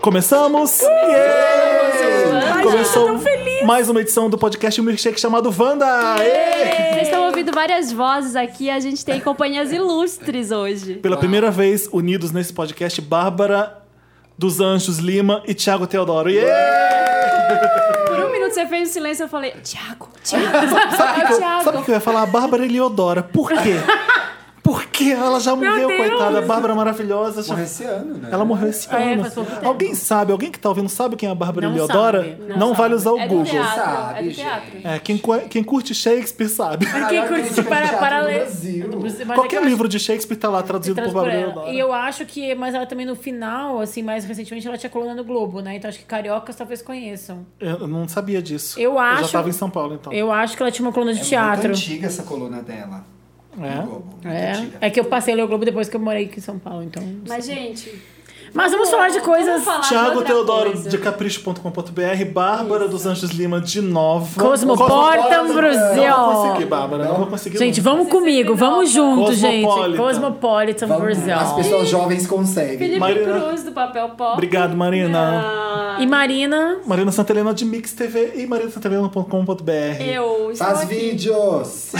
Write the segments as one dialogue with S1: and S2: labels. S1: Começamos! Yeah!
S2: Ai,
S1: Começou
S2: gente, eu tô tão feliz.
S1: mais uma edição do podcast um Milkshake chamado Wanda! Yeah!
S3: Vocês estão ouvindo várias vozes aqui, a gente tem companhias ilustres hoje.
S1: Pela primeira vez unidos nesse podcast, Bárbara dos Anjos Lima e Thiago Teodoro. Yeah!
S3: Por um minuto você fez um silêncio eu falei, Tiago, Tiago, é o
S1: Sabe o
S3: Tiago.
S1: que eu ia falar? A Bárbara Eliodora. Por quê? Porque ela já morreu,
S2: Deus!
S1: coitada. A Bárbara maravilhosa. já-
S4: Morreu esse ano, né?
S1: Ela morreu esse
S3: É,
S1: ano.
S3: faz pouco tempo.
S1: Alguém sabe, alguém que tá ouvindo sabe quem é a Bárbara
S2: Não
S1: Eliodora?
S2: sabe,
S1: Não, vale usar o
S3: É do
S1: Google.
S3: teatro,
S4: Sabe,
S3: é do
S4: gente.
S3: teatro.
S1: É, quem, cu- quem curte Shakespeare sabe.
S2: Quem curte para, para
S4: no
S2: ler.
S4: Brasil.
S2: Mas é que eu
S1: Qualquer
S2: acho
S1: livro de Shakespeare tá lá
S2: que
S1: traduzido por
S2: traz por
S1: Bárbara
S2: ela.
S1: Eliodora.
S2: E eu acho que, mas ela também no final, assim, mais recentemente, ela tinha coluna no Globo, né? Então acho que cariocas talvez conheçam.
S1: Eu não sabia disso.
S2: Eu
S1: Eu
S2: acho-
S1: já tava em São Paulo, então.
S2: Eu acho que ela tinha uma coluna de
S4: É
S2: teatro.
S4: muito antiga essa coluna dela.
S1: É?
S4: No Globo, muito antiga.
S2: É. é que eu passei a ler o Globo depois que eu morei aqui em São Paulo, então.
S3: Mas, gente,
S2: Mas vamos falar de
S3: vamos
S2: coisas.
S3: falar de
S1: Thiago
S3: outra
S1: Teodoro
S3: coisa.
S1: de capricho.com.br, Bárbara dos Anjos Lima de Nova.
S2: Cosmopolitan
S1: Não vou conseguir,
S2: Brasil.
S1: Bárbara, não, vou conseguir.
S2: Gente,
S1: nunca.
S2: vamos comigo, vamos junto, gente.
S1: Cosmopolitan.
S2: Cosmopolitan
S4: Vamos,
S2: Brasil.
S4: as pessoas jovens conseguem.
S3: Felipe
S1: Marina.
S3: Cruz, do Papel Pop.
S1: Obrigado, Marina.
S3: Ah,
S2: E Marina.
S1: Marina Santelena de Mix TV e marinasantelena.com.br.
S3: eu estou
S4: Faz
S3: aqui.
S4: vídeos!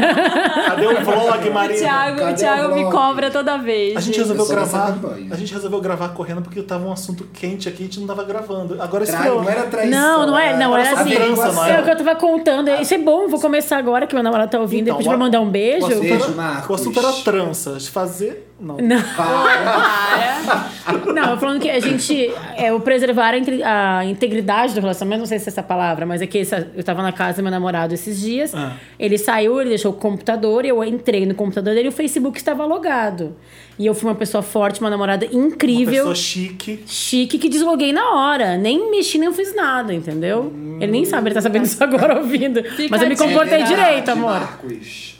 S1: Cadê o vlog,
S3: O
S1: Marina?
S3: Thiago,
S4: Cadê
S3: o
S4: o
S3: Thiago me
S4: vlog?
S3: cobra toda vez.
S1: A gente
S3: gente.
S1: resolveu
S4: Eu sou dessa
S1: gravar.
S4: campanha.
S1: A gente resolveu gravar correndo porque tava um assunto quente aqui e a gente não tava gravando. Agora
S4: Trai,
S1: esfriou.
S4: não era traição.
S2: Não, não
S4: né?
S2: é, não, era
S1: só
S2: assim.
S1: criança, não
S2: É
S1: era?
S2: o que eu tava contando. Isso é bom, vou começar agora que meu namorado tá ouvindo.
S1: Então,
S2: eu pedi pra
S1: ó,
S2: mandar um
S1: O
S2: beijo.
S1: assunto
S4: Beijo,
S1: era-
S4: Marcos.
S1: O assunto era tranças. Fazer. Não.
S4: Para.
S3: Para.
S2: Não, eu falando que a gente. É, o preservar a, inte- a integridade do relacionamento, não sei se é essa palavra, mas é que essa- eu tava na casa do meu namorado esses dias.
S1: Ah.
S2: Ele saiu, ele deixou o computador, eu entrei no computador dele e o Facebook estava logado. E eu fui uma pessoa forte, uma namorada
S1: Uma
S2: incrível.
S1: pessoa chique.
S2: Chique que desloguei na hora. Nem mexi, nem fiz nada, entendeu? Ele nem sabe, ele tá sabendo isso
S4: Hum.
S2: agora ouvindo. Mas eu me
S3: a dica. né?
S2: comportei
S4: É verdade,
S2: direito, amor.
S4: Marcos.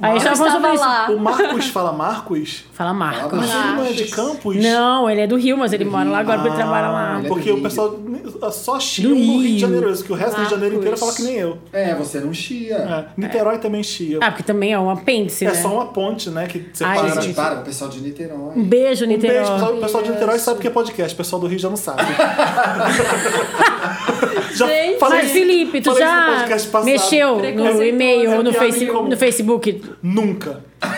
S2: Aí
S3: Eu
S2: já falando sobre
S3: estava
S2: isso.
S3: lá.
S1: O Marcos fala Marcos?
S2: Fala Marco.
S4: Fala,
S1: Mas ele não é de
S4: Marcos.
S1: Campos? Ah,
S2: Não, ele é do Rio, mas ele mora lá agora porque ele trabalha lá.
S4: ele é
S1: Porque
S4: do
S1: o
S4: Rio.
S1: pessoal é só chia
S2: Do
S1: no Rio
S2: Rio.
S1: de Janeiro, isso que o resto do Rio de Janeiro inteiro fala
S3: Marcos.
S1: que nem eu.
S4: É, você não chia.
S1: É, Niterói também chia.
S2: Ah, porque também é um apêndice,
S1: é
S2: né?
S1: só uma ponte, né, que
S2: Ai,
S1: separa.
S4: Gente, para, o pessoal de Niterói.
S2: Um beijo,
S1: Um
S2: Niterói.
S1: beijo, pessoal, o pessoal de Niterói sabe o que é podcast, o pessoal do Rio já não sabe. já
S3: Gente,
S2: Mas
S1: isso-
S2: Felipe, tu
S1: falei isso no
S2: já
S1: podcast passado. é
S2: mexeu no
S3: Preconceituoso,
S2: e-mail ou no,
S1: piada
S2: face-
S1: incomum.
S2: no Facebook?
S1: Nunca. tá-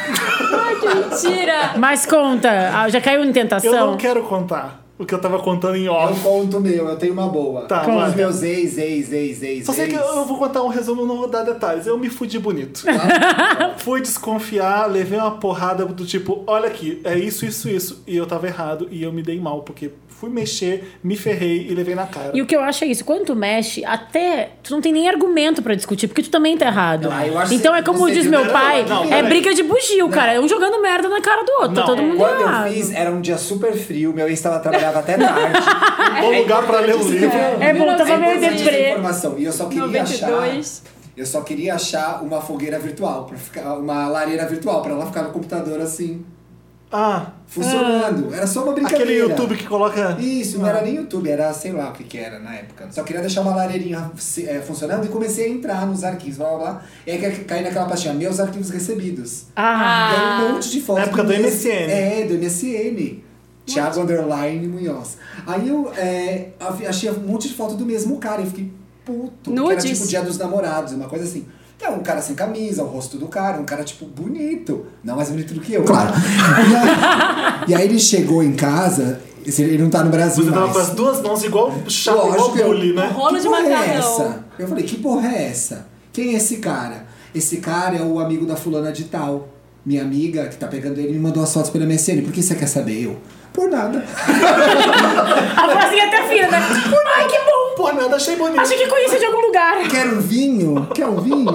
S3: Ai, que mentira.
S2: Mas conta, ah, já caiu em
S1: Eu não
S2: tentação?
S1: quero contar o que eu tava contando em
S4: Eu
S1: off.
S4: É um conto o meu, eu tenho uma boa.
S1: Tá,
S4: Com os
S1: vai.
S4: meus ex, ex, ex, ex.
S1: Só sei que
S4: ex.
S1: eu eu vou contar um resumo, eu não vou dar detalhes. Eu me fudi bonito.
S4: Tá,
S1: Fui desconfiar, levei uma porrada do tipo, olha aqui, é isso, isso, isso. E eu tava errado e eu me dei mal, porque fui mexer, me ferrei e levei na cara.
S2: E o que eu acho é isso, quando tu mexe, até tu não tem nem argumento pra discutir, porque tu também tá errado.
S4: Não, eu acho
S2: então é
S4: que
S2: como
S4: você
S2: diz
S4: viu-
S2: meu
S4: Não,
S2: pai,
S1: não,
S2: é
S1: peraí.
S2: briga de bugio, cara. Um jogando merda na cara do outro, tá
S1: Não.
S2: todo mundo
S4: Quando
S2: errado.
S4: eu fiz, era um dia super frio, meu ex tava trabalhava até tarde.
S1: Um bom lugar pra ler o livro.
S2: É bom, eu tava meio
S4: importante essa
S2: deprê.
S4: informação. E eu só queria achar.
S3: 92.
S4: Eu só queria achar uma fogueira virtual, pra ficar, uma lareira virtual, pra ela ficar no computador assim,
S1: Ah,
S4: funcionando.
S2: Ah.
S4: Era só uma brincadeira.
S1: aquele YouTube que coloca.
S4: Isso, não era nem YouTube, era sei lá o que que era na época. Só queria deixar uma lareirinha se- é, funcionando e comecei a entrar nos arquivos, blá blá blá. E aí que- caí naquela pastinha, meus arquivos recebidos.
S2: Ah,
S4: E aí um monte de fotos.
S1: Na época do MSN.
S4: É, do MSN. Thiago Underline Munhoz. Aí eu é, af- achei um monte de foto do mesmo cara e fiquei puto. porque Era
S3: Nudes?
S4: tipo dia dos namorados, uma coisa assim. É um cara sem camisa, o rosto do cara, um cara tipo bonito. Não mais bonito do que eu, claro. E aí- e aí ele chegou em casa, esse- ele não tá no Brasil
S1: Você tava
S4: mais.
S1: com as duas mãos igual chapa, igual
S4: Lógico, eu-
S1: bully, né?
S3: Rolo
S4: que
S3: de
S4: porra É
S3: macarrão.
S4: essa? Eu falei, que porra é essa? Quem é esse cara? Esse cara é o amigo da fulana de tal. Minha amiga que tá pegando ele me mandou as fotos pela MSN. Por que você quer saber eu? Por nada.
S2: a vozinha Ah, até fina, né? Ai, que bom!
S1: Pô, nada, achei bonito.
S2: Achei que conhecia de algum lugar.
S4: Quer um vinho? Quer um vinho?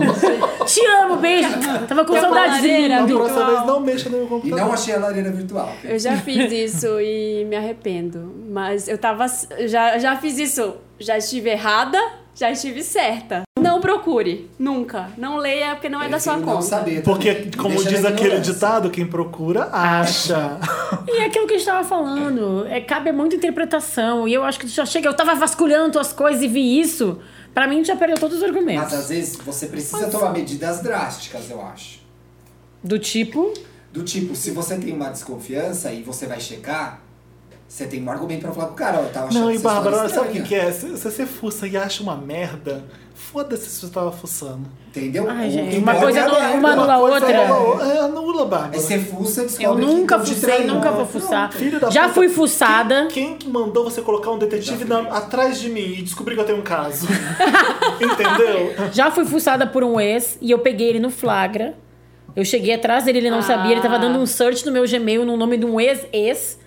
S2: Te amo, beijo. Tava com
S3: Quer
S2: saudade de
S3: paladeira?
S1: Na
S2: mim.
S1: próxima
S3: virtual.
S1: vez não mexa no meu
S4: E
S1: computador.
S4: não achei a lareira virtual.
S3: Eu já fiz isso e me arrependo. Mas eu tava. Já, já fiz isso. Já estive errada, já estive certa. Não procure. Nunca. Não leia, porque não é da sua
S4: Prefiro
S3: conta.
S4: Não saber
S1: Porque,
S4: também.
S1: como
S4: Deixa na
S1: diz aquele
S4: ignorância.
S1: ditado, quem procura, acha.
S2: E é aquilo que a gente tava falando, é, cabe muita interpretação. E eu acho que tu já chega, eu tava vasculhando tuas coisas e vi isso. Pra mim, tu já perdeu todos os
S4: Mas
S2: argumentos.
S4: às vezes você precisa tomar medidas drásticas, eu acho.
S2: Do tipo.
S4: Do tipo, se você tem uma desconfiança e você vai checar, Você tem um argumento pra falar com o cara, ó, eu tava achando
S1: Não, e
S4: essa história
S1: Bárbara, sabe o que,
S4: estranha.
S1: que é? Se se você fuça e acha uma merda, foda-se se você tava fuçando.
S4: Entendeu?
S2: Ai,
S4: O
S2: gente,
S4: que
S2: uma
S4: importa
S2: coisa
S4: é a
S2: não-
S4: merda.
S2: uma não- Anula a
S1: coisa
S2: outra.
S1: anula- É, anula, Bárbara.
S4: Aí você fuça e
S2: Eu
S4: descobre que um
S2: nunca
S4: não te
S2: fucei,
S4: traiu.
S2: nunca vou
S4: né? Pronto.
S2: fuçar.
S1: Filho da
S2: Já
S1: puta.
S2: fui fuçada.
S1: Quem que mandou você colocar um detetive na- atrás de mim e descobrir que eu tenho um caso? Entendeu?
S2: Já fui fuçada por um ex e eu peguei ele no flagra. Eu cheguei atrás dele, ele não
S3: Ah.
S2: sabia. Ele tava dando um search no meu Gmail no nome de um ex-ex.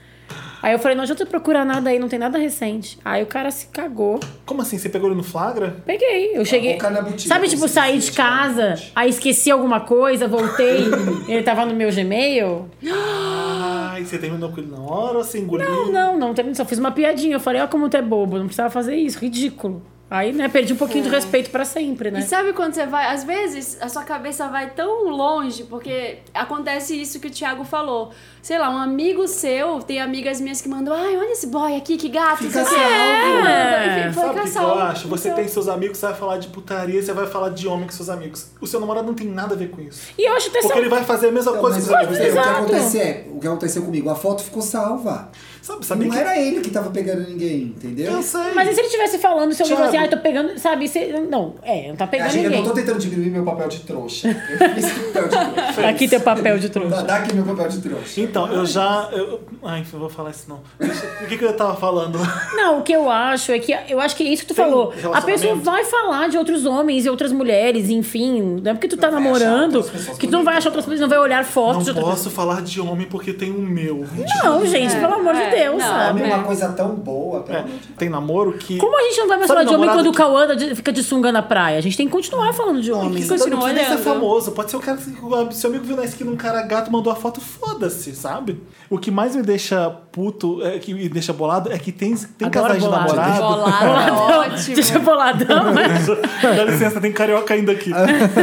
S2: Aí eu falei, não adianta procurar nada aí, não tem nada recente. Aí o cara se cagou.
S1: Como assim? Você pegou ele no flagra?
S2: Peguei, eu cheguei.
S4: boca na botina,
S2: Sabe,
S4: como
S2: tipo,
S4: se
S2: saí
S4: diz,
S2: de casa,
S4: realmente.
S2: aí esqueci alguma coisa, voltei, ele tava no meu Gmail?
S1: Ai, você terminou com ele na hora ou você engoliu?
S2: Não, não, não, tem- só fiz uma piadinha. Eu falei, ó, como tu é bobo, não precisava fazer isso, ridículo. Aí, né, perdi um pouquinho de respeito pra sempre, né?
S3: E sabe quando você vai, às vezes a sua cabeça vai tão longe, porque acontece isso que o Thiago falou. Sei lá, um amigo seu, tem amigas minhas que mandam, ai, olha esse boy aqui, que gato,
S4: Fica
S3: não sei o quê."
S4: salvo.
S3: Manda, enfim, foi
S2: É.
S1: né? Sabe o que que
S3: caçar
S1: eu
S3: o-
S1: acho?
S3: o
S1: Você
S2: então.
S3: seu-
S1: tem seus amigos, você vai falar de putaria, você vai falar de homem com seus amigos. O seu namorado não tem nada a ver com isso.
S2: E eu acho até
S1: Porque ele vai fazer a mesma
S4: Então,
S1: coisa que
S4: mas
S1: os amigos
S4: o que
S1: dele.
S4: aconteceu é, o que aconteceu comigo, a foto ficou salva.
S1: Sabe, sabia
S4: não
S1: que...
S4: era ele que tava pegando ninguém, entendeu?
S1: Eu sei.
S2: Mas e se ele estivesse falando, se eu
S1: é Thiago.
S2: assim, ah, eu tô pegando, sabe? se- Não, é, não tá
S4: A
S2: pegando
S4: gente- eu
S2: ninguém.
S4: não tô tentando diminuir meu papel de trouxa. Eu fiz papel de trouxa.
S2: Aqui teu papel de trouxa.
S4: Dá aqui meu papel de trouxa.
S1: Então, eu já... Eu... Ai, enfim, eu vou falar isso não. Deixa- O que, que eu tava falando?
S2: Não, o que eu acho é que eu acho que é isso que tu
S1: Tem
S2: falou. A
S1: relacionamento?
S2: pessoa vai falar de outros homens e outras mulheres, enfim. Não é porque tu tá
S4: Não vai achar
S2: namorando
S4: outras pessoas
S2: que tu não vai achar outras pessoas, não vai olhar
S1: Não
S2: fotos de outras
S1: posso falar de homem porque tem o meu.
S2: pessoas. Não, gente,
S3: É,
S2: pelo amor de
S3: é,
S2: Deus,
S3: não.
S2: sabe?
S4: Homem é uma
S3: É.
S4: coisa tão boa, pelo
S1: É,
S4: amor de Deus.
S1: tem namoro que...
S2: Como a gente não vai mais
S1: Sabe
S2: falar de homem
S1: namorado
S2: quando o
S1: que-
S2: Cauã de- fica de sunga na praia? A gente tem que continuar falando de
S1: Não
S2: homem.
S1: precisa- não
S3: Continua
S1: precisa ser
S3: olhando.
S1: famoso. Pode ser o cara que o seu amigo viu na esquina um cara gato mandou a foto, foda-se, sabe? O que mais me deixa puto, é, que me deixa bolado, é que tem, tem
S2: Adoro
S1: casais de
S2: bolado.
S1: namorado.
S3: Bolada, ótimo.
S2: Deixa boladão, né?
S1: Dá licença, tem carioca ainda aqui.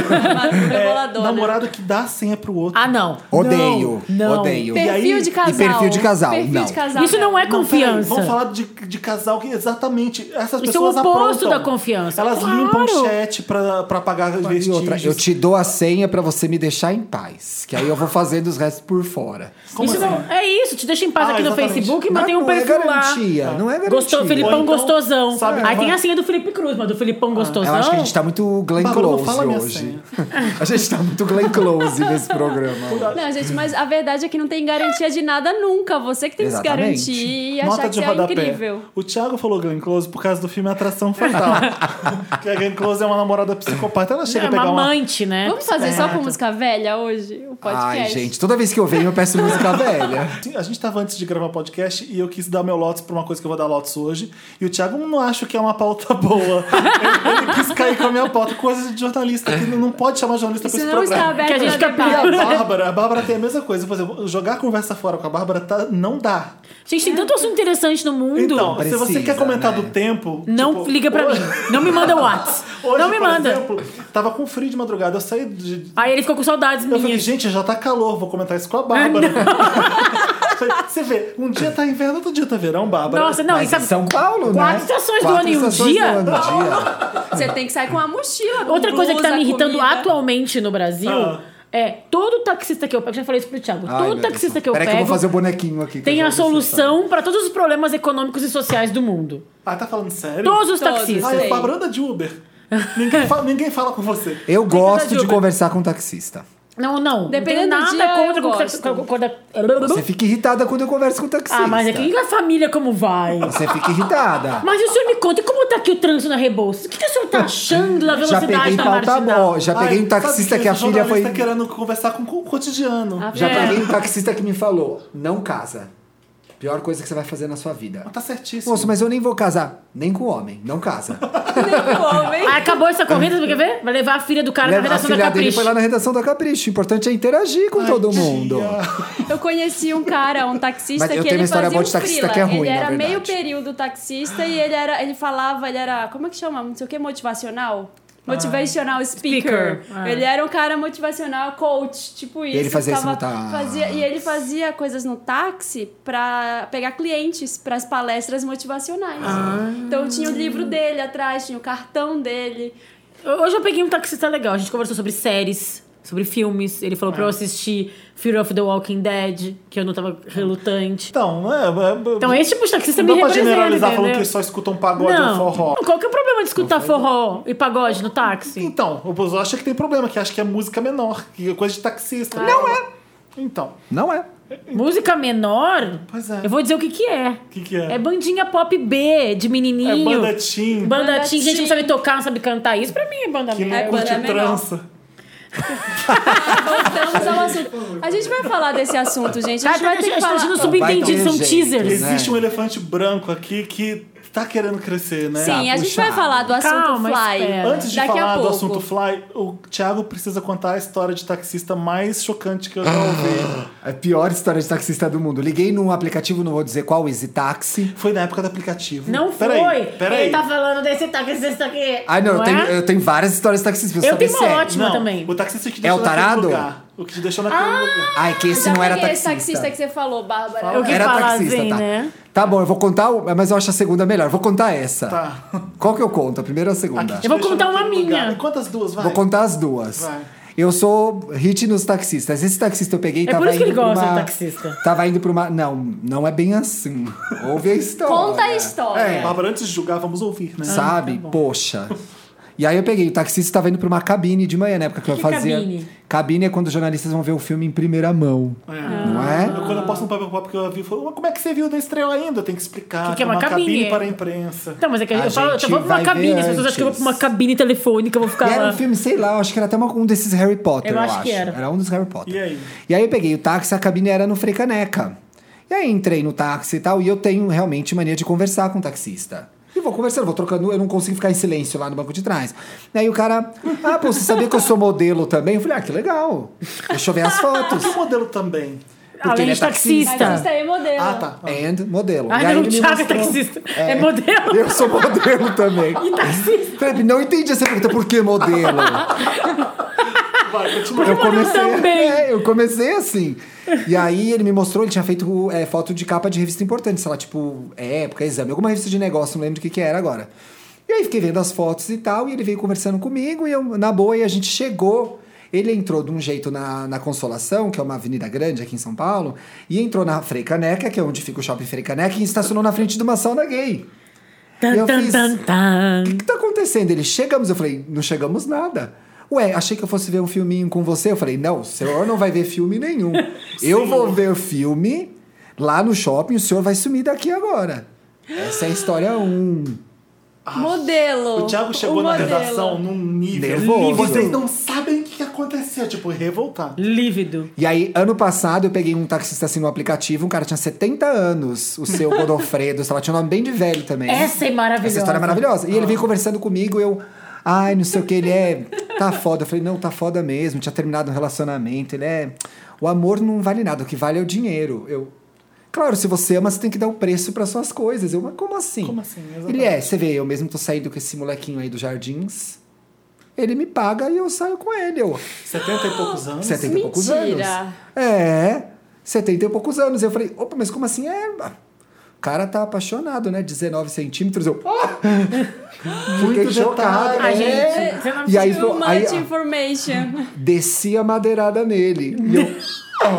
S3: Madura
S1: É,
S3: boladona.
S1: namorado que dá a senha pro outro.
S2: Ah, não.
S1: Odeio,
S2: não.
S4: odeio.
S1: E
S3: Perfil
S1: aí-
S3: de casal.
S4: e perfil de casal,
S3: Perfil
S4: não.
S3: de casal,
S2: Isso não é
S1: Não, peraí,
S2: confiança.
S1: vamos falar de, de casal que exatamente essas
S2: Isso é o
S1: pessoas
S2: oposto
S1: aprontam.
S2: da confiança,
S1: Elas
S2: claro.
S1: limpam o chat pra, pra pagar vestígios.
S4: E outra, eu te dou a senha pra você me deixar em paz. Que aí eu vou fazendo os restos por fora.
S1: Como
S2: isso
S1: assim?
S2: não, é isso, te deixa em paz
S1: Ah,
S2: aqui no
S1: exatamente.
S2: Facebook e
S4: Mas
S2: mantém um
S4: não é
S2: perfil lá.
S4: garantia, não é garantia.
S2: Gostou, Filipão
S1: Ou então,
S2: gostosão.
S1: sabe,
S2: Aí
S1: vai- Ah,
S2: tem a senha do Felipe Cruz, mas do Filipão gostosão.
S4: Eu acho que a gente tá muito Glenn
S1: Bárbara, não
S4: Close
S1: fala minha
S4: hoje.
S1: senha.
S4: a gente tá muito Glenn Close nesse programa.
S3: Não, gente, mas a verdade é que não tem garantia de nada nunca. Você que tem que se
S4: Exatamente.
S3: garantir e achar
S1: Nota
S3: que
S1: de
S3: você é
S1: rodapé.
S3: incrível.
S1: O Thiago falou Glenn Close por causa do filme Atração Fatal. que a Glenn Close é uma namorada psicopata. Ela chega
S2: É
S1: tá a pegar
S2: uma
S1: uma...
S2: amante, né?
S3: Vamos fazer só com música velha hoje? O podcast.
S4: Ai, gente, toda vez que eu venho eu peço música velha.
S1: Sim, A gente tava antes de gravar podcast e eu quis dar meu lotus pra uma coisa que eu vou dar lotus hoje. E o Thiago não acho que é uma pauta boa. ele, ele quis cair com a minha pauta. Coisa de jornalista que não pode chamar jornalista
S3: Isso
S1: pra tá esse
S3: não
S1: programa.
S3: está aberto
S2: Que a gente
S3: a
S2: fica
S1: E
S3: debate.
S1: a Bárbara, a Bárbara tem a mesma coisa. Por exemplo, jogar a conversa fora com a Bárbara tá- não dá.
S2: Gente, tem tanto assunto interessante no mundo.
S1: Então,
S4: Precisa,
S1: se você quer comentar
S4: né?
S1: do tempo.
S2: não
S1: tipo,
S2: liga pra mim. Não me manda WhatsApp.
S1: Hoje,
S2: não me
S1: por
S2: manda.
S1: exemplo, tava com frio de madrugada, eu saí de,
S2: Aí ele ficou com saudades
S1: Eu falei,
S2: minhas.
S1: gente, já tá calor, vou comentar isso com
S2: Ah,
S1: a Bárbara. Falei, Você vê, um dia tá inverno, outro dia tá verão, Bárbara.
S2: Nossa, não,
S4: Mas
S2: isso
S4: em São Paulo, né?
S2: Quatro estações do
S4: Quatro
S2: ano em um
S4: estações
S2: dia?
S4: do ano em um dia.
S3: Você tem que sair com uma mochila.
S1: "Tipo,
S3: com
S2: Outra coisa que tá
S3: blusa,
S2: me irritando
S3: comida.
S2: atualmente no Brasil
S1: Ah.
S2: é todo taxista que eu pego, já falei isso pro Thiago,
S4: Ai, meu
S2: todo
S4: Deus.
S2: taxista que eu
S4: Peraí
S2: pego
S4: que eu vou fazer o bonequinho aqui. que
S2: tem
S4: eu
S2: a
S4: já vou
S2: solução pra todos os problemas econômicos e sociais do mundo.
S1: Ah, tá falando sério?
S2: Todos é os
S3: Todos.
S2: taxistas.
S1: Ai, a Bárbara anda de Uber. Ninguém fa- ninguém fala com você.
S4: solicitar. Eu
S2: que
S4: gosto
S2: dar
S4: de
S2: Uber.
S4: conversar com taxista.
S2: Não, não.
S3: Dependendo
S2: não
S3: do
S2: tem
S3: dia,
S2: nada contra
S3: eu
S2: com-
S3: gosto.
S2: com- com-
S4: Você
S2: com-
S4: fica irritada quando eu converso com taxista.
S2: Ah, mas aqui a família como vai?
S4: Você fica irritada.
S2: Mas o senhor me conta, e como tá aqui o trânsito na Rebouças? O que, que o senhor tá achando da
S4: Já
S2: velocidade
S4: peguei
S2: da
S4: pauta
S2: marginal?
S4: boa. Já peguei
S1: Ai,
S4: um taxista
S1: sabe
S4: que a
S1: esse
S4: filha foi.
S1: jornalista querendo conversar com o cotidiano.
S3: Ah,
S4: Já
S2: É.
S4: peguei um taxista que me falou: não casa. Pior coisa que você vai fazer na sua vida.
S1: Mas tá certíssimo.
S4: Moço, mas eu nem vou casar. Nem com homem, não
S3: Tem
S4: casa.
S3: homem.
S2: Ah, acabou essa corrida, você quer ver? Vai levar a filha do cara na
S4: a
S2: redação da
S4: filha dele
S2: Capricho.
S4: foi lá na redação da Capricho. O importante é interagir com
S1: Ai,
S4: todo
S1: tia.
S4: mundo.
S3: Eu conheci um cara, um taxista
S4: Mas eu
S3: que
S4: tenho
S3: ele
S4: uma história
S3: fazia
S4: boa de
S3: um
S4: taxista
S3: frila.
S4: que é ruim,
S3: Ele
S4: na
S3: era
S4: verdade.
S3: meio período taxista e ele era, ele falava, ele era, como é que chama? Não sei o que, motivacional? Motivational Ah, speaker.
S2: Speaker, ah.
S3: Ele era um cara motivacional, coach, tipo isso.
S4: ele fazia isso no
S3: ficava-
S4: táxi.
S3: fazia- e ele fazia coisas no táxi pra pegar clientes pras palestras motivacionais. Então tinha o livro dele atrás, tinha o cartão dele.
S2: Hoje eu peguei um taxista legal, a gente conversou sobre séries. sobre filmes. Ele falou pra eu assistir Fear of the Walking Dead, que eu não tava relutante.
S1: Então, né? é-
S2: Então, esse tipo de taxista
S1: Não
S2: me
S1: dá pra
S2: representa,
S1: generalizar falando
S2: entendeu?
S1: que só escutam pagode ou forró.
S2: Qual que é o problema de escutar forró e pagode no táxi?
S1: Então, o pessoal acha que tem problema, que acha que é música menor, que é coisa de taxista. Não é! Então,
S4: Não é.
S2: Música menor?
S1: Pois é.
S2: Eu vou dizer o que que é.
S1: o que, que é?
S2: É bandinha pop B, de menininho.
S1: É banda teen,
S2: Banda
S3: Banda
S2: teen, gente que não
S3: teen.
S2: sabe tocar, não sabe cantar. Isso pra mim é banda
S1: que não
S2: menor.
S3: É
S1: curte
S3: banda menor.
S1: trança.
S3: Voltamos ao assunto. A gente vai falar desse assunto, gente. A
S2: Tá,
S3: gente vai
S2: tá,
S3: ter que
S2: tá,
S3: falar.
S2: no subentendido,
S4: Vai
S2: são
S4: ter jeito,
S2: teasers.
S4: né?
S1: Existe um elefante branco aqui que tá querendo crescer, né?
S2: Tá
S3: Sim, a gente vai
S4: puxado.
S3: falar do assunto
S2: Calma,
S3: Fly.
S2: espera.
S1: Antes de
S3: Daqui a
S1: falar do
S3: pouco.
S1: assunto Fly, o Thiago precisa contar a história de taxista mais chocante que eu já ouvi.
S4: A pior história de taxista do mundo. Liguei num aplicativo, não vou dizer qual, Easy Taxi.
S1: Foi na época do aplicativo.
S2: Não foi.
S1: Peraí, peraí.
S2: Ele tá falando desse táxi, desse aqui.
S4: Ai, não, eu, tenho,
S2: é?
S4: eu tenho várias histórias de taxista. pra
S2: Eu
S4: saber
S2: tenho
S4: se
S2: uma
S4: é.
S2: ótima também. Ah.
S1: O taxista que te
S4: É o
S1: deixou naquele
S4: tarado?
S1: lugar. O que te deixou naquele lugar.
S4: Ai, que esse
S3: Já
S4: não era
S3: peguei
S4: taxista.
S3: esse taxista que você falou, Bárbara.
S2: Eu que
S4: Era
S2: fala
S4: taxista,
S2: assim,
S4: tá.
S2: né?
S4: Tá bom, eu vou contar, o- mas eu acho a segunda melhor. Vou contar essa.
S1: Tá.
S4: Qual que eu conto? A primeira ou a
S1: Aqui
S4: segunda?
S1: te
S2: Eu vou
S1: deixou
S2: contar uma
S1: naquele
S2: minha.
S1: lugar. Quantas duas, vai?
S4: Vou contar as duas.
S1: Vai.
S4: Eu sou hit nos taxistas. Esse taxista eu peguei e
S2: É
S4: tava
S2: por isso que
S4: indo
S2: ele
S4: pra
S2: gosta
S4: uma...
S2: de taxista.
S4: Tava indo pra uma... Não, não é bem assim. Ouve a história.
S3: Conta a história.
S4: É.
S1: Bárbara, antes de julgar, vamos ouvir,
S2: Ah, tá
S1: né?
S4: Sabe? Poxa. E aí eu peguei, o taxista tava indo pra uma cabine de manhã, na época que,
S2: Que
S4: eu fazia.
S2: cabine?
S4: Cabine é quando os jornalistas vão ver o filme em primeira mão. Não
S1: Eu,
S4: é?
S1: quando eu posto um papel pop que eu vi, eu falo, "Mas como é que você viu da estreia ainda? Eu tenho que explicar.
S2: Que que é uma cabine?
S1: para a imprensa.
S2: Então, mas é que
S4: A
S2: eu falo, eu
S4: gente
S2: vou pra
S4: vai
S2: uma cabine,
S4: ver
S2: as pessoas acham que eu vou pra uma
S4: antes.
S2: cabine telefônica, eu vou ficar
S4: E era
S2: lá.
S4: um filme, sei lá, eu acho que era até uma- um desses Harry Potter,
S2: Eu
S4: eu,
S2: acho que era.
S4: um dos Harry Potter.
S1: E aí?
S4: E aí eu peguei o táxi, a cabine era no Frecaneca. E aí entrei no táxi e tal, e eu tenho realmente mania de conversar com o taxista. E vou conversando, vou trocando, eu não consigo ficar em silêncio lá no banco de trás. E aí o cara, ah, pô, você sabia que eu sou modelo também? Eu falei, ah, que legal. Deixa eu ver as fotos.
S1: Porque o modelo também.
S4: porque
S2: Além
S4: ele
S2: de
S4: é taxista.
S2: Ah, taxista.
S3: Taxista e
S2: É.
S3: modelo.
S1: Ah, tá.
S4: And modelo. E
S2: Ai,
S4: aí
S2: não, o
S4: ele me
S2: Thiago é
S4: mostrou-
S2: taxista. É, modelo.
S4: Eu sou modelo também.
S2: E taxista.
S4: Felipe, não entendi essa pergunta, por que modelo?
S1: Vai, continua.
S4: eu
S2: Mas eu
S4: comecei,
S2: também.
S4: É, eu comecei assim. E aí ele me mostrou, ele tinha feito é, foto de capa de revista importante, sei lá, tipo, época, exame, alguma revista de negócio, não lembro o que, que era agora. E aí fiquei vendo as fotos e tal, e ele veio conversando comigo, e eu, na boa, e a gente chegou. Ele entrou de um jeito na, na Consolação, que é uma avenida grande aqui em São Paulo, e entrou na Frei Caneca, que é onde fica o shopping Frei Caneca, e estacionou na frente de uma sauna gay. E
S2: Tan,
S4: eu
S2: tan,
S4: fiz-
S2: tan, tan.
S4: o que tá acontecendo? Ele, chegamos. Eu falei, não chegamos nada. Ué, achei que eu fosse ver um filminho com você. Eu falei, não, o senhor não vai ver filme nenhum. eu vou ver filme lá no shopping, o senhor vai sumir daqui agora. Essa é a história 1. Um.
S3: Modelo.
S1: Ah. O Thiago chegou
S3: O
S1: na
S3: modelo.
S1: redação num nível.
S4: Nervoso.
S1: Vocês não sabem o que aconteceu. Tipo, revoltar.
S2: Lívido.
S4: E aí, ano passado, eu peguei um taxista assim no aplicativo, um cara tinha 70 anos, o seu Godofredo, sei lá, tinha um nome bem de velho também.
S2: Essa é maravilhosa.
S4: Essa história é maravilhosa. E ele veio conversando comigo, eu. Ai, não sei o que, ele é. Tá foda. Eu falei, não, tá foda mesmo. Tinha terminado um relacionamento. Ele é. O amor não vale nada, o que vale é o dinheiro. Eu. Claro, se você ama, você tem que dar o preço para suas coisas. Eu, mas como assim?
S1: Como assim? Exatamente.
S4: Ele é, você vê, eu mesmo tô saindo com esse molequinho aí dos jardins. Ele me paga e eu saio com ele. Eu,
S1: 70 e poucos anos.
S4: 70 e poucos anos.
S3: Mentira.
S4: É, 70 e poucos anos. Eu falei, opa, mas como assim? É, o cara tá apaixonado, né? 19 centímetros. Eu, ah! Fiquei
S1: Muito
S4: chocado.
S1: detalhe.
S2: Ai,
S4: é.
S2: gente, você não tipo,
S4: E aí,
S3: Too
S4: foi- aí ah,
S3: much information.
S4: desci a madeirada nele. E eu,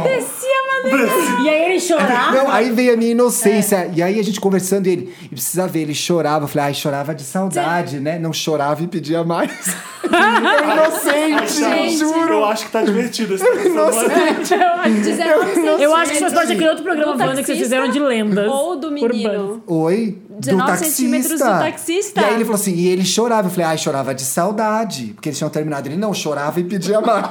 S3: Desci a madeira.
S2: E aí ele chorava.
S4: não, aí veio a minha inocência.
S2: é.
S4: E aí a gente conversando e ele, e precisa ver, ele chorava. Eu falei, ai, chorava de saudade, né? Não chorava e pedia mais. eu
S1: Ai,
S4: inocente,
S1: Thiago,
S4: juro.
S1: Eu acho que tá divertido esse texto, não é?
S4: Inocente. É,
S2: Eu acho que vocês podem criar outro programa
S3: Do
S2: Wanda
S3: Um
S2: que vocês
S3: taxista
S2: fizeram de lendas.
S3: Ou do
S2: urbanas.
S3: menino.
S4: Oi?
S3: 19 centímetros do taxista.
S4: E aí ele falou assim, e ele chorava. Eu falei, ai, chorava de saudade. Porque eles tinham terminado. Ele não chorava e pedia mais.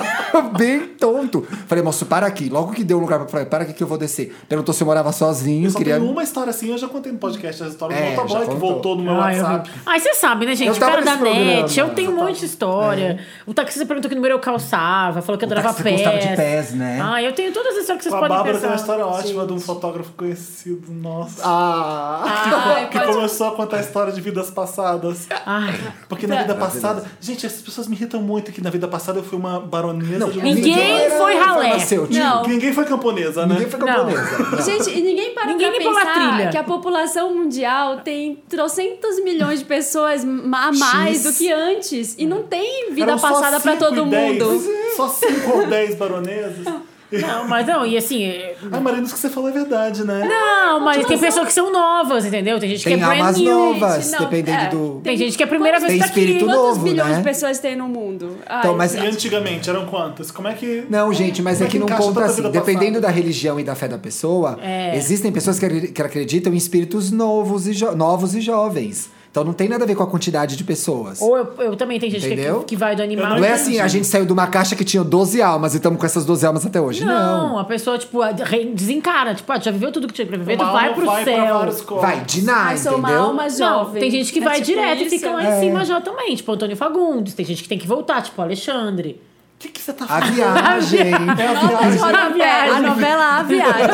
S4: Bem tonto. Falei, moço, para aqui. Logo que deu um lugar pra falei, para aqui que eu vou descer. Perguntou se eu morava sozinho.
S1: Eu só
S4: queria...
S1: tenho uma história assim, eu já contei no podcast essa história do
S4: É,
S1: motoboy
S4: já
S1: que
S4: contou.
S1: voltou no meu
S2: Ai,
S1: WhatsApp.
S2: horrível. Ai, você sabe, né, gente?
S4: Eu
S2: O
S4: tava
S2: cara da
S4: nesse programa. É.
S2: net. Eu tenho um monte de história. O taxista perguntou que número eu calçava, falou que eu adorava
S4: taxista gostava
S2: pés.
S4: de pés, né?
S2: Ah, eu tenho todas as histórias que vocês
S1: Com a
S2: podem
S1: Bárbara tem uma
S2: pensar.
S1: história ótima de um fotógrafo conhecido. Nossa.
S4: Ah,
S3: Ai,
S1: que
S3: pode-
S1: começou a contar a história de vidas passadas.
S2: Ai,
S1: Porque na vida passada. Gente, essas pessoas me irritam muito que na vida passada eu fui uma baronesa de um
S2: ninguém foi ralé.
S4: farmacêutico.
S3: Não.
S1: Ninguém foi camponesa, né?
S4: Ninguém foi camponesa. Não.
S3: Gente, e ninguém para
S2: Ninguém
S3: pra
S2: limpou a
S3: pensar
S2: trilha.
S3: que a população mundial tem trocentos milhões de pessoas ma- a mais do que antes. E não tem vida
S1: Eram só
S3: passada pra
S1: cinco
S3: todo
S1: e dez. é.
S3: mundo.
S1: Só 5 ou 10 baronesas.
S2: não, mas não, e assim. é-
S1: Ah, Marina, isso que você falou é verdade, né?
S2: Não, mas tem pessoas que são novas, entendeu? Tem gente
S4: Tem
S2: que é brand
S4: almas
S2: new.
S4: novas,
S3: não,
S4: dependendo
S3: é.
S4: do.
S2: Tem gente que é a primeira vez
S4: Tem
S2: que tá aqui.
S4: espírito
S3: Quantos
S4: novo,
S3: bilhões
S4: né?
S3: de pessoas tem no mundo? Ai,
S4: Então, mas
S1: E antigamente eram quantas? Como é que.
S4: Não, gente, mas
S1: Como
S4: é
S1: é
S4: que
S1: que
S4: não
S1: encaixa
S4: conta
S1: toda a
S4: assim.
S1: vida
S4: Dependendo
S1: passada?
S4: da religião e da fé da pessoa,
S2: É.
S4: existem pessoas que, acre- que acreditam em espíritos novos e, jo- novos e jovens. Então não tem nada a ver com a quantidade de pessoas.
S2: Ou eu, eu também tem gente que,
S4: Entendeu?
S2: que, que vai do animal.
S4: Não é assim, a gente saiu de uma caixa que tinha 12 almas e estamos com essas 12 almas até hoje. Não.
S2: Não, a pessoa, tipo, a- re- desencarna. Tipo, ah, já viveu tudo que tinha pra viver, tu
S1: Uma
S2: vai
S1: alma
S2: pro
S1: vai pra
S2: céu.
S1: vários corpos.
S4: Vai, de nada,
S3: ai, sou uma
S4: Ah, entendeu? É.
S3: alma
S2: Não,
S3: jovem.
S2: tem gente que
S3: É
S2: vai
S3: tipo
S2: direto e
S3: isso.
S2: fica lá
S4: né?
S2: em cima já também. Tipo, Antônio Fagundes. Tem gente que tem que voltar, tipo, Alexandre.
S1: O que, que você tá
S4: A
S1: falando?
S4: viagem.
S1: É a
S3: Novas
S1: viagem.
S3: rodoviárias, A novela A Viagem.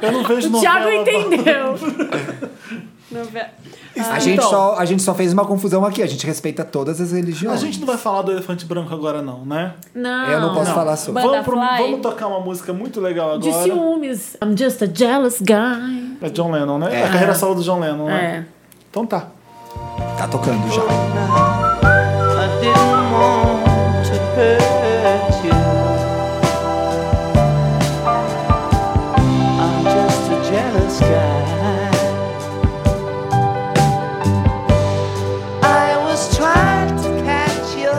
S1: Eu não vejo
S2: O Thiago
S1: novela,
S2: entendeu.
S3: Novela-
S4: A gente,
S1: Então.
S4: só, a gente só fez uma confusão aqui. A gente respeita todas as
S1: A
S4: religiões.
S1: gente não vai falar do elefante branco agora, não, né?
S2: Não.
S4: Eu não posso
S1: Não.
S4: falar sobre.
S1: Vamos, pro-
S3: Butterfly.
S1: vamos tocar uma música muito legal
S2: De
S1: agora.
S2: ciúmes. I'm just a jealous guy.
S1: É John Lennon, né? É. A carreira solo do John Lennon, né?
S2: É.
S1: Então tá.
S4: Tá tocando já.
S5: I didn't want to hurt you. I'm just a jealous guy. I was trying to catch your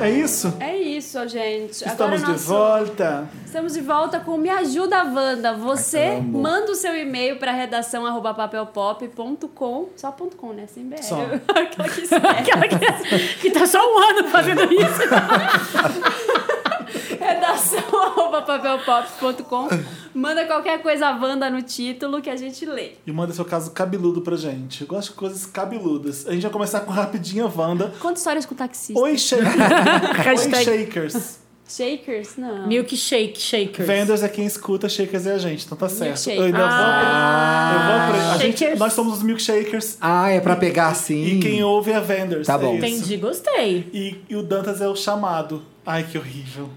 S5: eye.
S1: É isso?
S3: É isso, gente. Agora
S1: Estamos de
S3: é nosso-
S1: volta.
S3: Estamos de volta com Me Ajuda Wanda. Você manda o seu e-mail para redação arroba papelpop.com. Só ponto .com, né? Sem BR.
S1: Só.
S3: Aquela que serve.
S2: Aquela que, que tá só um ano fazendo isso. é.
S3: redação arroba papelpop.com. Manda qualquer coisa Wanda no título que a gente lê.
S1: E manda seu caso cabeludo pra gente. Eu gosto de coisas cabeludas. A gente vai começar com Rapidinha Wanda.
S3: Conta histórias com taxista.
S1: Oi, Shakers. Oi,
S2: Hashtag-
S1: Shakers.
S3: Shakers? Não.
S2: Milkshake, shakers.
S1: Vendors é quem escuta, Shakers é a gente. Então tá certo.
S3: Milkshake.
S1: Eu ainda vou...
S2: Ah.
S1: eu vou pra- a gente-
S2: Shakers.
S1: nós somos os Milkshakers.
S4: Ah, é pra pegar assim.
S1: E quem ouve é Vendors.
S4: Tá
S1: é
S4: bom.
S1: isso.
S2: Entendi, gostei.
S1: E, e o Dantas é o chamado. Ai, que horrível.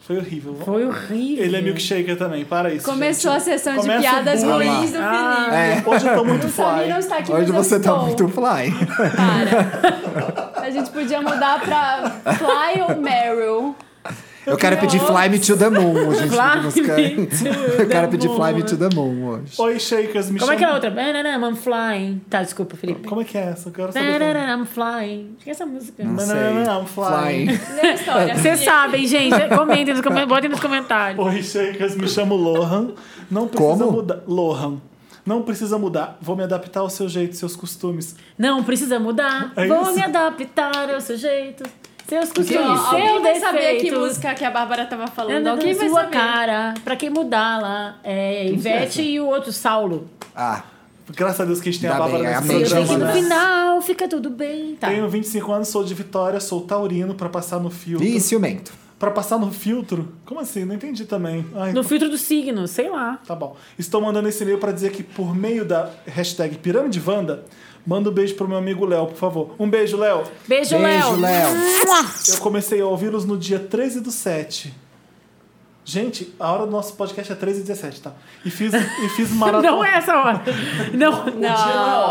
S1: Foi horrível.
S2: Foi horrível.
S1: Ele é milkshaker também, para isso.
S3: Começou a
S1: gente.
S3: sessão
S1: Começa
S3: de piadas
S1: o bullying.
S3: ruins do Felipe.
S4: É.
S1: Hoje eu tô muito
S3: O Samir não
S1: fly.
S3: está aqui,
S4: Hoje
S3: mas
S4: você
S3: eu
S4: tá
S3: estou.
S4: muito fly.
S3: Para. A gente podia mudar pra Fly ou Meryl.
S4: Eu quero pedir Fly Me to the Moon hoje.
S2: Fly
S4: Fly música.
S2: me to
S4: Eu quero
S2: the
S4: pedir Fly Me
S2: moon.
S4: to the Moon hoje.
S1: Oi, shakers, me
S2: Como é que é a
S1: chama-
S2: outra? Banana, I'm flying. Tá, desculpa, Felipe.
S1: Como é que é essa? Eu quero saber. também.
S2: Banana, I'm flying. Esquece essa música. é
S4: Não sei.
S1: Banana, fly.
S4: Fly.
S3: Lê a história.
S2: Vocês sabem, gente. Comentem nos, comen- botem nos comentários.
S1: é. Oi, shakers, me chamo Lohan. Não precisa
S4: Como?
S1: mudar. Lohan. Não precisa mudar. Vou me adaptar ao seu jeito, seus costumes.
S2: Não precisa mudar.
S1: É
S2: Vou
S1: isso.
S2: me adaptar ao seu jeito. Seus costumes,
S3: Ó, Alguém
S2: seu
S3: vai saber que
S2: defeitos.
S3: música que a Bárbara tava falando.
S2: Anda
S3: Alguém
S2: com
S3: vai
S2: sua
S3: saber.
S2: cara. Pra quem mudar lá. É Ivete e o outro, Saulo.
S4: Ah,
S1: Graças a Deus que a gente tem a
S4: Ainda
S1: Bárbara
S4: bem,
S1: nesse
S4: amém.
S2: Eu sei que
S1: programa,
S2: no
S1: né?
S2: final fica tudo bem. Tá.
S1: Tenho 25 anos, sou de Vitória, sou taurino pra passar no filtro.
S4: e ciumento.
S1: Pra passar no filtro? Como assim? Não entendi também. Ai,
S2: No filtro do signo, sei lá.
S1: Tá bom. Estou mandando esse e-mail para dizer que por meio da hashtag Pirâmide Vanda, manda um beijo pro meu amigo Léo, por favor. Um beijo, Léo.
S2: Beijo,
S4: Beijo,
S2: Léo.
S4: Léo.
S1: Eu comecei a ouvi-los no dia 13 do 7. Gente, a hora do nosso podcast é 13 e 17, tá? E fiz, e fiz maratona.
S2: Não é essa hora. Não,
S3: Não,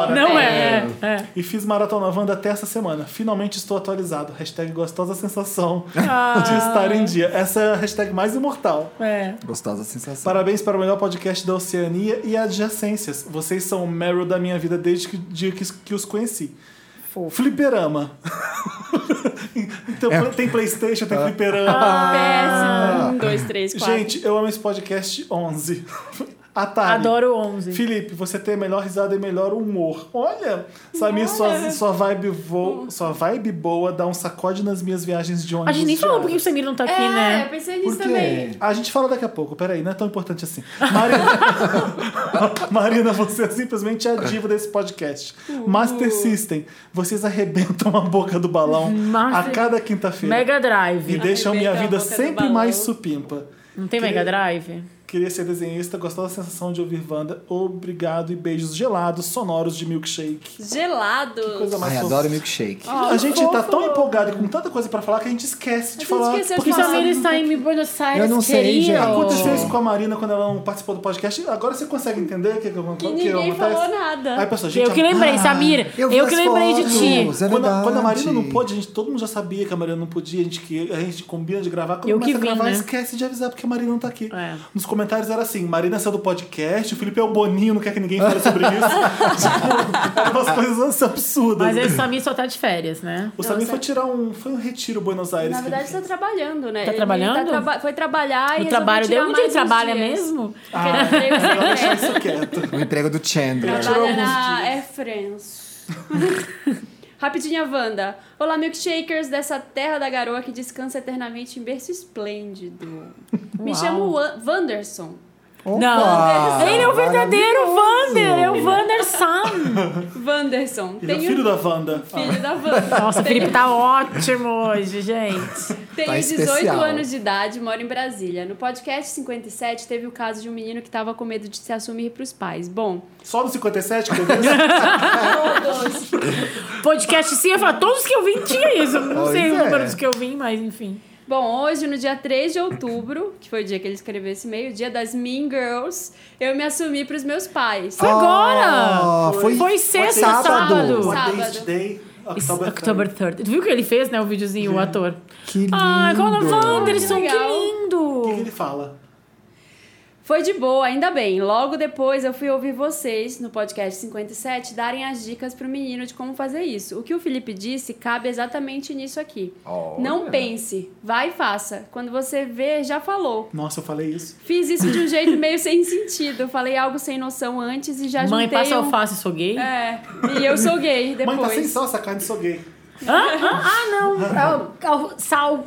S2: não é. é, é.
S1: E fiz maratona Wanda até essa semana. Finalmente estou atualizado. Hashtag gostosa sensação
S2: Ah.
S1: de estar em dia. Essa é a hashtag mais imortal.
S2: É.
S4: Gostosa sensação.
S1: Parabéns para o melhor podcast da Oceania e adjacências. Vocês são o Meryl da minha vida desde que dia que, que os conheci. Fliperama. então, pla- tem Playstation, tem
S2: Ah,
S1: fliperama.
S3: Péssimo.
S4: Ah.
S3: Um, dois, três, quatro.
S1: Gente, eu amo esse podcast 11. Atari.
S2: Adoro o 11.
S1: Felipe, você tem a melhor risada e melhor humor. Olha, Samir, sua, sua, vibe vo, sua vibe boa dá um sacode nas minhas viagens de ônibus.
S2: A gente nem falou porque o
S1: diárias.
S2: Samir não tá aqui,
S3: é, eu
S2: né?
S3: pensei nisso
S4: Por
S3: também.
S4: quê?
S1: A gente fala daqui a pouco, peraí, não é tão importante assim. Marina, Marina, você é simplesmente a diva desse podcast.
S2: Uh.
S1: Master System, vocês arrebentam a boca do balão a
S2: Master-
S1: cada
S3: É.
S1: quinta-feira
S2: Mega
S1: e
S2: Drive.
S1: deixam minha
S3: Arrebentam a
S1: vida
S3: boca do
S1: sempre
S3: balão.
S1: mais supimpa.
S2: Não tem
S1: Queria-
S2: Mega Drive?
S1: Queria ser desenhista, gostava da sensação de ouvir Wanda. Obrigado e beijos gelados, sonoros de milkshake.
S3: Gelados.
S1: Que coisa mais
S4: Ai,
S1: fofa.
S4: adoro milkshake.
S1: a gente tá tão empolgado e com tanta coisa pra falar que a gente esquece de
S3: gente
S1: falar.
S3: esqueceu de
S1: porque
S3: falar.
S1: sabe-
S2: Principalmente está em Buenos Aires,
S4: Eu não sei,
S2: querido.
S4: gente.
S1: Aconteceu isso com a Marina quando ela não participou do podcast. Agora você consegue entender o que, que, eu-
S3: Que
S1: o que
S3: ninguém
S1: acontece?
S3: falou nada.
S1: Aí, pessoal, gente,
S2: Eu que
S1: a-
S2: lembrei, Samira. Ah, Eu,
S4: vi
S2: que
S4: as
S2: lembrei de ti.
S4: fotos, É
S1: quando, a,
S4: verdade.
S1: quando a Marina não pôde, a gente, todo mundo já sabia que a Marina não podia, a gente, que, a gente combina de gravar. Quando
S2: Eu
S1: começa
S2: que
S1: a
S2: vim,
S1: gravar,
S2: né?
S1: esquece de avisar, porque a Marina não tá aqui.
S2: É.
S1: Nos comentários era assim: Marina saiu do podcast, o Felipe é o Boninho, não quer que ninguém fale sobre isso. tipo, eram umas coisas assim, absurdas.
S2: Mas esse Samir só tá de férias, né?
S1: o Samir foi tirar um. Foi um retiro em Buenos Aires.
S3: Na
S1: que-
S3: verdade, tá trabalhando, né?
S2: Tá
S3: Ele
S2: trabalhando?
S3: traba- Foi trabalhar e
S2: O
S3: resolveu
S2: trabalho dele,
S3: tirar
S2: onde ele
S3: mais uns
S2: trabalha
S3: dias.
S2: mesmo?
S3: Porque ele veio sem
S1: Vou deixar
S3: crédito.
S1: isso quieto.
S4: O emprego do Chandler.
S3: um Trabalha na Air France. Rapidinha, Wanda. Olá, milkshakers dessa terra da garoa que descansa eternamente em berço esplêndido. Me
S2: Uau.
S3: chamo Wa- Wanderson.
S2: Não, ele é o verdadeiro Vander, é o Vander Sam.
S3: Wanderson.
S1: Ele é o
S3: Tenho-
S1: filho da Wanda.
S3: Filho da Wanda.
S2: Nossa, o
S3: Tenho-
S2: Felipe tá ótimo hoje, gente.
S3: Tenho
S4: Tá
S3: 18
S4: especial.
S3: anos de idade, moro em Brasília. No podcast 57 teve o caso de um menino que tava com medo de se assumir pros pais. Bom,
S1: Só no 57 que eu vi.
S3: todos.
S2: Podcast sim, eu falo, todos que eu vim tinha isso. Não
S4: Pois
S2: sei o
S4: é.
S2: número dos que eu vim, mas enfim.
S3: Bom, hoje, no dia 3 de outubro, que foi o dia que ele escreveu esse e-mail, dia das Mean Girls, eu me assumi pros meus pais.
S1: Ah.
S2: Foi agora!
S4: Oh, foi-
S2: foi sexta,
S4: sábado.
S2: sábado.
S1: What
S3: Sábado.
S1: day is today?
S2: Isso,
S1: October
S2: October 3rd. Tu viu que ele fez, né? O videozinho, o ator.
S4: Que lindo.
S2: Ai, Colin Wanderson, que,
S3: legal.
S1: O que que
S2: lindo!
S1: ele fala?
S3: Foi de boa, ainda bem. Logo depois eu fui ouvir vocês no podcast 57 darem as dicas pro menino de como fazer isso. O que o Felipe disse cabe exatamente nisso aqui. Não pense, vai e faça. Quando você vê, já falou.
S1: Nossa, eu falei isso.
S3: Fiz isso de um jeito meio sem sentido. Falei algo sem noção antes e já
S2: Mãe,
S3: juntei
S2: passa
S3: um...
S2: alface, sou gay.
S3: É, e eu sou gay depois.
S1: Mãe, tá sem sal essa carne, sou gay.
S2: Ah, não! Sal!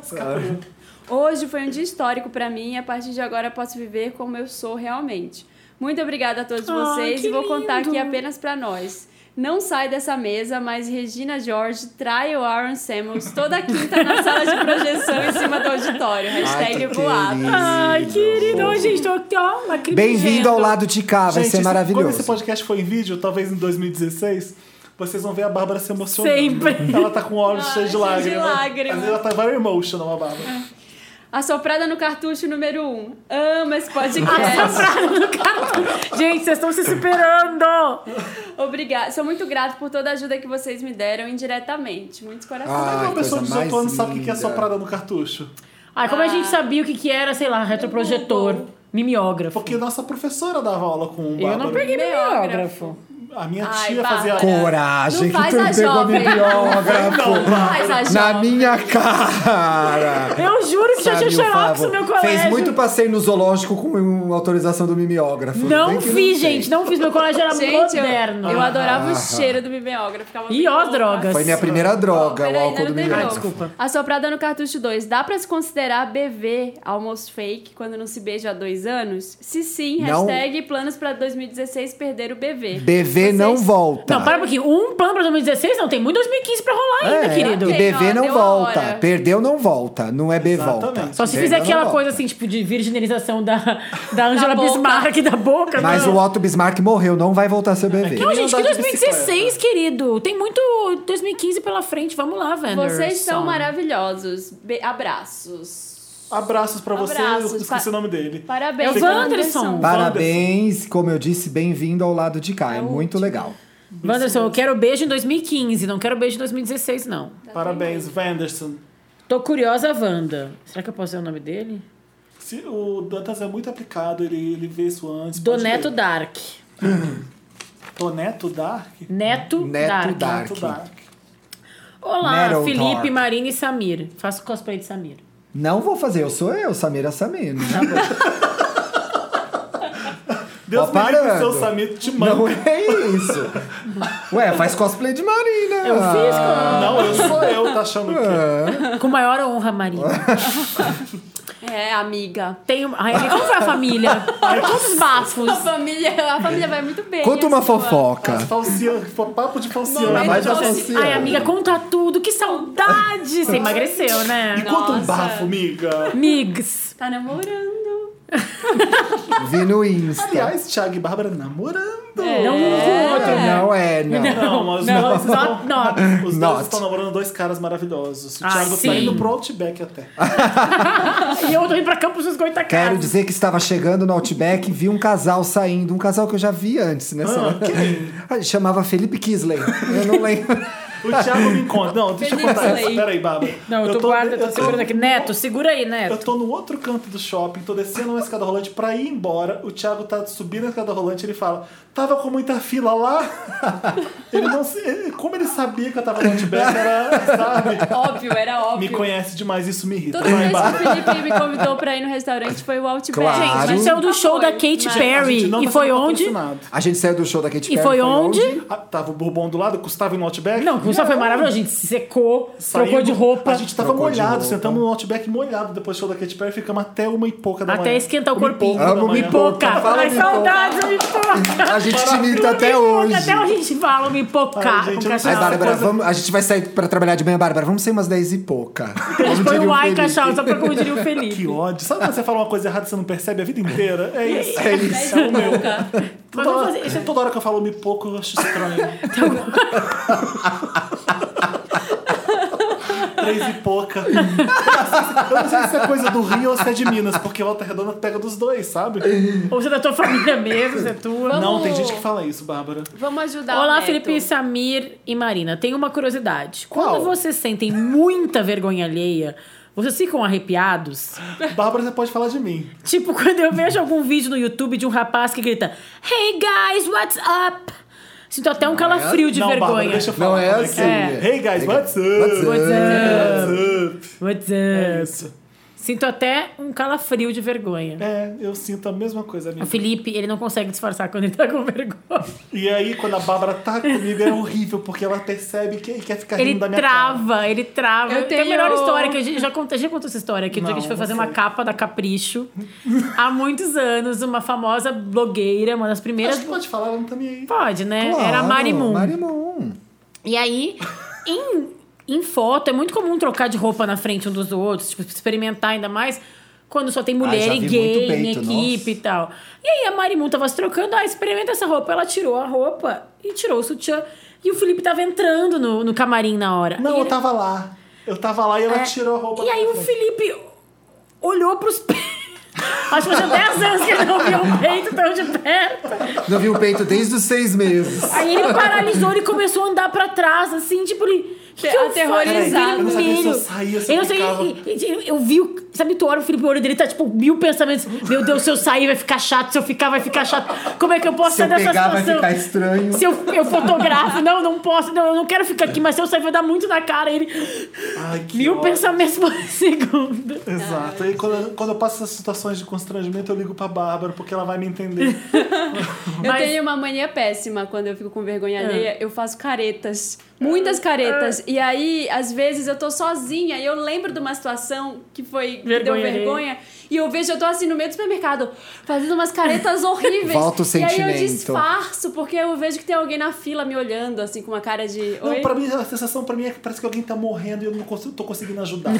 S3: Hoje foi um dia histórico pra mim e a partir de agora posso viver como eu sou realmente. Muito obrigada a todos
S2: Ah,
S3: vocês
S2: que
S3: e vou contar
S2: lindo.
S3: aqui apenas pra nós. Não sai dessa mesa, mas Regina George trai o Aaron Samuels toda quinta na sala de projeção em cima do auditório. Hashtag
S4: que
S3: boato.
S4: querido.
S2: Ai, querido, Ai, gente, tô aqui, ó, uma crime
S4: Bem-vindo ao lado de cá, vai
S1: Gente,
S2: é
S4: ser
S1: esse- Quando
S4: maravilhoso.
S1: esse podcast for em vídeo, talvez em 2016, vocês vão ver a Bárbara se emocionando.
S2: Sempre.
S1: Ela tá com olhos
S3: Ah,
S1: cheios de
S3: cheio de
S1: lágrimas.
S3: lágrima.
S1: Às vezes ela tá very emotional, a Bárbara. é
S3: Assoprada no cartucho número 1. Um. Amo esse podcast.
S2: Assoprado no carro. Gente, vocês estão se superando!
S3: Obrigada. Sou muito grato por toda a ajuda que vocês me deram indiretamente. Muitos corações.
S4: Ah. Ai,
S1: Uma pessoa de
S4: coisa
S1: 18 anos
S4: mais
S1: sabe o que que é
S4: linda.
S1: soprada no cartucho.
S2: Ai, como a
S3: Ah.
S2: gente sabia o que, que era, sei lá, retroprojetor, mimeógrafo.
S1: Porque nossa professora dava aula com o
S2: Eu não
S1: Bárbaro.
S2: peguei
S3: Mimeógrafo.
S2: mimeógrafo.
S1: A minha
S3: Ai,
S1: tia
S3: Bárbara.
S1: fazia aula.
S4: Coragem,
S3: Não
S4: que
S3: faz
S4: tu
S3: a
S4: me
S3: jovem.
S4: pegou biógrafo.
S3: Faz a
S4: Na
S3: jovem.
S4: minha cara.
S2: Eu juro que já
S4: Sabe,
S2: tinha
S4: o
S2: xerox
S4: Favo
S2: no meu colégio.
S4: Fez muito passeio no zoológico com autorização do mimeógrafo.
S2: Não
S4: Bem que
S2: fiz,
S4: tem.
S2: gente, não fiz. Meu colégio era
S3: Gente, eu,
S2: Tá moderno.
S3: eu adorava o cheiro do mimeógrafo. Ficava
S2: E
S3: bem
S2: ó,
S3: louca.
S2: drogas.
S4: Ah. Foi minha primeira droga, o
S3: Peraí,
S4: álcool
S3: ainda
S4: do
S3: não terminou.
S2: Ah,
S4: mimeógrafo.
S2: desculpa.
S3: Assoprada no cartucho 2. Dá pra se considerar BV, almost fake, quando não se beija há dois anos? Se sim,
S4: Não.
S3: hashtag planos pra 2016 perder o BV.
S4: BV não
S3: Vocês-
S4: volta.
S2: Não, para um pouquinho. Um plano pra 2016 não, tem muito 2015 pra rolar ainda,
S4: É,
S2: querido.
S4: E
S3: Tem,
S4: BV
S3: ó, deu
S4: não
S3: a hora.
S4: volta. Perdeu não volta. Não é B volta.
S1: Exatamente.
S2: Só se
S4: Bem,
S2: fizer
S4: ela
S2: aquela
S4: volta.
S2: coisa assim, tipo, de virginização da, da Angela
S3: boca.
S2: Bismarck da boca.
S4: Mas
S2: não.
S4: o Otto Bismarck morreu, não vai voltar a ser BV.
S2: Não, gente,
S1: andar
S2: que
S1: de
S2: 2016, querido. Tem muito 2015 pela frente. Vamos lá, Vander.
S3: Vocês são maravilhosos. Be- abraços.
S1: Abraços pra você, eu
S3: Abraços,
S1: esqueci
S3: tá-
S1: o nome dele.
S2: É
S3: Parabéns,
S2: o Wanderson.
S4: Parabéns, como eu disse, bem-vindo ao lado de cá. É, muito legal.
S2: Wanderson, eu quero beijo em 2015. Não quero beijo em 2016, não.
S1: Parabéns, Wanderson.
S2: Tô curiosa, Wanda. Será que eu posso ver o nome dele?
S1: Se, o Dantas é muito aplicado, ele, ele vê isso antes. pode
S2: Doneto
S1: ver.
S2: Dark.
S1: Doneto Dark?
S2: Neto,
S4: Neto
S2: Dark.
S4: Dark.
S1: Neto Dark.
S2: Olá,
S4: Neto
S2: Felipe,
S4: Dark.
S2: Marina e Samir. Faço cosplay de Samir.
S4: Não vou fazer, eu sou eu, Samira Samir. né?
S1: Deus
S4: Ó,
S1: me livre que
S4: parando.
S1: seu Samir te manda.
S4: Não é isso. Ué, faz cosplay de Marina.
S2: Eu fiz com...
S1: Não, eu sou eu, tá achando o quê?
S2: Com maior honra, Marina.
S3: É, amiga.
S2: Tem uma... Ai, como foi a família? Ai, quantos bafos?
S3: A família, a família vai muito bem.
S4: Conta uma
S3: assim, ó.
S4: fofoca.
S1: Falciano, foi papo de é falciano.
S3: Momento
S4: vai de
S1: assim.
S3: doce.
S4: assassino.
S2: assim. Ai, amiga, conta tudo. Que saudade. Você emagreceu,
S1: Me
S2: né?
S1: conta um
S3: Nossa.
S1: bafo, amiga.
S2: Migs.
S3: Tá namorando.
S4: Vi no Insta.
S1: Aliás, Thiago e Bárbara namorando.
S2: Não um com o outro.
S4: Não é, não.
S1: Não, mas
S2: Não,
S1: os dois
S2: só
S1: estão-
S2: não.
S1: Os dois
S4: Not.
S1: estão namorando dois caras maravilhosos. O
S2: Ai,
S1: Thiago tá
S2: Ah, sim.
S1: indo pro Outback até.
S2: E eu tô indo pra Campos dos Goitacazes.
S4: Quero dizer que estava chegando no Outback e vi um casal saindo. Um casal que eu já vi antes, né?
S1: Ah,
S4: Chamava Felipe Kisley. Eu não lembro.
S1: O Thiago me encontra. Não, deixa eu
S3: Feliz
S1: contar isso.
S3: lei.
S1: Peraí, Bárbara.
S2: Não, eu tô, guarda, eu tô segurando aqui. Neto, segura aí,
S1: Eu
S2: Neto.
S1: tô no outro canto do shopping, tô descendo uma escada rolante pra ir embora. O Thiago tá subindo a escada rolante ele fala: Tava com muita fila lá. ele não se- ele- Como ele sabia que eu tava no Outback, era, sabe?
S3: Óbvio, era óbvio.
S1: Me conhece demais, isso me irrita.
S3: Toda
S1: Vai,
S3: vez que o
S1: Bárbara.
S3: Felipe me convidou pra ir no restaurante foi o Outback. é
S4: Claro.
S2: Gente, a
S4: Claro.
S2: gente
S3: um
S2: saiu do show da Katy
S3: Mas-
S1: A gente
S2: Perry.
S1: não
S2: E
S1: tá
S2: foi
S1: sendo
S2: onde?
S1: patrocinado.
S4: A gente saiu do show da Katy Perry.
S2: E foi onde?
S1: Ah, tava o Bourbon do lado, Gustavo e no Outback.
S2: Não, o só foi maravilhoso. A gente se secou,
S1: Saímos,
S2: trocou de roupa.
S1: A gente tava
S4: Trocou de
S1: molhado,
S4: roupa.
S1: sentamos no Outback molhado depois do show da Katy Perry, ficamos até uma e pouca da
S2: Até
S1: manhã.
S2: esquentar o
S1: Uma e
S2: corpinho.
S1: pouca da
S4: Amo
S1: manhã.
S2: Mipoca!
S4: Fala,
S2: Ai,
S4: Mipoca.
S2: saudades, do Mipoca!
S4: A gente te imita até
S2: Mipoca,
S4: hoje.
S2: Até a gente fala o Mipoca.
S1: Ai, gente,
S2: com
S1: eu não sei Essa
S4: Ai,
S2: cachau.
S4: Bárbara,
S1: coisa-
S4: vamos, a gente vai sair pra trabalhar de manhã, Bárbara. Vamos sair umas 10 e pouca.
S2: A gente põe
S4: diria
S2: um
S4: o
S2: ai,
S4: Felipe.
S2: cachau, só pra como diria o Felipe.
S1: Que ódio. Sabe quando você fala uma coisa errada e você não percebe a vida inteira? É isso.
S4: É
S3: Mas
S4: isso.
S3: eu nunca.
S2: Mas
S1: Toda
S2: vamos
S1: hora,
S2: fazer isso. é
S1: toda hora que eu falo me pouco, eu acho estranho. Três e pouca. Eu não sei se é coisa do Rio ou se é de Minas, porque Volta Redonda pega dos dois, sabe?
S2: Ou você é da tua família mesmo, você é tua.
S3: Vamos-
S1: Não, tem gente que fala isso, Bárbara.
S3: Vamos ajudar o
S2: Olá,
S3: Neto.
S2: Felipe, Samir e Marina. Tenho uma curiosidade.
S1: Qual?
S2: Quando vocês sentem muita vergonha alheia, vocês ficam arrepiados?
S1: Bárbara, você pode falar de mim.
S2: Tipo, quando eu vejo algum vídeo no YouTube de um rapaz que grita Hey guys, what's up? Sinto até um calafrio de
S1: não, Bárbara,
S2: vergonha.
S1: deixa eu falar.
S4: Não é
S1: como que
S4: assim.
S2: É.
S1: Hey guys, what's up?
S4: What's up?
S2: What's up?
S1: What's up?
S2: What's up?
S1: É isso.
S2: Sinto até um calafrio de vergonha.
S1: É, eu sinto a mesma coisa, amiga.
S2: O Felipe, ele não consegue disfarçar quando ele tá com vergonha.
S1: E aí, quando a Bárbara tá comigo, é horrível, porque ela percebe que quer ficar
S2: Ele
S1: tá rindo da minha cara.
S2: trava, ele trava.
S3: Eu
S2: Tem a
S3: tenho-
S2: melhor história que a gente já contou, já contou essa história aqui. No dia que a gente
S1: Não,
S2: foi fazer
S1: não
S2: uma capa da Capricho há muitos anos, uma famosa blogueira, uma das primeiras.
S1: Acho que pode falar, ela não tá nem aí.
S2: Pode, né?
S4: Claro,
S2: Era a Mari Moon.
S4: Marimun.
S2: E aí, em, em foto, é muito comum trocar de roupa na frente um dos outros, tipo, experimentar ainda mais quando só tem
S1: Ah,
S2: mulher
S4: já
S2: e
S4: vi
S2: gay
S4: muito
S2: em
S4: peito,
S2: equipe e tal. E aí a Marimun tava se trocando, ah, experimenta essa roupa. Ela tirou a roupa e tirou o sutiã. E o Felipe tava entrando no, no camarim na hora.
S1: Não,
S2: E
S1: eu
S2: ele- É.
S1: tava lá. Eu tava lá e ela tirou a roupa.
S2: E aí
S1: pra
S2: o
S1: frente.
S2: Felipe olhou pros peitos. Acho que fazia 10 anos que ele não viu um peito tão de perto.
S4: Não vi o peito desde os seis meses.
S2: Aí ele paralisou, ele começou a andar pra trás, assim, tipo, ele. Que que eu
S3: Aterrorizado.
S2: faço?
S3: Eu
S1: não sabia se eu
S2: Vermelho.
S1: saía, se eu
S2: eu não sei,
S1: ficava.
S2: e- e- eu vi, o- sabe, tu olha o Felipe, o olho dele tá tipo mil pensamentos. Meu Deus, se eu sair vai ficar chato, se eu ficar vai ficar chato. Como é que eu posso
S4: Se eu
S2: sair dessa
S4: pegar, vai
S2: situação?
S4: ficar estranho.
S2: Se eu, eu fotografo, não, não posso, não, eu não quero ficar aqui, mas se eu sair vai dar muito na cara. Ele,
S1: Ai, que
S2: mil
S1: ódio.
S2: pensamentos por segundo.
S1: Exato. E quando, eu- quando eu passo essas situações de constrangimento, eu ligo pra Bárbara, porque ela vai me entender.
S3: Eu
S2: Mas- Ah.
S3: tenho uma mania péssima quando eu fico com vergonha alheia. Eu faço caretas. Muitas caretas. E aí, às vezes, eu tô sozinha e eu lembro de uma situação que foi. que deu
S2: Vergonha
S3: vergonha. E eu vejo, eu tô assim no meio do supermercado, fazendo umas caretas horríveis.
S4: Volta o
S3: e aí eu
S4: sentimento.
S3: disfarço, porque eu vejo que tem alguém na fila me olhando, assim, com uma cara de.
S1: Não,
S3: Oi?
S1: pra mim, a sensação pra mim é que parece que alguém tá morrendo e eu não consigo, tô conseguindo ajudar.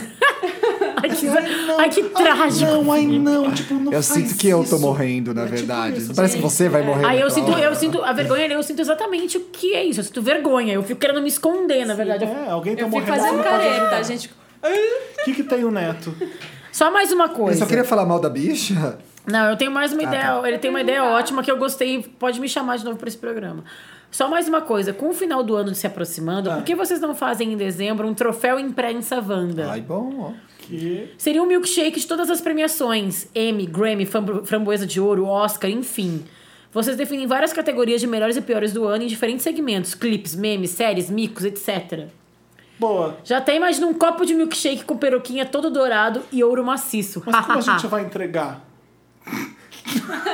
S2: Ai, que,
S1: Ai, não.
S2: ai, que
S1: Ai,
S2: trágico.
S1: Não, ai não, tipo, não
S4: Eu
S1: faz
S4: sinto que eu tô
S1: isso.
S4: morrendo, na
S1: É tipo
S4: verdade.
S1: isso,
S4: Parece que
S1: gente.
S4: você vai morrer.
S2: Aí eu
S4: naquela
S2: sinto,
S4: hora.
S2: eu sinto a vergonha, eu sinto exatamente o que é isso. Eu sinto vergonha. Eu fico querendo me esconder, na verdade. Eu- um
S1: É, alguém tá
S3: Eu fico
S1: morrendo.
S3: fazendo
S1: você não pode
S3: careta,
S1: ajudar.
S3: a gente.
S1: O que que tem o Neto?
S2: Só mais uma
S4: Eu
S2: coisa.
S4: só queria falar mal da bicha.
S2: Não, eu tenho mais uma ideia. Ele tem uma ideia ótima que eu gostei. Pode me chamar de novo pra esse programa. Só mais uma coisa, com o final do ano se aproximando, por que vocês não fazem em dezembro um troféu imprensa Wanda?
S4: Ai, bom, ó.
S1: Que...
S2: Seria um milkshake de todas as premiações: Emmy, Grammy, Fam- Framboesa de Ouro, Oscar, enfim. Vocês definem várias categorias de melhores e piores do ano em diferentes segmentos: clipes, memes, séries, micos, etc.
S1: Boa.
S2: Já até imagina um copo de milkshake com peruquinha todo dourado e ouro maciço.
S1: Mas como a gente vai entregar?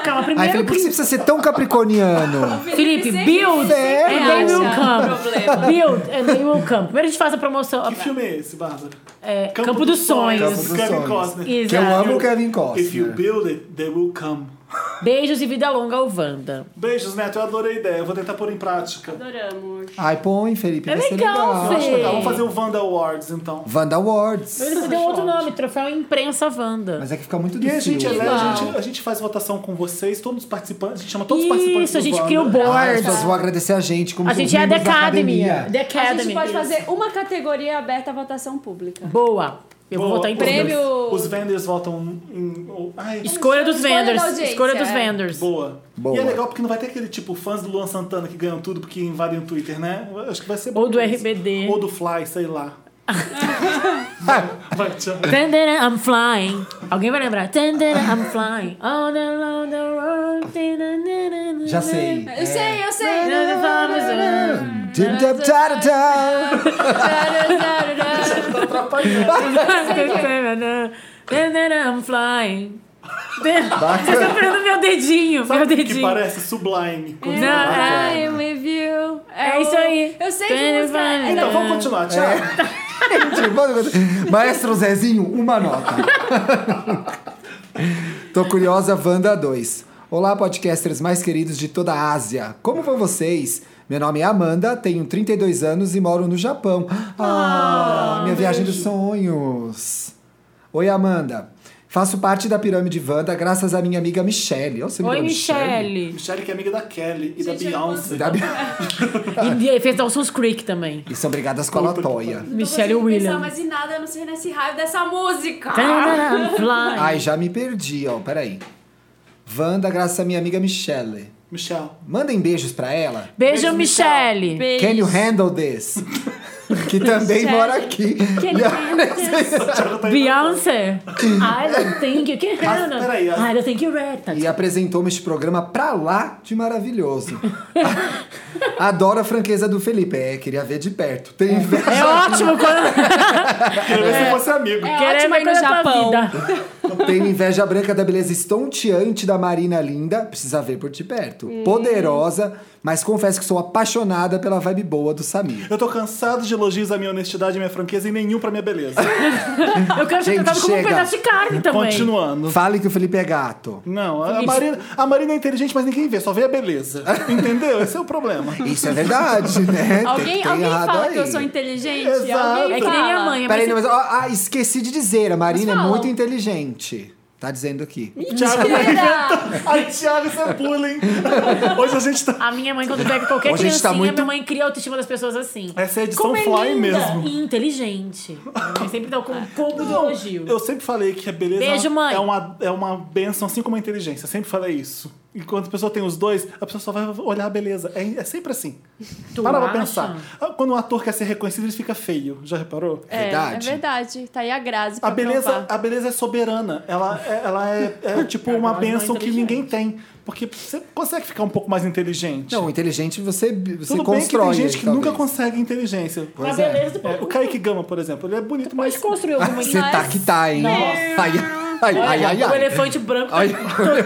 S2: Calma,
S4: Ai,
S2: primeiro.
S4: Felipe, por que você precisa ser tão capricorniano?
S2: Felipe,
S3: sempre-
S2: build!
S4: É,
S3: sempre
S2: and they will
S3: acha
S2: come.
S3: problema.
S2: Build and they will come. Primeiro a gente faz a promoção.
S1: Que filme é esse, Bárbara?
S2: É, Campo, dos Sonhos.
S4: Campo dos
S1: Kevin
S4: Sonhos.
S1: Costner.
S2: É. Exato.
S4: Que eu amo o Kevin Costner.
S1: If you build it, they will come.
S2: Beijos e vida longa ao Wanda.
S1: Beijos, Neto. Eu adorei a ideia. Eu vou tentar pôr em prática.
S3: Adoramos.
S4: Ai, põe, Felipe.
S2: É
S4: vai ser
S2: legal,
S4: legal.
S1: Eu acho
S2: Sei.
S1: legal. Vamos fazer o Wanda Awards, então.
S4: Wanda Awards.
S2: Ele deu outro nome, troféu imprensa Wanda.
S4: Mas é que fica muito
S1: E a
S4: difícil.
S1: gente, é elege, a
S2: Uau.
S1: gente, a gente faz votação com vocês, todos os participantes. A gente chama todos os participantes.
S2: Isso, a
S1: do
S2: gente
S1: Wanda.
S2: cria o
S4: Ai, as
S2: board.
S4: pessoas vão agradecer a gente. Como
S2: A gente é a The
S4: membros da
S2: Academy.
S4: academia.
S2: The
S3: A
S2: Academy.
S3: gente pode
S2: Isso.
S3: fazer uma categoria aberta à votação pública.
S2: Boa. Eu vou
S1: Boa.
S2: votar em
S1: Os
S2: prêmio.
S3: Prêmio-
S1: Os vendors votam em. oh, Ai,
S2: Escolha dos
S3: Escolha da
S2: vendors.
S3: audiência,
S2: Escolha dos
S3: é.
S2: vendors.
S1: boa.
S4: Boa.
S1: E é legal porque não vai ter aquele tipo fãs do Luan Santana que ganham tudo porque invadem o Twitter, né? Eu Acho que vai ser
S2: Ou do
S1: isso.
S2: RBD.
S1: Ou do Fly, sei lá. vai, tchau.
S2: Tandana, I'm flying. Alguém vai lembrar? Tandana, I'm flying. All along the road. tandana,
S4: Já sei.
S3: Eu sei, eu
S2: É.
S3: sei.
S4: Dim, dam, da, da, da.
S2: Tandana, I'm flying. Vocês estão pegando meu dedinho. meu
S1: Sabe o que
S2: dedinho.
S1: parece sublime.
S2: Não,
S1: Quando-
S2: é.
S3: I'm with you.
S2: É isso aí.
S3: Eu sei que música é.
S1: Então, vamos continuar, tchau.
S2: É.
S4: Gente, vamos- Maestro Zezinho, uma nota. Tô curiosa, Wanda 2. Olá, podcasters mais queridos de toda a Ásia. Como vão vocês? Meu nome é Amanda, tenho 32 anos e moro no Japão. Ah, minha viagem dos sonhos. Oi, Amanda. Faço parte da pirâmide Wanda graças à minha amiga Michelle. Olha, você me
S2: Oi,
S4: deu
S2: Michelle.
S1: Michelle, que é amiga da Kelly e da
S3: Gente, eu não
S1: Beyoncé.
S4: Da-
S2: E e fez Dawson's Creek também.
S4: E são brigadas com a latoia.
S3: Então,
S2: Michelle
S3: Williams.
S2: Williams.
S3: Mas em nada, eu não sei nesse raio dessa música.
S2: Tandana, I'm flying.
S4: Ai, já me perdi, ó. Peraí. Wanda, graças à minha amiga Michelle.
S1: Michelle.
S4: Mandem beijos pra ela.
S2: Beijo, Michelle.
S3: Beijo.
S4: Can you handle this? que também
S3: Michelle.
S4: mora aqui.
S3: Can you handle this?
S2: Beyoncé. I don't think you can handle.
S1: peraí, a-
S2: I don't think you're ready.
S4: E apresentou este programa pra lá de maravilhoso. Adoro a franqueza do Felipe. É, queria ver de perto. Tem inveja.
S2: É ótimo quando
S1: Queria ver se fosse amigo.
S3: É
S2: querer
S3: ótimo
S2: vai
S3: aí no
S2: coisa da tua
S3: Japão.
S2: vida.
S4: Tenho inveja branca da beleza estonteante da Marina Linda. Precisa ver por de perto. Poderosa, mas confesso que sou apaixonada pela vibe boa do Samir.
S1: Eu tô cansado de elogios à minha honestidade e minha franqueza e nenhum pra minha beleza.
S2: Eu quero ser
S4: Gente,
S2: tratado como um
S4: chega.
S2: pedaço de carne também.
S1: Continuando.
S4: Fale que o Felipe é gato.
S1: Não, a Marina, a Marina é inteligente, mas ninguém vê, só vê a beleza. Entendeu? Esse é o problema.
S4: Isso é verdade, né?
S3: Alguém,
S4: Tem- tem
S3: alguém
S4: errado
S3: fala
S4: aí.
S3: que eu sou inteligente?
S1: Exato.
S3: Alguém
S2: É que
S3: fala.
S2: nem minha mãe.
S4: Peraí,
S2: Mas
S4: não, mas ó, ah, esqueci de dizer, a Marina é
S3: falam.
S4: muito inteligente. Tá dizendo aqui.
S1: Thiago,
S3: Mentira!
S1: ai, Thiago, isso é bullying. Hoje a gente tá.
S2: a minha mãe, quando pega qualquer
S4: Hoje a gente tá
S2: criancinha,
S4: muito-
S2: minha mãe cria a autoestima das pessoas assim.
S1: Essa é a edição
S2: Como é
S1: fly
S2: linda
S1: mesmo.
S2: e inteligente. Minha mãe sempre dá um pouco de elogio.
S1: Eu sempre falei que a beleza
S2: Beijo, mãe.
S1: é uma, é uma benção, assim como a inteligência. Eu sempre falei isso. Enquanto a pessoa tem os dois, a pessoa só vai olhar a beleza. É, é sempre assim.
S2: Tu
S1: Para pra
S2: acha?
S1: pensar. Ah, Quando um ator quer ser reconhecido, ele fica feio. Já reparou?
S3: É,
S4: Verdade.
S3: É verdade. Tá aí a Grazi pra
S1: A beleza,
S3: provar.
S1: a beleza é soberana. Ela é, ela é, é tipo uma
S2: nós não é
S1: bênção que
S2: inteligente.
S1: ninguém tem. Porque você consegue ficar um pouco mais inteligente.
S4: Não, inteligente você, você
S1: Tudo bem que
S4: constrói.
S1: tem gente que
S4: talvez.
S1: nunca consegue inteligência.
S2: A
S4: Pois é.
S2: beleza do
S1: É, o
S2: povo.
S1: Kaique Gama, por exemplo, ele é bonito, mas
S2: Mas construiu alguma
S4: Você tá que tá, hein?
S2: Nossa.
S4: Ai, ai, ai, ai,
S2: É, O
S4: ai.
S2: elefante branco
S4: Ai.
S2: tá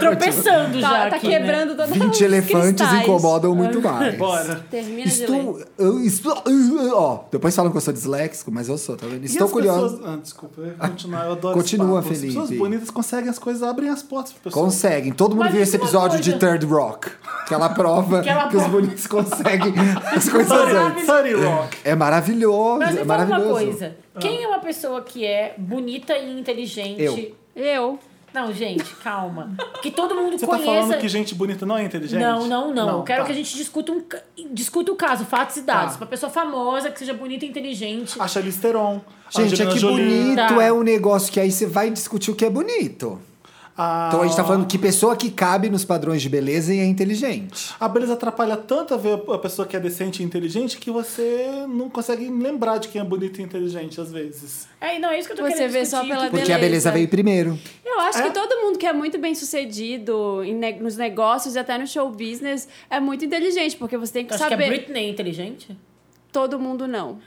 S3: Tá,
S2: tropeçando já
S3: tá
S2: aqui, né?
S3: quebrando toda
S4: 20 elefantes incomodam muito mais.
S1: bora.
S3: Termina de ler.
S4: Estou. Eu, estou eu- ó, depois falam que eu sou disléxico, mas eu sou, tá vendo?
S1: E
S4: Estou
S1: as
S4: curioso.
S1: pessoas- Ah, desculpa, eu ia continuar, eu adoro
S4: Continua,
S1: esse papo.
S4: Felipe.
S1: As pessoas bonitas conseguem as coisas, abrem as portas pra pessoas.
S4: Conseguem. Todo mundo
S2: Mas
S4: viu
S2: isso
S4: esse
S2: é uma
S4: episódio de
S2: coisa.
S4: Third Rock. Que ela prova que,
S2: ela
S4: os
S2: prova.
S4: bonitos conseguem as coisas
S1: Sorry,
S4: antes.
S1: sorry, Rock.
S4: É maravilhoso.
S2: Mas
S4: é
S2: me fala uma
S4: maravilhoso. Ah.
S2: coisa. Quem é uma pessoa que é bonita e inteligente?
S4: Eu.
S3: Eu.
S2: Não, gente, calma. Que todo mundo
S1: Você tá
S2: conheça.
S1: falando que gente bonita não é inteligente?
S2: Não, não, não. Eu Quero
S1: tá.
S2: que a gente discuta, um, ca- discuta o caso, fatos e dados.
S1: Tá.
S2: Pra pessoa famosa, que seja bonita e inteligente.
S1: A Charlize Theron. a
S4: Gente, é
S1: Angelina
S4: que
S1: Jolie,
S4: bonito
S2: Tá.
S4: é um negócio que aí você vai discutir o que é bonito.
S1: a-
S4: Então a gente tá falando que pessoa que cabe nos padrões de beleza e é inteligente.
S1: A beleza atrapalha tanto a ver a pessoa que é decente e inteligente que você não consegue lembrar de quem é bonito e inteligente, às vezes.
S2: É, não, é isso que eu tô
S3: Você
S2: querendo
S3: vê
S2: discutir. Tipo,
S3: só pela
S4: Porque a
S3: Beleza.
S4: beleza veio primeiro.
S3: Eu acho
S1: É?
S3: que todo mundo que é muito bem sucedido em ne- nos negócios e até no show business é muito inteligente, porque você tem que
S2: Acho que a
S3: saber. Tipo,
S2: Britney é inteligente.
S3: todo mundo não.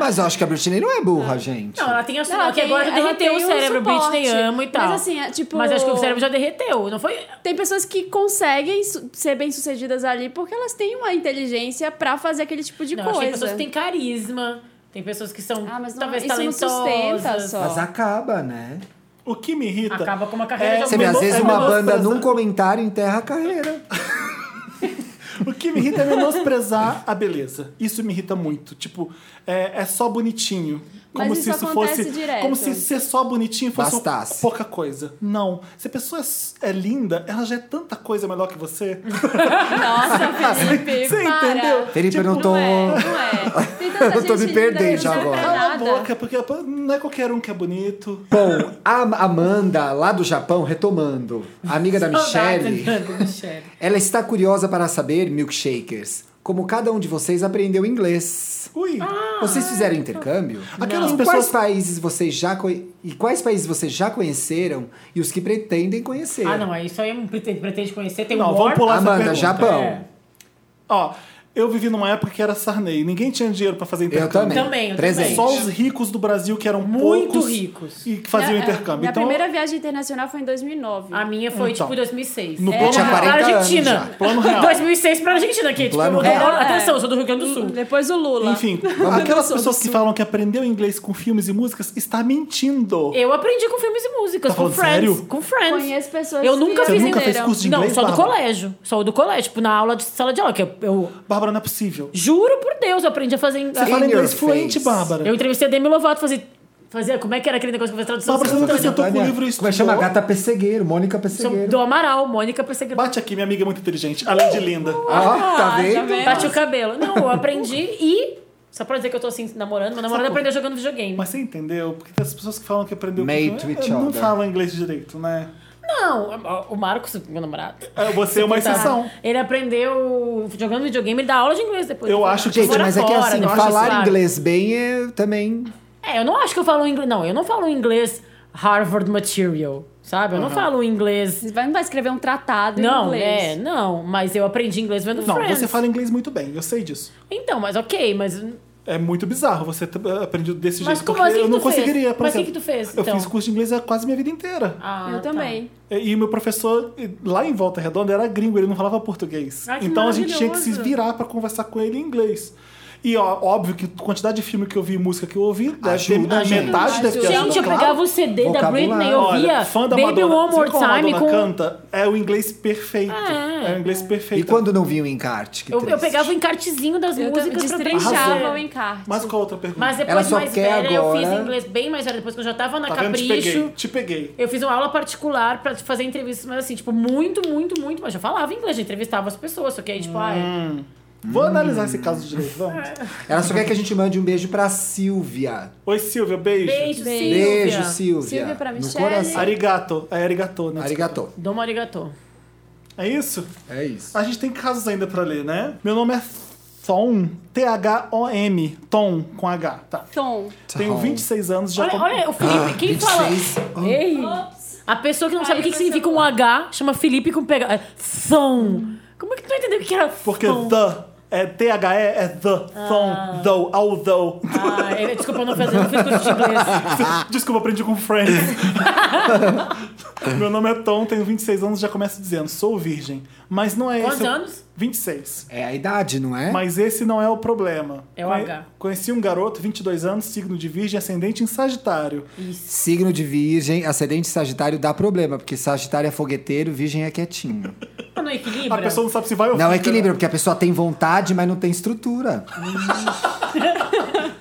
S4: Mas eu acho que a Britney não é burra, gente.
S2: Não, ela tem a sua, que
S3: tem-
S2: agora já
S3: ela
S2: derreteu
S3: tem um
S2: o cérebro.
S3: suporte.
S2: Britney ama e
S3: Mas
S2: tal.
S3: assim, é tipo-
S2: Mas acho que o cérebro já derreteu. Não foi.
S3: Tem pessoas que conseguem su- ser bem-sucedidas ali porque elas têm uma inteligência pra fazer aquele tipo de
S2: Não, acho que
S3: coisa.
S2: tem pessoas que têm carisma. Tem pessoas que são
S3: Ah, mas não-
S2: talvez
S3: isso não
S2: talentosas.
S3: sustenta só.
S4: Mas acaba, né?
S1: O que me irrita.
S2: Acaba com uma carreira de
S4: Você vê, às
S1: meno-
S4: vezes
S1: é
S4: uma banda
S1: menosprezar-
S4: num comentário enterra a carreira.
S1: O que me irrita é menosprezar a beleza. Isso me irrita muito. Tipo, é, é só bonitinho.
S3: Mas
S1: Como
S3: isso
S1: se isso
S3: acontece
S1: fosse.
S3: direto.
S1: Como se ser só bonitinho fosse
S4: Bastasse.
S1: pouca coisa. Não. Se a pessoa é, é linda, ela já é tanta coisa melhor que você.
S3: é Nossa, Felipe,
S1: Você
S3: para.
S1: entendeu?
S4: Felipe, eu não
S3: Não
S4: tô.
S3: é, não é. Tem tanta
S4: Eu tô me
S3: gente linda
S4: perdendo
S3: que não serve
S4: agora.
S3: pra
S1: Cala a
S3: nada.
S1: boca, porque não é qualquer um que é bonito.
S4: Bom, a Amanda, lá do Japão, retomando, amiga da Michelle,
S2: tá, Michelle.
S4: ela está curiosa para saber, milkshakers, como cada um de vocês aprendeu inglês.
S1: Ui.
S3: Ah.
S2: Ah,
S4: Vocês
S2: é,
S4: fizeram
S2: então.
S4: intercâmbio?
S1: Aquelas
S4: Em
S1: pessoas-
S4: Quais países vocês já conhe- E quais países vocês já conheceram e os que pretendem conhecer?
S2: Ah, não, aí só eu pretende, pretende conhecer. Tem
S1: Não,
S2: um
S1: vamos
S2: War.
S1: pular essa
S4: Amanda,
S1: pergunta.
S4: Japão.
S2: É.
S1: Ó, eu vivi numa época que era sarney. Ninguém tinha dinheiro pra fazer
S4: Eu
S1: intercâmbio.
S4: também.
S2: Também, eu
S4: Presente.
S2: também. Então,
S1: Só os ricos do Brasil que eram
S2: Muito
S1: poucos
S2: ricos.
S1: e que faziam
S3: Minha-
S1: intercâmbio.
S3: É, Minha
S1: então,
S3: primeira viagem internacional foi em 2009.
S2: A minha foi,
S1: Então.
S2: tipo, 2006.
S1: No
S2: É,
S1: plano
S4: tinha
S2: pra
S4: 40 anos
S2: Argentina.
S4: já.
S1: Plano real. É.
S2: 2006 pra Argentina, aqui. Tipo,
S4: Plano
S2: eu-
S4: real.
S2: eu- Atenção, eu sou do Rio Grande do Sul.
S3: é, Depois o Lula.
S1: enfim, aquelas pessoas que falam que aprendeu inglês com filmes e músicas está mentindo.
S2: Eu aprendi com filmes e músicas,
S1: Tá
S2: com
S1: falando
S2: Friends.
S1: sério?
S2: Com Friends.
S3: Conheço pessoas
S2: Eu
S3: que
S2: nunca
S1: Você
S2: fiz
S1: nunca fez
S3: entenderam.
S1: curso de
S2: Não,
S1: inglês,
S2: só do
S1: Bárbara?
S2: colégio. Só do colégio, tipo, na aula de sala de aula, que eu, eu
S1: Bárbara, não é possível.
S2: juro por Deus, eu aprendi a fazer inglês.
S1: Você fala
S4: In
S1: inglês
S4: your
S1: fluente,
S4: face.
S1: Bárbara.
S2: Eu entrevistei a Demi Lovato, fazia, fazia... Como é que era aquele negócio que fazia tradução?
S1: Bárbara, você nunca
S2: simultânea?
S1: sentou com o livro e
S4: Como é que chama?
S1: estudou?
S4: Gata Pessegueiro, Mônica
S2: Sou
S4: Pessegueiro.
S2: do Amaral, Mônica Perseguidora.
S1: Bate aqui, minha amiga é muito inteligente, além de linda.
S4: Ó,
S2: Ah,
S4: tá vendo?
S1: É,
S3: vendo?
S2: Bate o cabelo. Não, eu aprendi e... Só pra dizer que eu tô, assim, namorando. Meu namorado aprendeu jogando videogame.
S1: Mas você entendeu? Porque tem as pessoas que falam que aprendeu
S4: Made
S1: com-
S4: to
S1: eh,
S4: each
S1: não
S4: other.
S1: falam inglês direito, né?
S2: Não, o Marcos, meu namorado...
S1: Eh, Você é uma
S2: tá.
S1: exceção.
S2: Ele aprendeu jogando videogame, ele dá aula de inglês depois.
S1: Eu
S2: Ele
S1: acho que-
S2: ele
S4: Gente,
S2: mora
S4: mas é que
S2: fora,
S4: assim,
S2: não acho
S4: falar
S2: isso,
S4: inglês bem é também.
S2: É, eu não acho que eu falo inglês. Não, eu não falo inglês Harvard Material, sabe? Eu não falo inglês.
S3: Você vai- não vai escrever um tratado em
S2: Não,
S3: inglês.
S2: é, não, mas eu aprendi inglês vendo
S1: Não,
S2: Friends.
S1: você fala inglês muito bem, eu sei disso.
S2: Então, mas ok, mas.
S1: É muito bizarro você ter eh, aprendido desse
S2: Mas
S1: jeito.
S2: como
S1: porque
S2: assim que
S1: eu não
S2: tu
S1: conseguiria,
S2: fez?
S1: por
S2: Mas que
S1: exemplo.
S2: que tu fez,
S1: Eu
S2: então?
S1: fiz curso de inglês há quase minha vida inteira.
S2: Ah,
S3: Eu
S2: tá.
S3: também.
S1: E e o meu professor, eh, lá em Volta Redonda, era gringo, ele não falava português.
S2: Ai, Ah, que
S1: então a gente tinha que se
S2: maravilhoso.
S1: virar pra conversar com ele em inglês. E ó, óbvio que a quantidade de filme que eu vi e música que eu ouvi, deve ter,
S4: Ajuda,
S1: a
S4: gente.
S1: metade deve ter
S3: Ajuda.
S1: ajudado,
S2: tá. Gente, eu
S1: claro.
S2: pegava o CD da
S4: Vocabulário.
S2: Britney, eu via
S1: Olha, fã da
S2: Baby
S1: Madonna,
S2: One
S1: sabe
S2: More
S1: como a
S2: Time
S1: Madonna
S2: com.
S1: canta, é o inglês perfeito.
S2: É.
S1: É, o inglês perfeito.
S4: E quando não vi o encarte? Que
S2: Eu, eu
S4: triste.
S2: pegava o encartezinho das
S3: Eu
S2: músicas pra é.
S3: destrinchava
S1: Arrasou.
S3: o encarte.
S1: Mas qual a outra pergunta?
S2: Mas
S4: Ela
S2: depois,
S4: só
S2: mais
S4: quer
S2: velha, eu fiz
S4: agora-
S2: inglês bem mais velha. Depois que eu já tava na
S1: tá vendo? Te peguei,
S2: Capricho.
S1: te peguei.
S2: Eu fiz uma aula particular pra fazer entrevistas, mas assim, tipo, muito, muito, muito. Mas eu falava inglês, eu entrevistava as pessoas, só que aí, tipo, ah, é-
S1: Vou analisar esse caso direito, vamos.
S4: Ela só quer que a gente mande um beijo pra Silvia.
S1: Oi, Silvia, beijo.
S2: beijo, Silvia.
S4: Beijo, Silvia.
S3: Silvia pra
S4: No
S3: Michele.
S4: coração.
S1: Arigato. É arigato, né?
S4: Arigato.
S2: Domo arigato.
S1: É isso?
S4: É isso.
S1: A gente tem casos ainda pra ler, né? Meu nome é Thom, T-H-O-M, Tom, com H, tá.
S3: Tom.
S1: Tenho
S4: Tom.
S1: 26 anos, já...
S2: Olha,
S1: com-
S2: olha, o Felipe, quem fala...
S4: 26.
S2: Ei! A pessoa que não sabe o que, que significa um H, chama Felipe com pega... É, thom. Como é que tu não entendeu o que que era
S1: Porque
S2: thom?
S1: the, é T-H-E, é the, Thom, though, although.
S2: Ah, é, desculpa, eu não fiz, eu não fiz curso de inglês.
S4: Ah.
S1: Desculpa, aprendi com Friends. Meu nome é Tom, tenho 26 anos, já começo dizendo, sou virgem. Mas não é
S2: Quantos
S1: esse...
S2: anos?
S1: 26.
S4: É a idade, não é?
S1: Mas esse não é o problema.
S2: É o
S1: Conhe-
S2: H.
S1: Conheci um garoto, 22 anos, signo de virgem, ascendente em Sagitário.
S4: Signo de virgem, ascendente sagitário dá problema, porque sagitário é fogueteiro, virgem é quietinho.
S2: Ah, não equilibra?
S1: A pessoa não sabe se vai ou
S4: Não é
S1: fica.
S4: equilíbrio, porque a pessoa tem vontade, mas não tem estrutura.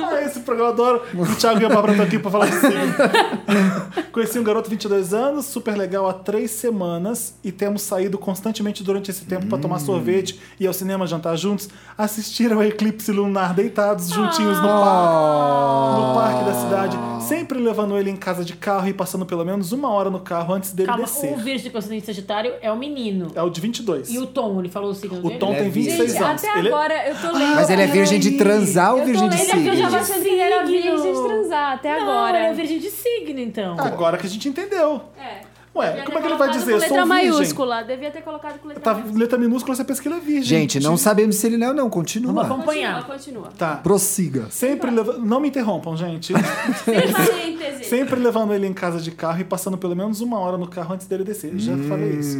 S1: Ah, esse programa eu adoro. O Thiago e a Bárbara estão aqui pra falar assim. Conheci um garoto de 22 anos, super legal, há três semanas. E temos saído constantemente durante esse tempo pra
S4: Hum.
S1: tomar sorvete, ir ao cinema, jantar juntos, assistir ao eclipse lunar deitados juntinhos no
S4: Ah.
S1: parque. No parque da cidade. Sempre levando ele em casa de carro e passando pelo menos uma hora no carro antes dele
S2: Calma,
S1: descer.
S2: o virgem com ascendente sagitário é o menino.
S1: É o de 22.
S2: E o Tom, ele falou o signo
S1: O
S2: dele?
S1: Tom
S4: Ele é
S1: tem 26
S3: Gente,
S1: anos.
S3: até
S1: Ele é-
S3: agora eu tô lendo.
S4: Mas ele é virgem de transar ou
S3: Eu tô
S4: virgem
S3: lendo
S4: de
S3: é porque eu já
S4: signo?
S3: achei que ele era
S2: Signo.
S3: virgem de transar até
S2: Não,
S3: agora.
S2: ele é virgem de signo, então.
S1: Agora que a gente entendeu.
S3: É.
S1: Ué, como
S3: Devia
S1: é
S3: ter
S1: que ele vai
S3: colocado
S1: dizer?
S3: Com
S1: Eu sou
S3: letra
S1: virgem.
S3: maiúscula. Devia ter colocado com letra
S1: Tá,
S3: maiúscula.
S1: letra minúscula, você pensa que ele é virgem.
S4: Gente, não sabemos se ele não, não. Continua.
S2: Acompanhar.
S3: Continua, continua.
S1: Tá.
S4: Prossiga.
S1: Sempre leva... Não me interrompam, gente.
S3: Sem parênteses.
S1: Sempre levando ele em casa de carro e passando pelo menos uma hora no carro antes dele descer. Já
S4: Hum.
S1: falei isso.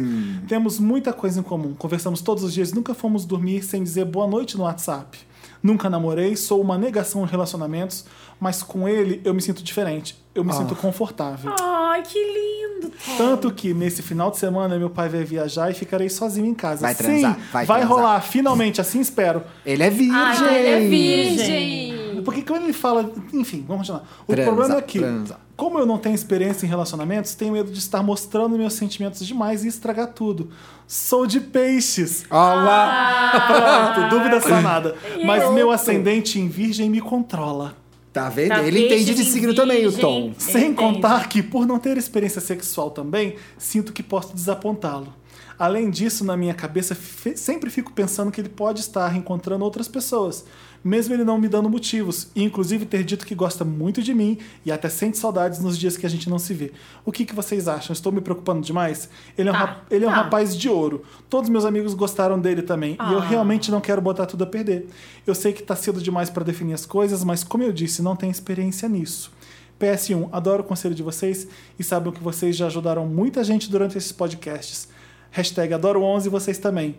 S1: Temos muita coisa em comum. Conversamos todos os dias, nunca fomos dormir sem dizer boa noite no WhatsApp. Nunca namorei, sou uma
S4: Ah.
S1: negação em relacionamentos, mas com ele eu me sinto diferente. Eu me sinto confortável.
S2: Ah, Ai, que lindo.
S1: Tanto que nesse final de semana meu pai vai viajar e ficarei sozinho em casa.
S4: Vai
S1: Sim,
S4: transar, vai transar.
S1: rolar, finalmente, assim espero.
S4: Ele é virgem.
S2: Ai, ele é virgem.
S1: Porque quando ele fala. Enfim, vamos continuar. O
S4: Transa,
S1: problema é que,
S4: transa.
S1: como eu não tenho experiência em relacionamentos, tenho medo de estar mostrando meus sentimentos demais e estragar tudo. Sou de peixes.
S4: Olha lá.
S2: Ah,
S1: Pronto, dúvida sanada. Mas meu ascendente em virgem me controla.
S4: Tá vendo?
S2: Tá
S4: ele
S2: peixe
S4: entende de
S2: de
S4: signo também, o
S2: virgem.
S4: Tom.
S1: Sem
S2: Entendo.
S1: contar que, por não ter experiência sexual também, sinto que posso desapontá-lo. Além disso, na minha cabeça, fe- sempre fico pensando que ele pode estar encontrando outras pessoas, mesmo ele não me dando motivos, e inclusive ter dito que gosta muito de mim e até sente saudades nos dias que a gente não se vê. O que, que vocês acham? Estou me preocupando demais? Ele é um,
S2: Tá,
S1: rap- ele é um
S2: tá.
S1: rapaz de ouro. Todos meus amigos gostaram dele também, e eu
S2: Ah.
S1: realmente não quero botar tudo a perder. Eu sei que tá cedo demais para definir as coisas, mas como eu disse, não tenho experiência nisso. PS1, adoro o conselho de vocês e sabem que vocês já ajudaram muita gente durante esses podcasts. Hashtag adoro11 vocês também.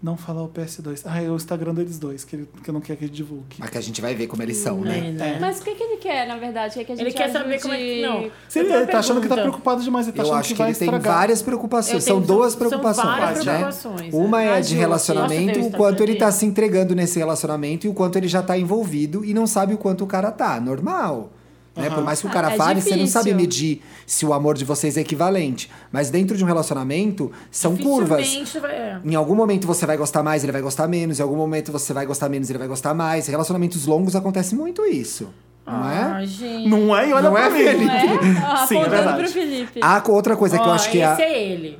S1: Não falar o PS2. Ah, é o Instagram deles dois, que, ele, que eu não quero que ele divulgue.
S4: Mas que a gente vai ver como eles são,
S2: É,
S4: né?
S2: né?
S3: Mas o que, que ele quer, na verdade? Quer que a gente
S2: Ele quer saber
S3: ajude-
S2: como é que. Não.
S1: Se
S2: Eu
S1: ele
S2: tenho uma
S1: tá achando que tá
S2: pergunta.
S1: preocupado demais, ele tá
S4: Eu
S1: achando
S4: acho que,
S1: vai
S4: ele tem
S1: estragar.
S4: várias
S2: Eu
S4: preocupações.
S2: tenho-
S4: São duas
S2: são
S4: preocupações,
S2: várias
S4: né?
S2: preocupações, né?
S4: Uma é a
S2: Ai,
S4: de
S2: Ju, nossa,
S4: relacionamento,
S2: Deus,
S4: o
S2: tá
S4: quanto ele
S2: fazendo
S4: tá
S2: isso.
S4: se entregando nesse relacionamento e o quanto ele já tá envolvido e não sabe o quanto o cara tá. Normal. Né? Por mais que o cara
S2: Ah,
S3: É
S4: fale, você não sabe
S3: difícil.
S4: medir se o amor de vocês é equivalente. Mas dentro de um relacionamento, são curvas.
S2: Dificilmente vai- é.
S4: Em algum momento você vai gostar mais, ele vai gostar menos. Em algum momento você vai gostar menos, ele vai gostar mais. Relacionamentos longos acontece muito isso. Não é?
S2: Ai, gente.
S1: Não é? E olha
S4: Não
S1: pra
S4: é,
S1: mim.
S4: Felipe?
S3: É? Ah,
S1: Sim, é
S3: apontando
S1: verdade.
S3: pro Felipe.
S4: A Ah, outra coisa que eu
S2: Ó,
S4: acho que é. a-
S2: Esse é ele.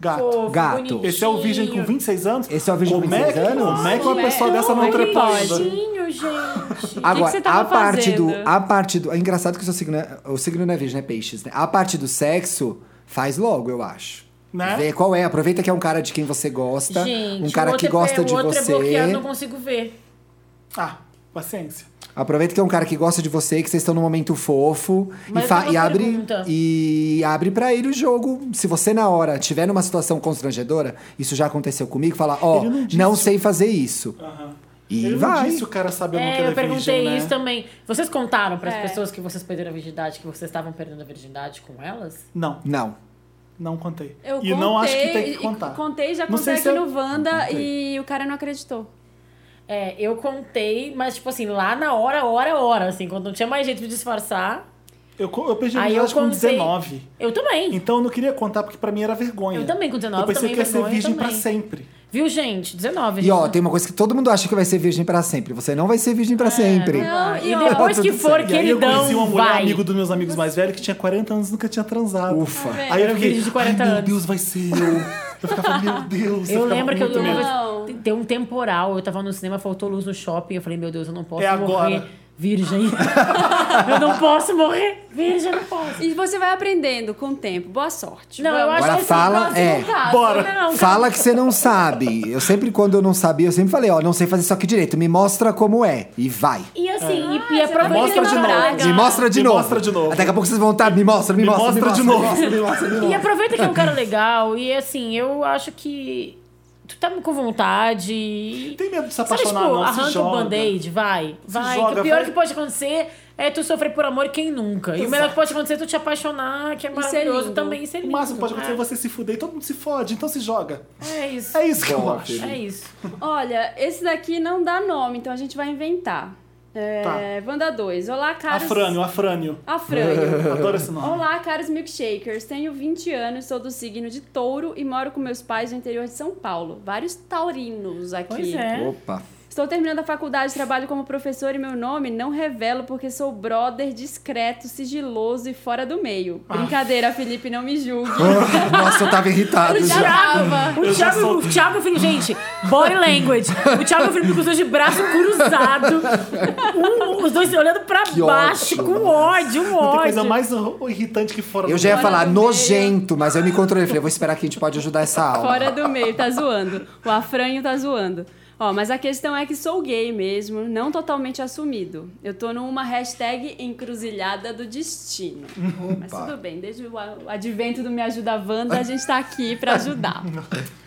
S1: Gato.
S2: Fofo,
S4: gato.
S2: bonitinho.
S1: Esse é o virgem com 26 anos?
S4: Esse é o virgem com
S1: Como é
S4: 26
S1: que-
S4: anos?
S1: Como é que uma
S3: Como é?
S1: pessoa dessa não
S3: Como é que
S1: trepou
S3: pode?
S1: ainda?
S2: Bonitinho, gente.
S4: Agora,
S3: você tava
S4: a parte
S3: fazendo?
S4: do. A parte do. É engraçado que o seu signo é, o signo não é virgem, é peixes, né? A parte do sexo faz logo, eu acho.
S1: Né?
S4: Vê qual é. Aproveita que é um cara de quem você gosta.
S2: Gente,
S4: um
S2: o
S4: cara
S2: outro
S4: que
S2: é-
S4: gosta
S2: o
S4: de
S2: outro é
S4: você.
S2: bloqueado, não consigo ver.
S1: Ah, paciência.
S4: Aproveita que é um cara que gosta de você, que vocês estão num momento fofo.
S2: Mas
S4: e, fa-
S2: eu tenho
S4: e
S2: uma
S4: abre,
S2: pergunta.
S4: e abre pra ele o jogo. Se você, na hora, tiver numa situação constrangedora, isso já aconteceu comigo, fala, ó,
S1: Ele não
S4: não,
S1: disse.
S4: sei fazer isso. E
S1: ele não
S4: vai.
S1: disse o cara sabe muito
S2: É,
S1: da
S2: eu perguntei
S1: virgem, né?
S2: isso também. Vocês contaram para as
S3: É.
S2: pessoas que vocês perderam a virgindade, que vocês estavam perdendo a virgindade com elas?
S1: Não,
S4: Não.
S1: não contei.
S3: Eu
S1: e não acho que
S3: contei,
S1: tem que
S3: e
S1: contar.
S3: Contei, já
S1: Não
S3: contei
S1: sei
S3: aqui
S1: se eu-
S3: no Wanda e o cara não acreditou.
S2: É, eu contei, mas tipo assim, lá na hora, hora, hora, assim, quando não tinha mais jeito de disfarçar.
S1: Eu, co- eu perdi a
S2: aí eu
S1: virgindade
S2: contei.
S1: com 19.
S2: Eu também.
S1: Então eu não queria contar porque pra mim era vergonha.
S2: Eu também, com 19
S1: Eu pensei
S2: também,
S1: que ia ser
S2: vergonha
S1: virgem
S2: também.
S1: pra sempre.
S2: Viu, gente? 19.
S4: E
S2: gente.
S4: ó, tem uma coisa que todo mundo acha que vai ser virgem pra sempre. Você não vai ser virgem pra sempre.
S3: É, Não,
S2: E
S3: ó,
S2: depois
S4: Tá
S2: que
S4: tudo
S2: for
S4: certo.
S1: E aí eu
S2: queridão,
S1: conheci uma mulher,
S2: vai.
S1: amigo dos meus amigos mais velhos, que tinha 40 anos e nunca tinha transado.
S4: Ufa.
S1: Aí eu fiquei,
S2: Era Ah, virgem de 40
S1: "Ai, meu
S2: anos."
S1: Deus, vai ser eu. Eu ficava, meu Deus.
S2: Eu
S1: ficava
S2: lembro que eu
S1: muito medo.
S3: medo.
S2: lembro, deu um temporal, eu tava no cinema, faltou luz no shopping, eu falei, meu Deus, eu não posso
S1: É
S2: morrer
S1: agora.
S2: virgem. eu não posso morrer virgem, eu não posso.
S3: E você vai aprendendo com o tempo. Boa sorte.
S2: Não, eu
S3: Vamos.
S2: acho
S4: Agora
S2: que
S4: fala,
S2: esse próximo
S4: é.
S2: caso-
S1: Bora.
S2: Não, não,
S4: Fala que você não sabe. Eu sempre, quando eu não sabia, eu sempre falei, ó, não sei fazer isso aqui direito. Me mostra como é. E vai.
S2: E assim, e, e aproveita
S1: Ah, Mostra
S2: e
S1: de novo.
S2: namorar.
S4: Me mostra de
S1: Me
S4: novo.
S1: mostra de novo.
S4: Daqui a pouco vocês vão estar. Me mostra, me,
S1: Me
S4: mostra,
S1: mostra de
S4: me
S1: novo.
S4: mostra, me mostra, me
S2: E
S4: mostra.
S2: aproveita que é um cara legal. E assim, eu acho que. Tu tá com vontade. e-
S1: Tem medo de se
S2: Sabe,
S1: apaixonar,
S2: tipo,
S1: não, se
S2: arranca o
S1: joga.
S2: band-aid, vai. Vai.
S1: joga,
S2: que o pior
S1: vai.
S2: que pode acontecer é tu sofrer por amor quem nunca. E o melhor que pode acontecer é tu te apaixonar, que é
S3: ser
S2: maravilhoso
S3: lindo.
S2: também. Isso é
S1: O
S2: lindo.
S1: máximo que pode acontecer é
S2: é
S1: você se fuder e todo mundo se fode, então se joga.
S2: É isso.
S1: É isso que eu
S4: Boa,
S1: acho.
S4: filho.
S2: É isso.
S3: Olha, esse daqui não dá nome, então a gente vai inventar. É, Wanda 2. Olá, caros...
S1: Afrânio, Afrânio.
S3: Afrânio.
S1: Adoro esse nome.
S3: Olá, caros milkshakers. Tenho 20 anos, sou do signo de touro e moro com meus pais no interior de São Paulo. Vários taurinos aqui.
S2: Pois é.
S4: Opa.
S3: Estou terminando a faculdade, trabalho como professor e meu nome não revelo porque sou brother discreto, sigiloso e fora do meio. Brincadeira, Felipe, não me julgue.
S4: Nossa, eu tava irritado
S3: Eu já
S4: já.
S3: tava.
S2: O Thiago, o Thiago Filho, gente, body language. O Thiago Filho com os dois de braço cruzado. Um- os dois olhando pra
S4: Que
S2: baixo,
S4: ódio.
S2: com ódio, um
S1: Não
S2: ódio.
S1: tem coisa mais irr- irritante que fora
S4: Eu
S1: do
S4: já ia
S1: lugar.
S4: falar
S3: do meio.
S4: nojento, mas eu me controlei. Falei, vou esperar que a gente pode ajudar essa aula.
S3: Fora do meio, tá zoando. O Afranho tá zoando. Ó, mas a questão é que sou gay mesmo, não totalmente assumido. Eu tô numa hashtag encruzilhada do destino. Mas tudo bem, desde o a- o advento do Me Ajuda Wanda, a gente tá aqui pra ajudar.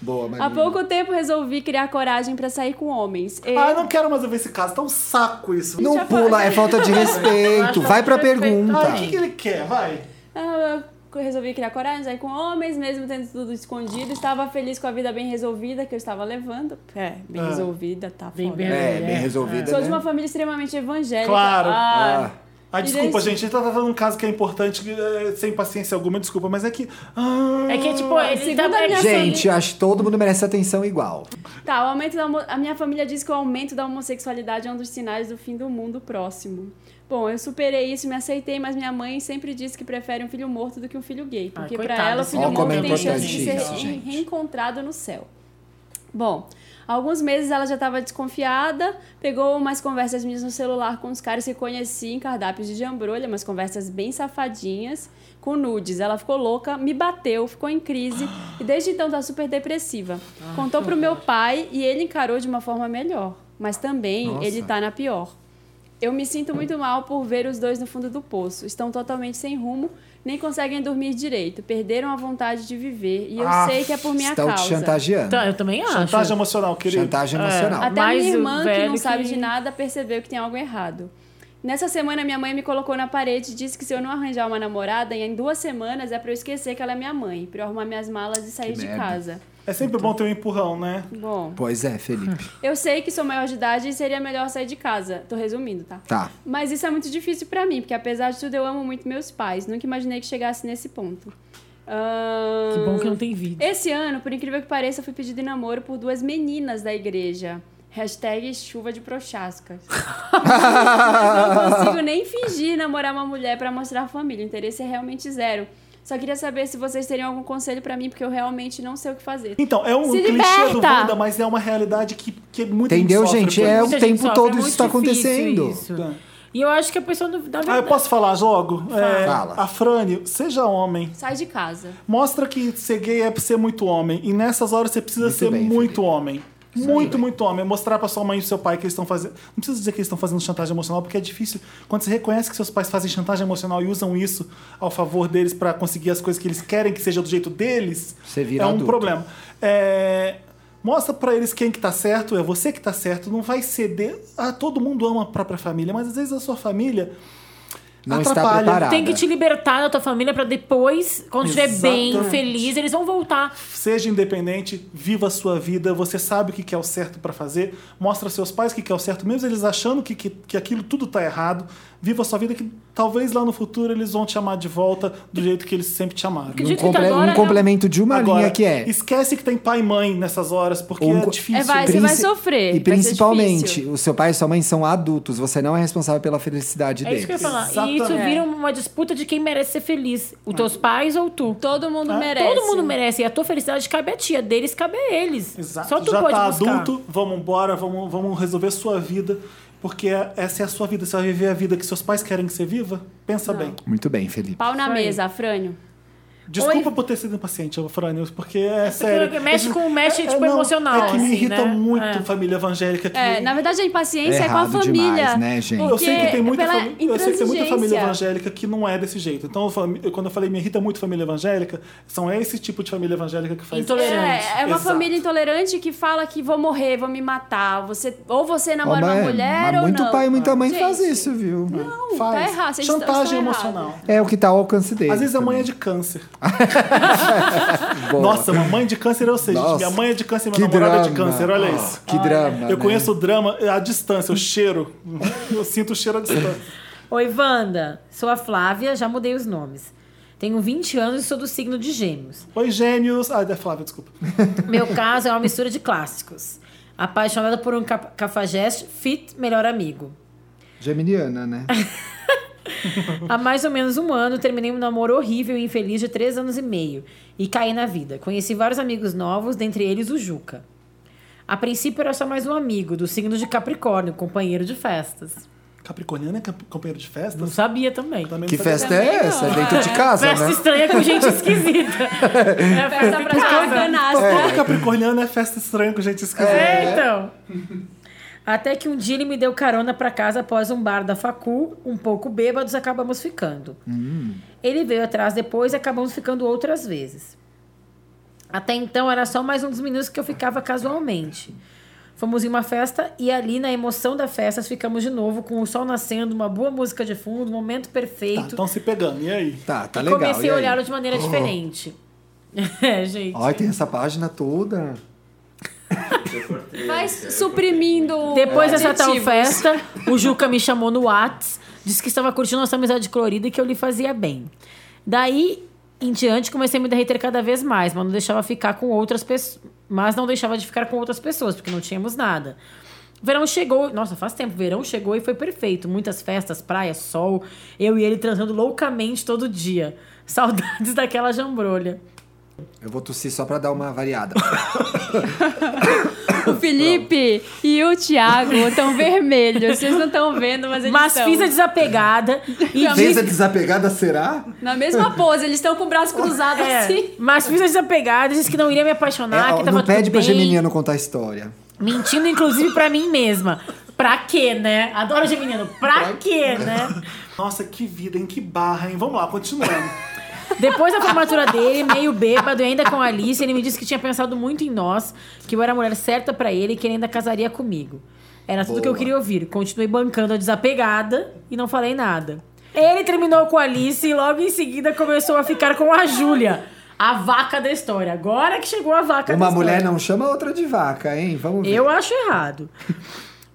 S4: Boa,
S3: Há
S4: Maria.
S3: pouco tempo resolvi criar coragem pra sair com homens. E-
S1: Ah, eu não quero mais ouvir esse caso, tá um saco isso.
S4: Não pula, é falta de respeito. Vai pra
S2: Acho que é
S4: pergunta.
S1: Ah, o que, que ele quer? Vai.
S3: Ah, resolvi criar coragem, saí com homens, mesmo tendo tudo escondido. Estava feliz com a vida bem resolvida que eu estava levando. É, bem
S1: Ah.
S3: resolvida, tá
S2: Bem,
S3: foda.
S2: bem.
S4: É, bem
S2: É,
S4: resolvida.
S3: Sou
S4: né?
S3: de uma família extremamente evangélica.
S1: Claro.
S3: Ah,
S1: Ah,
S3: E
S1: desculpa,
S3: daí-
S1: gente. A gente tá falando um caso que é importante, que, é, sem paciência alguma, desculpa, mas é que. ah,
S2: É que, tipo, ele tá...
S3: Segunda hum, minha
S4: Gente,
S3: família-
S4: acho que todo mundo merece atenção igual.
S3: Tá, o aumento da homo- a minha família diz que o aumento da homossexualidade é um dos sinais do fim do mundo próximo. Bom, eu superei isso, me aceitei, mas minha mãe sempre disse que prefere um filho morto do que um filho gay,
S2: Ai,
S3: porque pra
S2: coitada,
S3: ela o
S2: esse
S3: filho
S4: Ó,
S3: morto
S4: como é
S3: tem chance de
S4: importante
S3: ser
S4: isso,
S3: re-
S4: gente.
S3: reencontrado no céu. Bom, há alguns meses ela já estava desconfiada, pegou umas conversas minhas no celular com os caras que conheci em cardápios de jambrolha, umas conversas bem safadinhas, com nudes. Ela ficou louca, me bateu, ficou em crise e desde então tá super depressiva. Contou pro meu pai e ele encarou de uma forma melhor, mas também
S4: Nossa.
S3: ele tá na pior. Eu me sinto muito mal por ver os dois no fundo do poço. Estão totalmente sem rumo, nem conseguem dormir direito, perderam a vontade de viver e eu
S1: Ah,
S3: sei que é por minha
S4: Estão
S3: causa.
S4: te chantageando.
S2: Tá, eu também acho.
S1: Chantagem emocional, querido.
S4: Chantagem emocional.
S2: É.
S3: Até
S2: mais
S3: minha
S2: o
S3: irmã, que
S2: velho
S3: não sabe
S2: que-
S3: de nada, percebeu que tem algo errado. Nessa semana, minha mãe me colocou na parede e disse que se eu não arranjar uma namorada, em duas semanas é pra eu esquecer que ela é minha mãe, pra eu arrumar minhas malas e sair de
S4: merda.
S3: casa.
S1: É sempre bom ter um empurrão, né?
S3: Bom,
S4: Pois é, Felipe.
S3: eu sei que sou maior de idade e seria melhor sair de casa. Tô resumindo, tá?
S4: Tá.
S3: Mas isso é muito difícil pra mim, porque apesar de tudo, eu amo muito meus pais. Nunca imaginei que chegasse nesse ponto. Ahn,
S2: Que bom que não tem vídeo.
S3: Esse ano, por incrível que pareça, eu fui pedido em namoro por duas meninas da igreja. Hashtag chuva de prochasca. Mas não consigo nem fingir namorar uma mulher pra mostrar a família. O interesse é realmente zero. Só queria saber se vocês teriam algum conselho pra mim, porque eu realmente não sei o que fazer.
S1: Então, é um
S3: Se
S1: clichê do
S3: liberta!
S1: Wanda, mas é uma realidade que, que muito
S4: Entendeu, gente? É o
S2: Muita
S4: tempo
S2: gente sofre,
S4: todo
S2: é muito
S4: isso tá
S2: difícil
S4: acontecendo.
S2: isso.
S1: Tá.
S2: E eu acho que a pessoa não dá
S1: Ah, eu
S2: verdade.
S1: posso falar logo? É,
S4: um Fala.
S1: A Frane, seja homem.
S3: Sai de casa.
S1: Mostra que ser gay é ser muito homem. E nessas horas você precisa
S4: Muito
S1: ser
S4: bem,
S1: muito homem. Muito, muito homem. É Mostrar pra sua mãe e seu pai que eles estão fazendo. Não precisa dizer que eles estão fazendo chantagem emocional, porque é difícil. Quando você reconhece que seus pais fazem chantagem emocional e usam isso ao favor deles pra conseguir as coisas que eles querem que seja do jeito deles,
S4: Você vira
S1: é um
S4: adulto.
S1: problema. É, Mostra pra eles quem que tá certo, é você que tá certo, não vai ceder. Ah, todo mundo ama a própria família, mas às vezes a sua família
S4: Não está
S1: atrapalha.
S4: preparada.
S2: Tem que
S1: né?
S2: te libertar da tua família pra depois, quando estiver bem,
S1: Exatamente.
S2: feliz, eles vão voltar.
S1: Seja independente, viva a sua vida, você sabe o que que é o certo pra fazer, mostra aos seus pais o que que é o certo, mesmo eles achando que, que, que aquilo tudo tá errado, viva a sua vida, que talvez lá no futuro eles vão te amar de volta do jeito que eles sempre te amaram.
S2: Que
S4: Um,
S2: jeito que tá
S4: comple-
S3: é
S2: agora,
S4: um
S2: né?
S4: complemento de uma linha que é.
S1: esquece que tem pai e mãe nessas horas, porque
S4: Um
S1: é
S4: co-
S1: difícil.
S3: É, vai, você
S4: Princi-
S3: vai sofrer.
S4: E
S3: vai ser
S4: principalmente,
S3: difícil.
S4: o seu pai e sua mãe são adultos, você não é responsável pela felicidade
S2: É
S4: deles.
S2: isso que eu ia falar. E
S1: Exatamente. É.
S2: isso vira uma disputa de quem merece ser feliz. Os teus pais ou tu.
S3: Todo
S1: Ah,
S3: mundo merece.
S2: Ah, Todo mundo merece. E a tua felicidade cabe a ti, a deles cabe a eles.
S1: Exato.
S2: Só tu
S1: Já
S2: pode
S1: tá
S2: buscar.
S1: adulto, vamos embora, vamos, vamos resolver sua vida, porque é- essa é a sua vida, você vai viver a vida que seus pais querem que você viva, pensa bem.
S4: Muito bem, Felipe.
S3: Pau na
S2: Isso aí.
S3: mesa, Frânio.
S1: Desculpa
S2: Oi.
S1: por ter sido impaciente, Frânio, porque é, sério.
S2: mexe com- mexe, tipo,
S1: não,
S2: emocional,
S1: É que me
S2: assim,
S1: irrita
S2: né?
S1: muito
S2: É.
S1: família evangélica. Que,
S3: É, na verdade, a impaciência é, com a
S4: errado
S3: família.
S4: demais, né, gente?
S1: eu, sei que
S3: porque é
S1: tem muita
S3: pela
S1: fami- eu sei que tem muita família
S3: intransigência.
S1: evangélica que não é desse jeito. Então, eu falo- eu- quando eu falei me irrita muito família evangélica, são esse tipo de família evangélica que faz isso.
S2: Intolerante.
S3: É, é uma
S1: Exato.
S3: família intolerante que fala que vou morrer, vou me matar. Você, ou você namora
S4: Ó,
S3: uma
S4: mas-
S3: mulher
S4: mas
S3: ou
S4: muito
S3: não.
S4: pai e muita mãe
S3: Gente,
S4: faz isso, viu?
S3: Não,
S1: Faz.
S3: tá errado. Vocês estão-
S1: Chantagem
S3: estão errados.
S1: emocional.
S4: É o que tá ao alcance deles.
S1: Às vezes a mãe é de câncer. Nossa, uma mãe de câncer eu sei,
S4: Nossa.
S1: gente. Minha mãe é de câncer, minha
S4: Que
S1: namorada é de
S4: drama.
S1: câncer, olha
S4: Ah,
S1: isso.
S4: que drama,
S1: Eu
S4: né?
S1: conheço o drama à distância, o cheiro. eu sinto o cheiro à distância.
S2: Oi, Wanda. Sou a Flávia, já mudei os nomes. Tenho 20 anos e sou do signo de gêmeos.
S1: Oi, gêmeos. Ah, da Flávia, desculpa.
S2: Meu caso é uma mistura de clássicos. Apaixonada por um ca- cafajeste, fit, melhor amigo.
S4: Geminiana, né?
S2: Há mais ou menos um ano, terminei um namoro horrível e infeliz de três anos e meio. E caí na vida. Conheci vários amigos novos, dentre eles o Juca. A princípio era só mais um amigo, do signo de Capricórnio, companheiro de festas.
S1: Capricorniano é camp- companheiro de festa?
S2: Não sabia também.
S1: Também
S4: que
S1: não sabia.
S4: festa
S3: também
S4: é
S3: não,
S4: essa? É
S3: é.
S4: dentro de casa,
S2: Festa
S4: né?
S2: estranha com gente esquisita. É,
S3: Festa pra satanás.
S1: Todo capricorniano é festa estranha com gente esquisita.
S4: né?
S2: É, então. Até que um dia ele me deu carona pra casa após um bar da facu, um pouco bêbados, acabamos ficando.
S4: Hum.
S2: Ele veio atrás depois e acabamos ficando outras vezes. Até então era só mais um dos meninos que eu ficava casualmente. Fomos em uma festa e ali, na emoção da festa, ficamos de novo com o sol nascendo, uma boa música de fundo, um momento
S1: Tá,
S2: perfeito.
S1: estão se pegando. E aí?
S4: então Tá, tá
S2: e
S4: legal.
S2: comecei
S4: e aí?
S2: a
S4: Oh.
S2: olhá-lo de maneira diferente. É, gente.
S4: Ai, tem essa página toda.
S3: Vai suprimindo o
S2: Depois dessa tal
S3: adjetivo.
S2: festa, o Juca me chamou no Whats, disse que estava curtindo nossa amizade colorida e que eu lhe fazia bem. Daí em diante comecei a me derreter cada vez mais, mas não deixava ficar com outras pessoas, mas não deixava de ficar com outras pessoas, porque não tínhamos nada. Verão chegou, nossa, faz tempo. Verão chegou e foi perfeito. Muitas festas, praia, sol. Eu e ele transando loucamente todo dia. Saudades daquela jambrolha.
S4: Eu vou tossir só pra dar uma variada.
S3: O Felipe e o Thiago estão vermelhos. Vocês não estão vendo, mas eles
S2: Mas
S3: estão.
S2: fiz a desapegada e
S3: Não,
S4: Fez
S2: disse
S4: a desapegada, será?
S3: Na mesma pose, eles estão com o braço cruzado
S2: É,
S3: assim.
S2: Mas fiz essa pegada, disse que não iria me apaixonar,
S4: É,
S2: que
S4: ó,
S2: tava
S4: não pede
S2: tudo
S4: pra
S2: bem.
S4: Geminiano contar a história.
S2: Mentindo, inclusive, pra mim mesma. Pra quê, né? Adoro Geminiano. Pra quê, né?
S1: Nossa, que vida, hein? Que barra, hein? Vamos lá, continuando.
S2: Depois da formatura dele, meio bêbado e ainda com a Alice, ele me disse que tinha pensado muito em nós, que eu era a mulher certa pra ele e que ele ainda casaria comigo. Era tudo que eu
S4: Boa.
S2: queria ouvir. Continuei bancando a desapegada e não falei nada. Ele terminou com a Alice e logo em seguida começou a ficar com a Júlia. A vaca da história. Agora que chegou Ah, a vaca da
S4: uma
S2: história.
S4: mulher não chama a outra de vaca, hein? Vamos ver.
S2: Eu acho errado.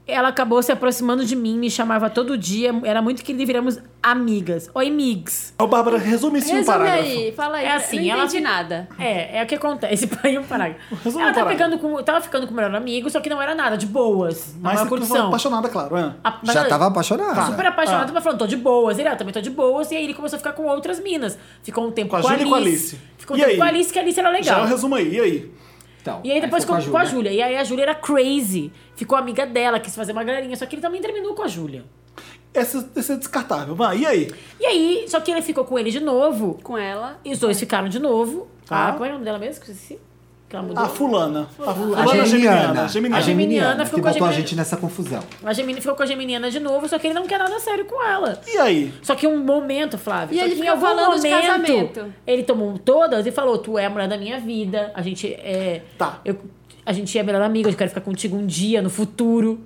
S2: Ela acabou se aproximando de mim, me chamava todo dia, era muito querida e viramos amigas. Oi, migs.
S1: Ô, Bárbara, resume isso em um
S3: Resume
S1: parágrafo.
S3: aí, fala aí.
S2: É assim,
S3: não
S2: ela
S3: entendi
S2: fica-
S3: nada.
S2: É, é o que acontece. Põe um parágrafo.
S1: Resume
S2: Ela
S1: um
S2: tá
S1: parágrafo.
S2: ficando com, tava ficando com o melhor amigo, só que não era nada, de boas.
S1: Mas
S2: Não é uma
S1: você ficou
S2: curtição.
S1: apaixonada, claro. É.
S2: A- mas
S4: Já
S2: ela-
S4: tava apaixonada.
S2: Super apaixonado, mas falando, tô de boas. Ele, ah, também tô de boas. E aí ele começou a ficar com outras minas. Ficou um tempo
S1: Com
S2: com
S1: a
S2: a,
S1: Júlia e com a Alice.
S2: Ficou um
S1: E
S2: tempo
S1: aí?
S2: com a Alice, que a Alice era legal.
S1: Já é o resumo aí, e aí?
S4: Então,
S2: E aí depois
S4: ficou
S2: ficou com a Júlia. E aí a Júlia era crazy. Ficou amiga dela, quis fazer uma galerinha. Só que ele também terminou com a Júlia.
S1: Essa, essa é descartável. Vai, e aí?
S2: E aí, só que ele ficou com ele de novo.
S3: Com ela.
S2: E os dois ficaram de novo.
S1: Tá.
S2: Ah, qual é o nome dela mesmo? Que eu esqueci. Que ela
S3: Ah.
S2: mudou.
S1: A fulana. A
S4: A
S1: fulana
S4: Geminiana.
S1: geminiana. geminiana.
S4: A Geminiana,
S2: ficou
S4: que
S2: com a
S4: botou a
S2: Gemini-
S4: gente nessa confusão.
S2: A Gemini ficou com a Geminiana de novo, só que ele não quer nada sério com ela.
S1: E aí?
S2: Só que em um momento, Flávio.
S3: E
S2: só
S3: ele
S2: que em
S3: fica
S2: algum
S3: falando de
S2: momento,
S3: casamento.
S2: Ele tomou um todas e falou: Tu é a mulher da minha vida. A gente é.
S1: Tá.
S2: Eu, a gente é melhor amiga, eu quero ficar contigo um dia, no futuro.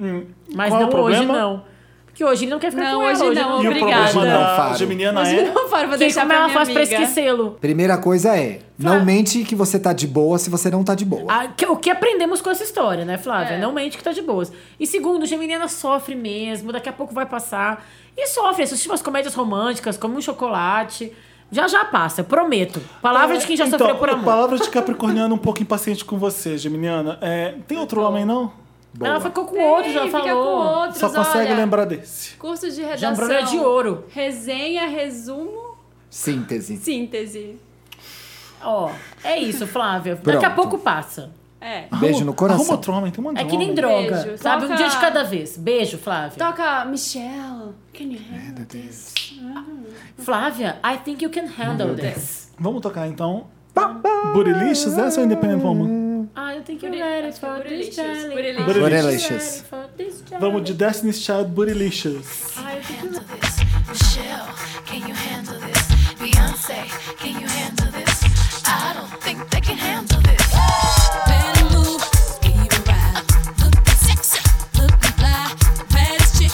S3: Hum.
S2: Mas
S1: Qual é o
S2: não hoje,
S1: problema?
S2: não. Porque hoje ele não quer ficar
S3: Não,
S2: com ela.
S3: hoje não,
S1: E o
S3: Obrigada.
S1: problema
S4: Não,
S1: da
S4: Faro.
S1: geminiana
S3: Mas
S1: é...
S3: não, Faro, vou
S2: Porque
S3: deixar
S2: como
S3: pra
S2: ela
S3: minha
S2: faz pra
S3: amiga.
S2: esquecê-lo?
S4: Primeira coisa é,
S2: Fra-
S4: não mente que você tá de boa se você não tá de boa.
S2: Ah, que- o que aprendemos com essa história, né, Flávia?
S3: É.
S2: Não mente que tá de boas. E segundo, Geminiana sofre mesmo, daqui a pouco vai passar. E sofre, assiste umas comédias românticas, come um chocolate. Já já passa, prometo. Palavra
S4: É,
S2: de quem já
S1: então,
S2: sofreu por amor.
S1: Palavra de capricorniano um pouco impaciente com você, geminiana. É, tem outro
S2: Então,
S1: homem, não?
S2: Ela ficou com
S3: Tem,
S2: outro, já
S3: fica
S2: falou.
S3: com outros,
S1: Só consegue
S3: olha.
S1: lembrar desse.
S3: Curso de redação.
S2: Jambrolha é de ouro.
S3: Resenha, resumo,
S4: Síntese.
S3: síntese.
S2: Ó, é isso, Flávia. Daqui a
S4: Pronto.
S2: pouco passa.
S3: É.
S4: Beijo no coração.
S1: Arruma outro homem, tem um monte de
S2: É que nem
S1: homem.
S2: droga,
S3: Beijo.
S2: sabe? Um
S3: Toca-
S2: dia de cada vez. Beijo, Flávia.
S3: Toca Michelle. Can you handle this?
S2: Flávia, I think you can handle this.
S1: Vamos tocar, então. Burilixas, essa é Independent Woman?
S2: I think you're
S3: Buri-
S2: ready
S3: acho que é
S2: for this
S3: Burilicious,
S2: jelly.
S3: Burilicious.
S2: I think you're
S4: Burilicious.
S2: ready for this jelly.
S1: Vamos de Destiny's Child, Burilixas.
S6: handle this? Michelle, can you handle this? Beyonce, can you handle this? I don't think they can handle this. Better move, give you a ride. Looking sexy, looking fly. The baddest chick,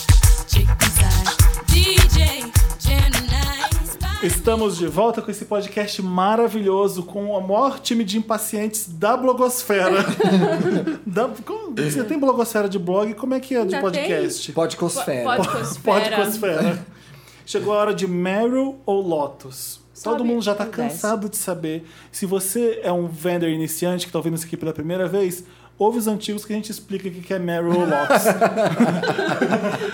S6: chick inside. DJ, Gemini.
S1: Estamos de volta com esse podcast maravilhoso com o maior time de impacientes da blogosfera. Da- como- você tem blogosfera de blog? Como é que é de
S3: Ainda
S1: podcast?
S4: Podcosfera.
S3: Podcosfera.
S1: Podcosfera. Chegou a hora de Meryl ou Lotus.
S3: Sobe
S1: Todo mundo já tá
S3: ou desce.
S1: cansado de saber. Se você é um vendor iniciante que tá ouvindo isso aqui pela primeira vez, ouve os antigos que a gente explica o que que é Meryl ou Lotus.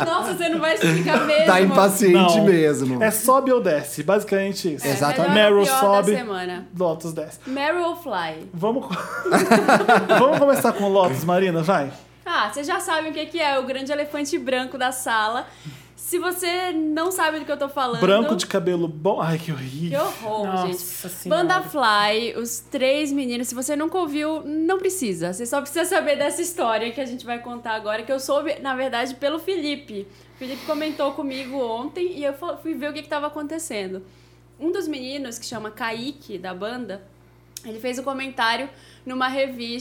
S3: Nossa, você não vai explicar mesmo.
S4: Tá impaciente mesmo.
S1: É sobe ou desce, basicamente isso.
S4: É, Exatamente.
S3: melhor
S1: Meryl
S3: e pior da
S1: sobe,
S3: semana.
S1: Lotus desce.
S3: Meryl ou Fly?
S1: Vamos, co- Vamos começar com Lotus, Marina, vai.
S3: Ah, vocês já sabem o que que é, o grande elefante branco da sala. Se você não sabe do que eu tô falando...
S1: Branco de cabelo bom. Ai, que
S3: Que
S1: horrível.
S3: horror,
S2: Nossa
S3: gente.
S2: Senhora.
S3: Banda Fly, os três meninos. Se você nunca ouviu, não precisa. Você só precisa saber dessa história que a gente vai contar agora, que eu soube, na verdade, pelo Felipe. O Felipe comentou comigo ontem e eu fa- fui ver o que estava acontecendo. Um dos meninos, que chama Kaique, da banda, Ele fez um comentário numa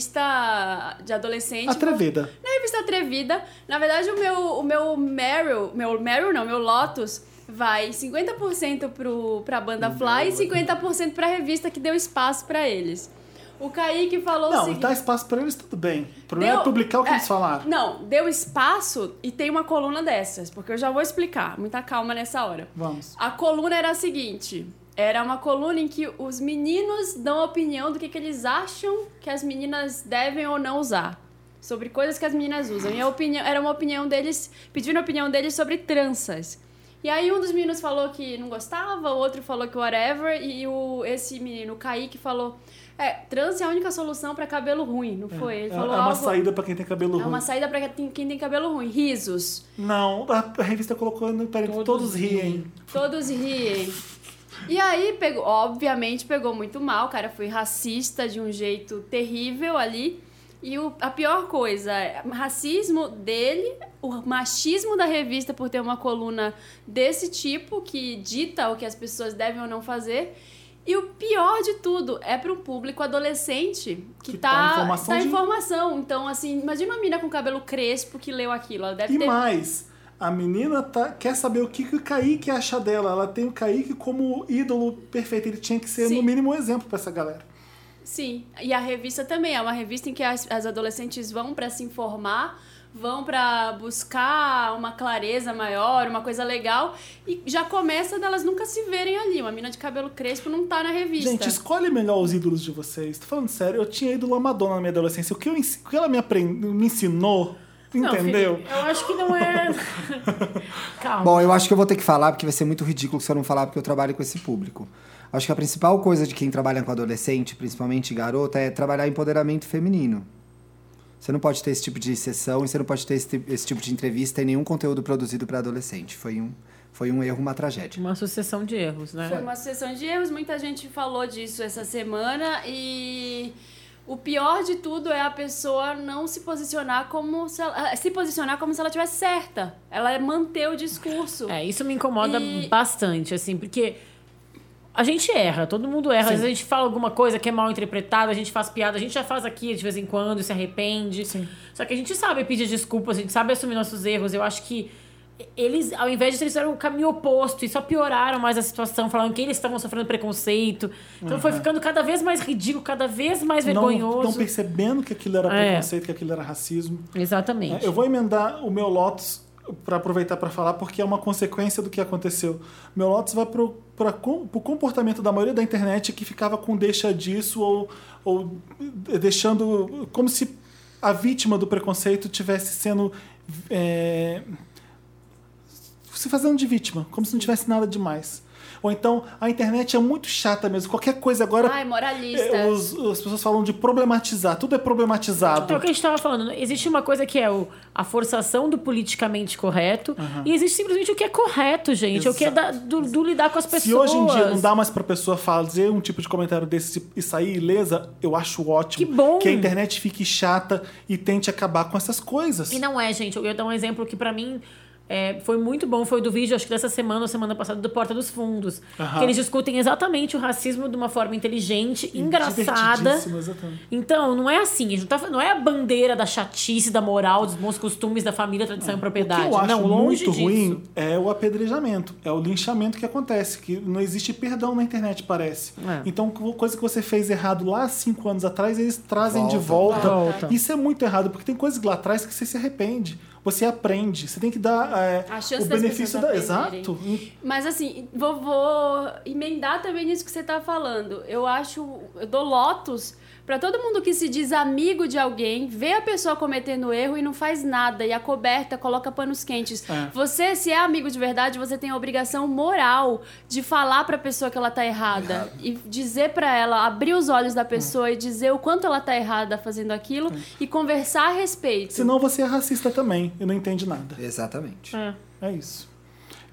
S3: revista de adolescente.
S1: Atrevida.
S3: Na revista Atrevida. Na verdade, o meu, o meu Meryl, meu Meryl não, meu Lotus, vai 50% pro, pra banda Fly e 50% pra revista que deu espaço pra eles. O Kaique falou o
S1: Não,
S3: seguinte...
S1: dá espaço pra eles, tudo bem. O problema
S3: Deu-
S1: é publicar o que eles falaram.
S3: Não, deu espaço e tem uma coluna dessas, porque eu já vou explicar. Muita calma nessa hora.
S1: Vamos.
S3: A coluna era a seguinte: era uma coluna em que os meninos dão a opinião do que, que eles acham que as meninas devem ou não usar. Sobre coisas que as meninas usam. E a opinião, era uma opinião deles, pedindo a opinião deles sobre tranças. E aí um dos meninos falou que não gostava, o outro falou que whatever, e o, esse menino, o Kaique, falou: É, trança é a única solução pra cabelo ruim, não foi?
S1: É,
S3: Ele
S1: é
S3: falou
S1: uma
S3: algo-
S1: saída pra quem tem cabelo
S3: é
S1: ruim.
S3: uma saída pra quem quem tem cabelo ruim. Risos.
S1: Não, a revista colocou no peraí, todos, riem.
S3: Todos riem. E aí, pegou, obviamente, pegou muito mal. O cara foi racista de um jeito terrível ali. E o- a pior coisa, é o racismo dele, o machismo da revista por ter uma coluna desse tipo, que dita o que as pessoas devem ou não fazer. E o pior de tudo é para um público adolescente que,
S1: Que
S3: tá,
S1: tá em formação
S3: tá em
S1: de-
S3: formação. Então, assim, imagina uma mina com cabelo crespo que leu aquilo. Ela deve
S1: E
S3: ter
S1: mais, a menina tá- quer saber o que, que o Kaique acha dela. Ela tem o Kaique como ídolo perfeito. Ele tinha que ser,
S3: Sim.
S1: no mínimo, um exemplo pra essa galera.
S3: Sim, e a revista também é uma revista em que as, as adolescentes vão para se informar, vão para buscar uma clareza maior, uma coisa legal, e já começa delas nunca se verem ali. Uma mina de cabelo crespo não tá na revista.
S1: Gente, escolhe melhor os ídolos de vocês. Tô falando sério, eu tinha ídolo a Madonna na minha adolescência. O que, eu ens- o que ela me, aprend... me ensinou,
S2: Não,
S1: entendeu?
S2: Felipe, eu acho que não é. Calma.
S4: Bom, eu acho que eu vou ter que falar, porque vai ser muito ridículo se eu não falar, porque eu trabalho com esse público. Acho que a principal coisa de quem trabalha com adolescente, principalmente garota, é trabalhar empoderamento feminino. Você não pode ter esse tipo de sessão e você não pode ter esse, ti- esse tipo de entrevista e nenhum conteúdo produzido para adolescente. Foi um, foi um erro, uma tragédia.
S2: Uma sucessão de erros, né?
S3: Foi uma sucessão de erros, muita gente falou disso essa semana e o pior de tudo é a pessoa não se posicionar como se ela, se posicionar como se ela tivesse certa. Ela manter o discurso.
S2: É, isso me incomoda
S3: E-
S2: bastante, assim, porque a gente erra, todo mundo erra. Às vezes a gente fala alguma coisa que é mal interpretada, a gente faz piada, a gente já faz aqui de vez em quando, se arrepende. Só que a gente sabe pedir desculpas, a gente sabe assumir nossos erros. Eu acho que eles, ao invés de eles fizeram o caminho oposto e só pioraram mais a situação, falando que eles estavam sofrendo preconceito. Então foi ficando cada vez mais ridículo, cada vez mais
S1: Não estão
S2: é vergonhoso.
S1: percebendo que aquilo era
S2: É.
S1: preconceito, que aquilo era racismo.
S2: Exatamente.
S1: É, Eu vou emendar o meu Lotus para aproveitar para falar, porque é uma consequência do que aconteceu. Meu Lotus vai pro, pra, com- pro comportamento da maioria da internet que ficava com deixa disso ou, ou eh, deixando como se a vítima do preconceito tivesse sendo eh, se fazendo de vítima, como se não tivesse nada demais. Ou então a internet é muito chata mesmo. Qualquer coisa agora
S3: Ai, moralista.
S1: eh, os- as pessoas falam de problematizar. Tudo é problematizado.
S2: Então, é o que a gente estava falando, existe uma coisa que é o- a forçação do politicamente correto e existe simplesmente o que é correto, gente. É o que é da- do, do lidar com as pessoas.
S1: Se hoje em dia não dá mais pra pessoa fazer um tipo de comentário desse e sair ilesa, eu acho ótimo.
S2: Que bom!
S1: Que a internet fique chata e tente acabar com essas coisas.
S2: E não é, gente. Eu ia dar um exemplo que pra mim é, foi muito bom. Foi do vídeo, acho que dessa semana ou semana passada, do Porta dos Fundos.
S1: Aham.
S2: Que eles discutem exatamente o racismo de uma forma inteligente, engraçada.
S1: Divertidíssimo, exatamente.
S2: Então, não é assim. A gente não, tá, não é a bandeira da chatice, da moral, dos bons costumes, da família, tradição e
S1: É. O que
S2: propriedade.
S1: eu acho
S2: não, longe
S1: muito
S2: disso.
S1: ruim é o apedrejamento, é o linchamento que acontece, que não existe perdão na internet, parece.
S2: É.
S1: Então, co- coisa que você fez errado lá cinco anos atrás, eles trazem de
S4: Volta.
S1: volta.
S2: Volta.
S1: Isso é muito errado, porque tem coisas lá atrás que você se arrepende. Você aprende, você tem que dar é,
S3: A chance
S1: o
S3: das
S1: benefício da.
S3: pessoas aprenderem.
S1: Exato.
S3: Mas assim, vou, vou emendar também nisso que você tá falando. Eu acho, eu dou lotos pra todo mundo que se diz amigo de alguém, vê a pessoa cometendo erro e não faz nada, e a coberta coloca panos quentes. Você, se é amigo de verdade, você tem a obrigação moral de falar pra pessoa que ela tá errada. E dizer pra ela, abrir os olhos da pessoa
S4: Hum.
S3: e dizer o quanto ela tá errada fazendo aquilo e conversar a respeito.
S1: Senão você é racista também e não entende nada.
S4: Exatamente.
S2: É.
S1: É isso.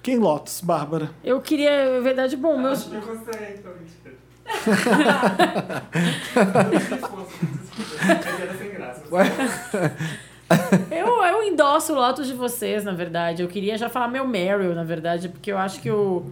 S1: Quem Lotus, Bárbara?
S2: Eu queria, é verdade, bom, meus.
S7: Eu gostei, então, mentira. Era sem graça.
S2: Eu, eu endosso o Lotus de vocês, na verdade. Eu queria já falar meu Meryl, na verdade, porque eu acho que o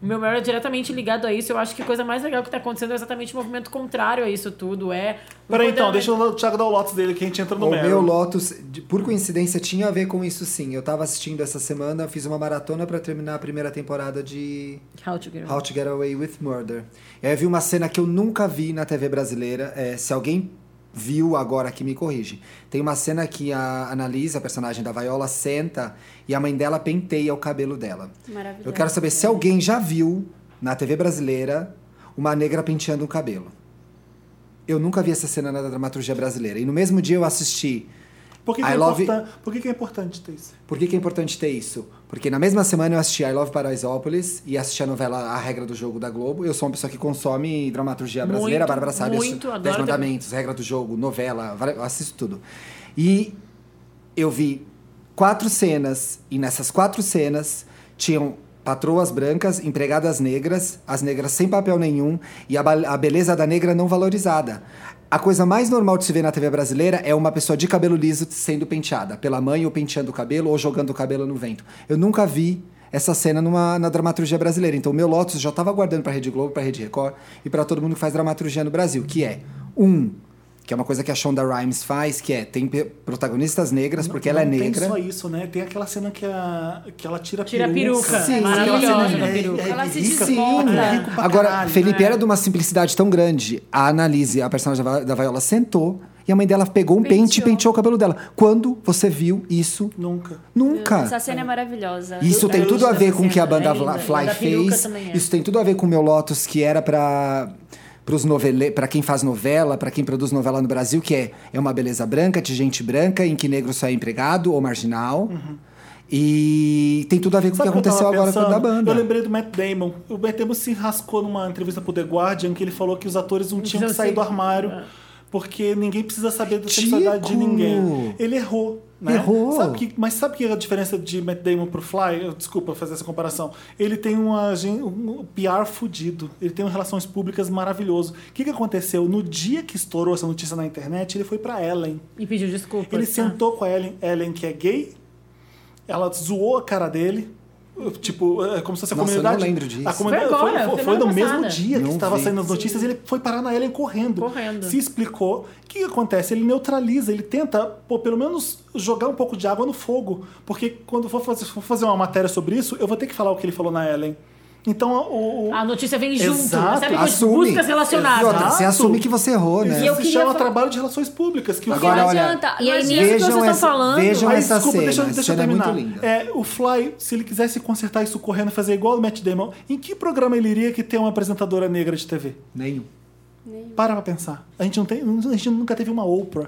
S2: O meu maior é diretamente ligado a isso. Eu acho que a coisa mais legal que tá acontecendo é exatamente o movimento contrário a isso tudo. É.
S1: Peraí, então, deixa o Thiago dar o lotus dele que a gente entra no
S4: O meu
S1: Meryl.
S4: Lotus, de- por coincidência, tinha a ver com isso sim. Eu tava assistindo essa semana, fiz uma maratona pra terminar a primeira temporada de
S2: How to get
S4: How to Get Away with Murder. E aí eu vi uma cena que eu nunca vi na TV brasileira. É, se alguém viu agora aqui, me corrige. Tem uma cena que a Analisa, a personagem da Viola, senta e a mãe dela penteia o cabelo dela.
S3: Maravilhoso.
S4: Eu quero saber se alguém já viu na TV brasileira uma negra penteando o cabelo. Eu nunca vi essa cena na dramaturgia brasileira. E no mesmo dia eu assisti
S1: Por que, que,
S4: I
S1: é
S4: love-
S1: importan- Por que, que é importante ter isso?
S4: por que, que é importante ter isso? Porque na mesma semana eu assisti I Love Paraisópolis e assisti a novela A Regra do Jogo da Globo. Eu sou uma pessoa que consome dramaturgia
S2: Muito,
S4: brasileira, Bárbara sabe,
S2: muito,
S4: assisto
S2: adoro
S4: Dez
S2: também.
S4: Mandamentos, Regra do Jogo, novela, vari- eu assisto tudo. E eu vi quatro cenas, e nessas quatro cenas tinham patroas brancas, empregadas negras, as negras sem papel nenhum e a, ba- a beleza da negra não valorizada. A coisa mais normal de se ver na TV brasileira é uma pessoa de cabelo liso sendo penteada pela mãe, ou penteando o cabelo, ou jogando o cabelo no vento. Eu nunca vi essa cena numa, na dramaturgia brasileira. Então, o meu Lotus já estava guardando para Rede Globo, para Rede Record e para todo mundo que faz dramaturgia no Brasil, que é um que é uma coisa que a Shonda Rhimes faz, que é tem pe- protagonistas negras porque ela é
S1: Não
S4: negra.
S1: Tem só isso, né? Tem aquela cena que, a... que ela tira a
S2: Tira a peruca.
S1: peruca.
S2: Sim, Maravilhosa aquela cena- a peruca.
S1: É,
S3: Ela se
S4: Sim.
S3: desmonta.
S4: Sim.
S1: Rico é pra
S4: Agora,
S1: caralho, né?
S4: Felipe era de uma simplicidade tão grande. A Analise, a personagem da Vi- da Viola, sentou e a mãe dela pegou um pente e
S3: Penteou.
S4: penteou o cabelo dela. Quando você viu isso?
S1: Nunca.
S3: Essa
S4: Nunca.
S3: cena é maravilhosa.
S4: Isso tem
S2: Eu
S4: tudo a
S2: uso
S4: ver
S2: essa
S4: com o que a
S2: cena,
S4: banda
S2: é linda. E a
S4: Fly
S2: da peruca
S4: fez.
S2: também é.
S4: Isso tem tudo a ver com o meu Lotus, que era pra pros novele, para quem faz novela, pra quem produz novela no Brasil, que é é uma beleza branca, de gente branca, em que negro só é empregado ou marginal. E tem tudo a ver com o que
S1: Sabe eu
S4: aconteceu
S1: tava
S4: agora com o da
S1: pensando?
S4: banda.
S1: Eu lembrei do Matt Damon. O Matt Damon se rascou numa entrevista pro The Guardian que ele falou que os atores não tinham que
S2: precisam
S1: sair
S2: ser-
S1: do armário
S2: É.
S1: porque ninguém precisa saber da sexualidade de
S4: Tico!
S1: ninguém. Ele errou. Né?
S4: Errou.
S1: Sabe que- mas sabe que é a diferença de Matt Damon pro Fly? Eu- Desculpa fazer essa comparação. Ele tem uma, agen- um PR fudido. Ele tem um relações públicas maravilhoso. O que, que aconteceu? No dia que estourou essa notícia na internet, ele foi pra Ellen.
S2: E pediu desculpas.
S1: Ele
S2: tá?
S1: sentou com a Ellen, Ellen que é gay, ela zoou a cara dele. Tipo, é como se fosse a
S4: Nossa, eu não
S1: comunidade.
S4: lembro disso.
S1: A comunidade
S2: Foi
S1: foi,
S2: agora,
S1: foi-
S2: semana
S1: foi no
S2: passada.
S1: mesmo dia que
S4: Não
S1: estava
S4: vi.
S1: saindo as notícias e ele foi parar na Ellen correndo.
S2: Correndo.
S1: Se explicou. O que acontece? Ele neutraliza, ele tenta, pô, pelo menos jogar um pouco de água no fogo. Porque quando for fazer, for fazer uma matéria sobre isso, eu vou ter que falar o que ele falou na Ellen. Então, o. o-
S2: A notícia vem junto.
S1: Exato.
S2: Sabe quando
S4: Assume.
S2: músicas
S4: E
S2: relacionadas.
S4: outra, você assume que você errou, né?
S2: E eu
S1: se
S2: queria
S1: chama
S2: fa-
S1: trabalho de relações públicas. que o
S4: Agora,
S3: não
S4: olha,
S3: adianta.
S2: e aí
S3: não
S2: nisso
S3: adianta.
S2: que vocês estão
S4: essa,
S2: falando.
S4: vejam
S1: Aí,
S4: Então essa
S1: desculpa,
S4: cena.
S1: deixa, eu-
S4: essa
S1: deixa eu
S4: cena é muito
S1: terminar.
S4: linda.
S1: É, o Fly, se ele quisesse consertar isso correndo e fazer igual o Matt Damon, em que programa ele iria que tem uma apresentadora negra de TV?
S4: Nenhum.
S1: Para pra pensar. A gente, não tem, a gente nunca teve uma Oprah.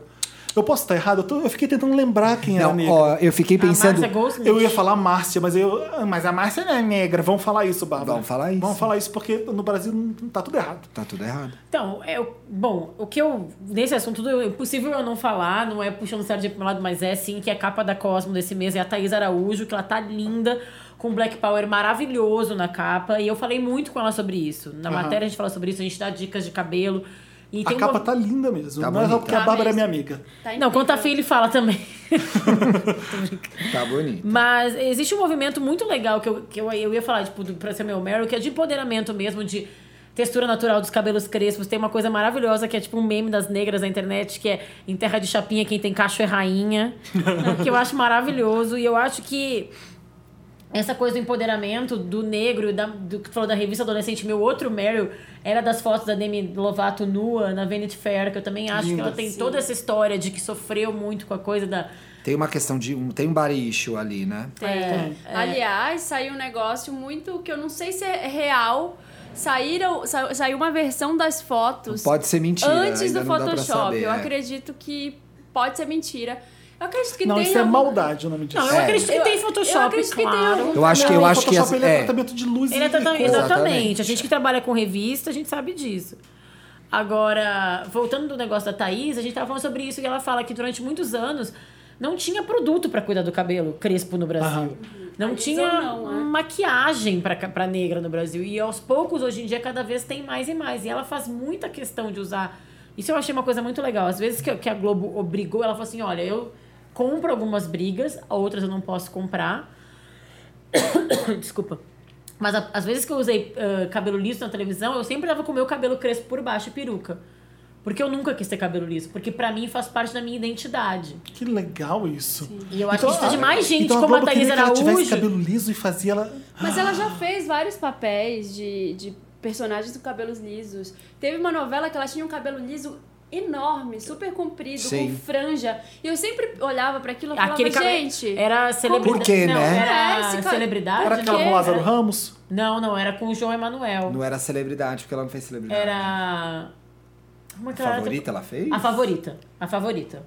S1: Eu posso estar errado, eu, tô- eu fiquei tentando lembrar quem era
S4: Não,
S1: negra.
S4: ó, eu fiquei pensando.
S2: Marcia Goldsmith.
S1: Eu ia falar Márcia, mas eu. ah, Mas a Márcia não é negra. Vamos falar isso, Bárbara.
S4: Vamos falar isso.
S1: Vamos falar isso, porque no Brasil não- tá tudo errado.
S4: Tá tudo errado.
S2: Então, eu, bom, o que eu. Nesse assunto, tudo é impossível eu não falar, não é puxando sardinha pro meu lado, mas é sim que a capa da Cosmo desse mês é a Thaís Araújo, que ela tá linda, com Black Power maravilhoso na capa. E eu falei muito com ela sobre isso. Na
S1: Aham.
S2: matéria a gente fala sobre isso, a gente dá dicas de cabelo. E
S1: a
S2: tem
S1: capa
S2: uma-
S1: tá linda mesmo.
S4: Tá
S1: não é só
S4: bonita.
S1: porque a
S3: Tá
S1: Bárbara é minha
S3: mesmo.
S1: amiga.
S3: Tá
S2: Não,
S3: incrível.
S2: quanto a filha fala também.
S4: Tá bonito.
S2: Mas existe um movimento muito legal que eu, que eu, eu ia falar, tipo, do, pra ser meu Meryl, que é de empoderamento mesmo, de textura natural dos cabelos crespos. Tem uma coisa maravilhosa que é tipo um meme das negras na internet, que é em terra de chapinha quem tem cacho é rainha. né, que eu acho maravilhoso. E eu acho que essa coisa do empoderamento do negro, da, do que tu falou da revista Adolescente, meu outro Meryl era das fotos da Demi Lovato nua na Vanity Fair, que eu também acho que ela tem toda essa história de que sofreu muito com a coisa da...
S4: Tem uma questão de. Um, tem um baricho ali, né?
S2: é,
S3: Aliás, saiu um negócio muito que eu não sei se é real. Saíram, sa- saiu uma versão das fotos.
S4: Pode ser mentira.
S3: antes
S4: ainda
S3: do
S4: não dá pra
S3: Photoshop.
S4: saber,
S3: eu
S4: é.
S3: acredito que pode ser mentira. Eu acredito que
S1: não,
S3: tem
S1: isso é
S3: algum-
S1: maldade o nome disso.
S2: Não, eu
S4: É.
S2: acredito que
S3: Eu-
S2: tem
S3: eu
S2: Photoshop,
S3: acredito que tem
S2: claro.
S3: algum-
S4: Eu acho que eu
S1: Não,
S4: acho que
S1: Photoshop,
S4: essa,
S1: ele é,
S4: é,
S1: tratamento de luz
S2: Ele é
S1: e
S2: totalmente,
S4: um-
S1: cor.
S2: exatamente. A gente que trabalha com revista, a gente sabe disso. Agora, voltando do negócio da Thaís, a gente tava falando sobre isso que ela fala que durante muitos anos não tinha produto pra cuidar do cabelo crespo no Brasil. Não
S3: Thaís
S2: tinha
S3: ou não, né?
S2: maquiagem pra ca- pra negra no Brasil. E aos poucos, hoje em dia, cada vez tem mais e mais. E ela faz muita questão de usar. Isso eu achei uma coisa muito legal. Às vezes que, que a Globo obrigou, ela falou assim: olha, eu compro algumas brigas, outras eu não posso comprar. Desculpa. Mas a- as vezes que eu usei ah, cabelo liso na televisão, eu sempre tava com o meu cabelo crespo por baixo e peruca. Porque eu nunca quis ter cabelo liso. Porque pra mim faz parte da minha identidade.
S1: Que legal isso.
S2: E eu acho que isso é precisa de mais gente,
S1: então
S2: como a
S1: Globo
S2: Thaís
S1: queria que ela tivesse
S2: Araújo.
S1: cabelo liso e fazia ela...
S3: Mas ela já fez vários papéis de, de personagens com cabelos lisos. Teve uma novela que ela tinha um cabelo liso enorme, super comprido,
S4: Sim.
S3: com franja. E eu sempre olhava pra aquilo e falava,
S2: Aquele cabelo- É,
S3: gente...
S2: Era celebridade.
S4: Por quê,
S2: não,
S4: né?
S3: É, esse
S2: era
S3: cara-
S2: celebridade. né?
S1: Era aquela
S3: quê?
S1: com Lázaro Ramos?
S2: Não, não, era com o João Emanuel.
S4: Não era celebridade, porque ela não fez celebridade.
S2: Era. Como é que ela era?
S4: Favorita, ela fez?
S2: A favorita. A favorita.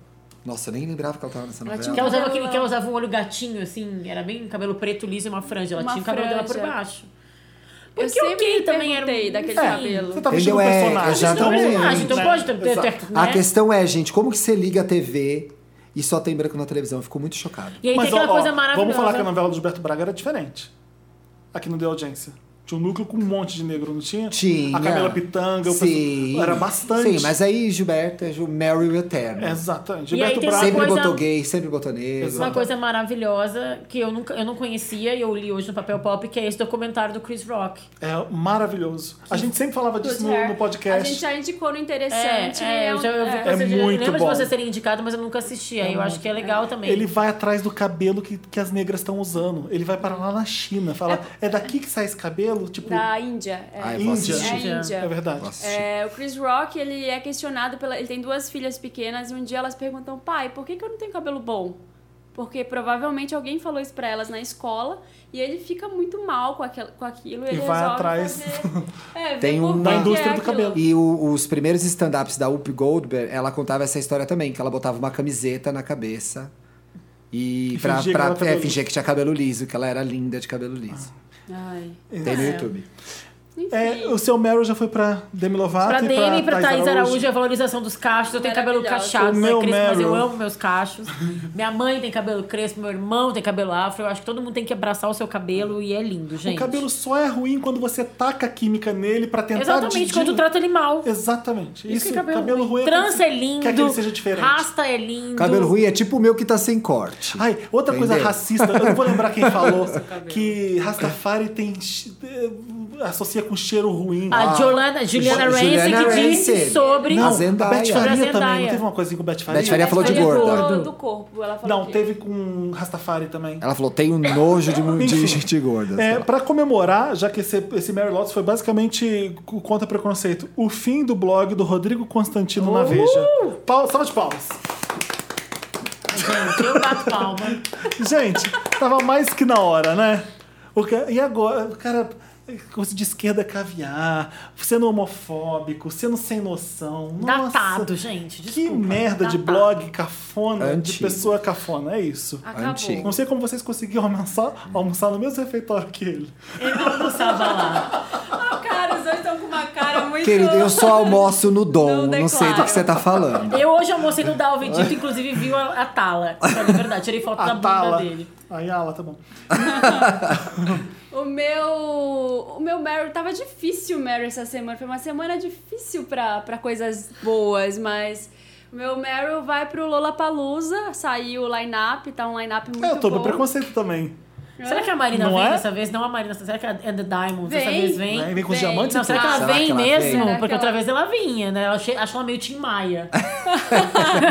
S4: Nossa, eu nem lembrava que ela tava nessa
S3: Ela
S4: novela.
S3: tinha
S2: Que ela usava
S3: Ela-
S2: aquele que ela usava um olho gatinho, assim, era bem cabelo preto liso e uma franja. Ela
S3: Uma
S2: tinha o cabelo dela por
S3: franja.
S2: baixo.
S3: Eu
S2: Porque
S3: sempre
S2: ok,
S3: me
S2: também era
S3: perguntei
S2: um,
S3: daquele
S2: enfim,
S3: cabelo.
S1: Você tá
S4: Entendeu?
S1: vestindo um
S4: É,
S1: personagem.
S2: Isso não é um
S4: Exatamente.
S2: personagem, então
S1: Né?
S2: pode ter, ter, ter
S4: A
S2: né?
S4: questão é, gente, como que você liga a TV e só tem branco na televisão? Eu fico muito chocado.
S2: E aí
S1: Mas,
S2: tem aquela
S1: ó, ó,
S2: coisa maravilhosa.
S1: Vamos falar que a novela do Gilberto Braga era diferente. Aqui não deu audiência. Tinha um núcleo com um monte de negro, não tinha?
S4: Tinha.
S1: A Camila Pitanga, o
S4: Sim.
S1: pessoal- era bastante.
S4: Sim, mas aí Gilberto é o Mary o Eterno.
S1: Exatamente.
S2: E aí
S1: Gilberto
S2: tem essa
S1: Braga.
S4: Sempre
S2: coisa-
S4: botou gay, sempre botou negro.
S1: né?
S2: Uma coisa maravilhosa que eu, nunca, eu não conhecia e eu li hoje no papel pop, que é esse documentário do Chris Rock.
S1: É maravilhoso. A gente sempre falava disso no, no
S3: é. A
S1: podcast.
S3: gente já indicou no interessante.
S2: É, é,
S3: é
S2: eu
S3: um-
S2: já eu vi
S3: é.
S2: que você-
S1: É muito
S2: lembro
S1: bom.
S2: de você serem indicado, mas eu nunca assisti. Aí eu acho que é legal também.
S1: Ele vai atrás do cabelo que, que as negras estão usando. Ele vai para lá na China. Fala, é, daqui que sai esse cabelo? Tipo,
S3: Da Índia. É.
S4: Ah, eu vou
S1: Índia.
S4: assistir.
S3: É Índia.
S1: É verdade.
S4: Vou assistir.
S3: É, o Chris Rock, ele é questionado pela. Ele tem duas filhas pequenas e um dia elas perguntam: pai, por que, que eu não tenho cabelo bom? Porque provavelmente alguém falou isso pra elas na escola e ele fica muito mal com, aquel, com aquilo. Ele
S1: vai
S3: resolve
S1: atrás um
S3: fazer- é, ver
S4: Tem
S3: por
S4: uma-
S3: que
S4: Da
S1: indústria
S3: é
S1: do
S3: aquilo.
S1: cabelo.
S4: E o- os primeiros stand-ups da Up Goldberg, ela contava essa história também, que ela botava uma camiseta na cabeça e,
S1: E
S4: pra,
S1: fingia que
S4: pra-
S1: era cabelo
S4: é,
S1: liso. Ah.
S4: fingir que tinha cabelo liso, que ela era linda de cabelo liso.
S3: Ai.
S4: Tem no YouTube.
S3: Enfim.
S1: É, o seu Meryl já foi pra Demi Lovato
S2: Pra
S1: e
S2: Demi e pra Thaís Araújo,
S1: Araújo.
S2: a valorização dos cachos. Eu tenho cabelo
S3: Maravilhosa.
S2: cachado,
S1: O
S2: né,
S1: meu
S2: Cris? Mas eu
S1: Meryl.
S2: amo meus cachos. Minha mãe tem cabelo crespo, meu irmão tem cabelo afro. Eu acho que todo mundo tem que abraçar o seu cabelo e é lindo, gente.
S1: O cabelo só é ruim quando você taca a química nele pra tentar...
S2: Exatamente,
S1: de-
S2: quando
S1: de-
S2: tu trata ele mal.
S1: Exatamente. Isso,
S2: que é
S1: cabelo, ruim. é
S2: Trança
S1: quando você
S2: é lindo.
S1: Quer que ele seja diferente.
S2: Rasta é lindo.
S4: Cabelo ruim é tipo o meu que tá sem corte.
S1: Ai, outra coisa
S4: Entendeu?
S1: racista, eu não vou lembrar quem falou, que Rastafari tem che- associa com cheiro ruim.
S2: A Jolanda, Juliana
S4: Ju-
S2: Rance
S4: Juliana
S2: que
S4: Rance.
S2: disse sobre...
S4: Não,
S1: não,
S4: a Zendaya.
S1: a Beth Faria
S2: Zendaya.
S1: também, não teve uma coisa assim com Beth Faria?
S4: Beth Faria falou de
S3: Mas falou
S4: gorda.
S3: Do, do corpo, ela falou
S1: Não,
S3: que-
S1: teve com Rastafari também.
S4: Ela falou, tenho nojo de, mu- de
S1: Enfim.
S4: gente gorda.
S1: É,
S4: sei lá.
S1: pra comemorar, já que esse, esse Mary Lotus foi basicamente co- contra preconceito, o fim do blog do Rodrigo Constantino
S2: Uh!
S1: na Veja. Pau, salva de palmas.
S2: Gente, eu bato palma.
S1: Gente, tava mais que na hora, né? O ca- E agora, o cara, coisa de esquerda é caviar, sendo homofóbico, sendo sem noção. Nossa,
S2: Datado, gente.
S1: Que
S2: Desculpa.
S1: merda de
S2: Datado.
S1: blog cafona, de
S4: Antigo.
S1: pessoa cafona, é isso.
S3: Acabou.
S4: Antigo.
S1: Não sei como vocês conseguiram almoçar, almoçar no mesmo refeitório que ele.
S2: Eu não almoçava lá.
S3: Cara, os dois estão com uma cara muito...
S4: Querido, eu só almoço no dom,
S3: Não
S4: não sei do
S3: declaro.
S4: que você tá falando.
S2: Eu hoje almocei no Dalvin Dito, inclusive viu a, a tala. Só de verdade, tirei foto da
S1: A
S2: bunda
S1: Tala.
S2: dele.
S1: Aí, ala, tá bom.
S3: O meu. O meu Mary. Tava difícil o Mary essa semana. Foi uma semana difícil pra, pra coisas boas, mas. O meu Meryl vai pro Lollapalooza, saiu o line-up, tá um line-up muito
S1: eu tô
S3: bom.
S1: no preconceito também.
S2: Será que a Marina
S1: Não
S2: vem
S1: é?
S2: dessa vez? Não a Marina, será que a And the Diamonds dessa
S3: Vem.
S2: vez vem?
S1: Vem, vem com os
S3: Bem,
S1: diamantes?
S2: Não, será que ela
S4: Será
S2: vem
S4: que ela
S2: mesmo?
S4: vem?
S3: Será que
S2: Porque
S3: ela-
S2: outra vez ela vinha, né? Eu achei, acho ela meio Tim Maia.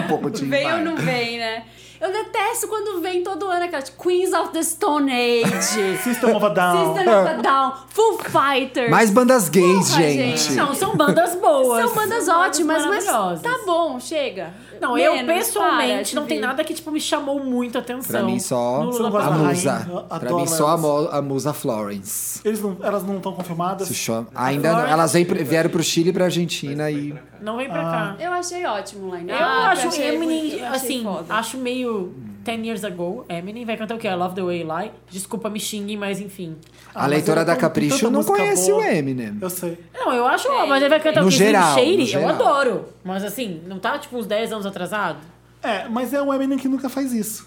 S4: Um pouco de
S3: Vem ou
S4: embargo.
S3: não vem, né? Eu detesto quando vem todo ano aquela tipo, Queens of the Stone Age,
S1: System of a Down.
S3: System of a Down, Full Fighters.
S4: Mais bandas gays,
S3: Porra,
S4: gente.
S3: gente.
S2: Não, são bandas boas.
S3: São bandas ótimas, mas
S2: maravilhosas.
S3: tá bom, chega.
S2: Não, eu
S3: Menos, para
S2: pessoalmente
S3: de
S2: não tem
S3: vir.
S2: nada que tipo me chamou muito a atenção.
S4: Pra mim só
S2: No
S1: Você não
S2: Lula-
S4: a
S1: gosta da
S4: musa.
S1: rainha? Eu
S4: Pra
S1: adoro
S4: mim só a,
S1: elas.
S4: mo- a musa Florence.
S1: Eles não- elas não estão confirmadas.
S4: Se chama. Ainda não. Elas vêm pra- vieram pro Chile, pra Argentina e
S2: Não vem
S1: Ah.
S2: pra cá.
S3: Eu achei ótimo o line-up.
S2: Ah, Eu acho
S3: achei bonito,
S2: Eminem,
S3: achei
S2: assim,
S3: foda.
S2: acho meio 10 years ago. Eminem vai cantar o quê? I love the way you lie. Desculpa, me xinguem, mas enfim.
S1: Ah,
S4: a
S1: mas
S4: leitora
S1: ele
S4: da
S1: tem tanta
S4: Capricho não
S1: música
S4: conhece
S1: boa.
S4: o Eminem.
S1: Eu sei.
S2: Não, eu acho, ó, mas ele vai cantar
S4: No
S2: o quê? Slim
S4: geral, no
S2: Shady?
S4: geral.
S2: Eu adoro. Mas assim, não tá tipo uns 10 anos atrasado?
S1: um É, mas é o Eminem que nunca faz isso.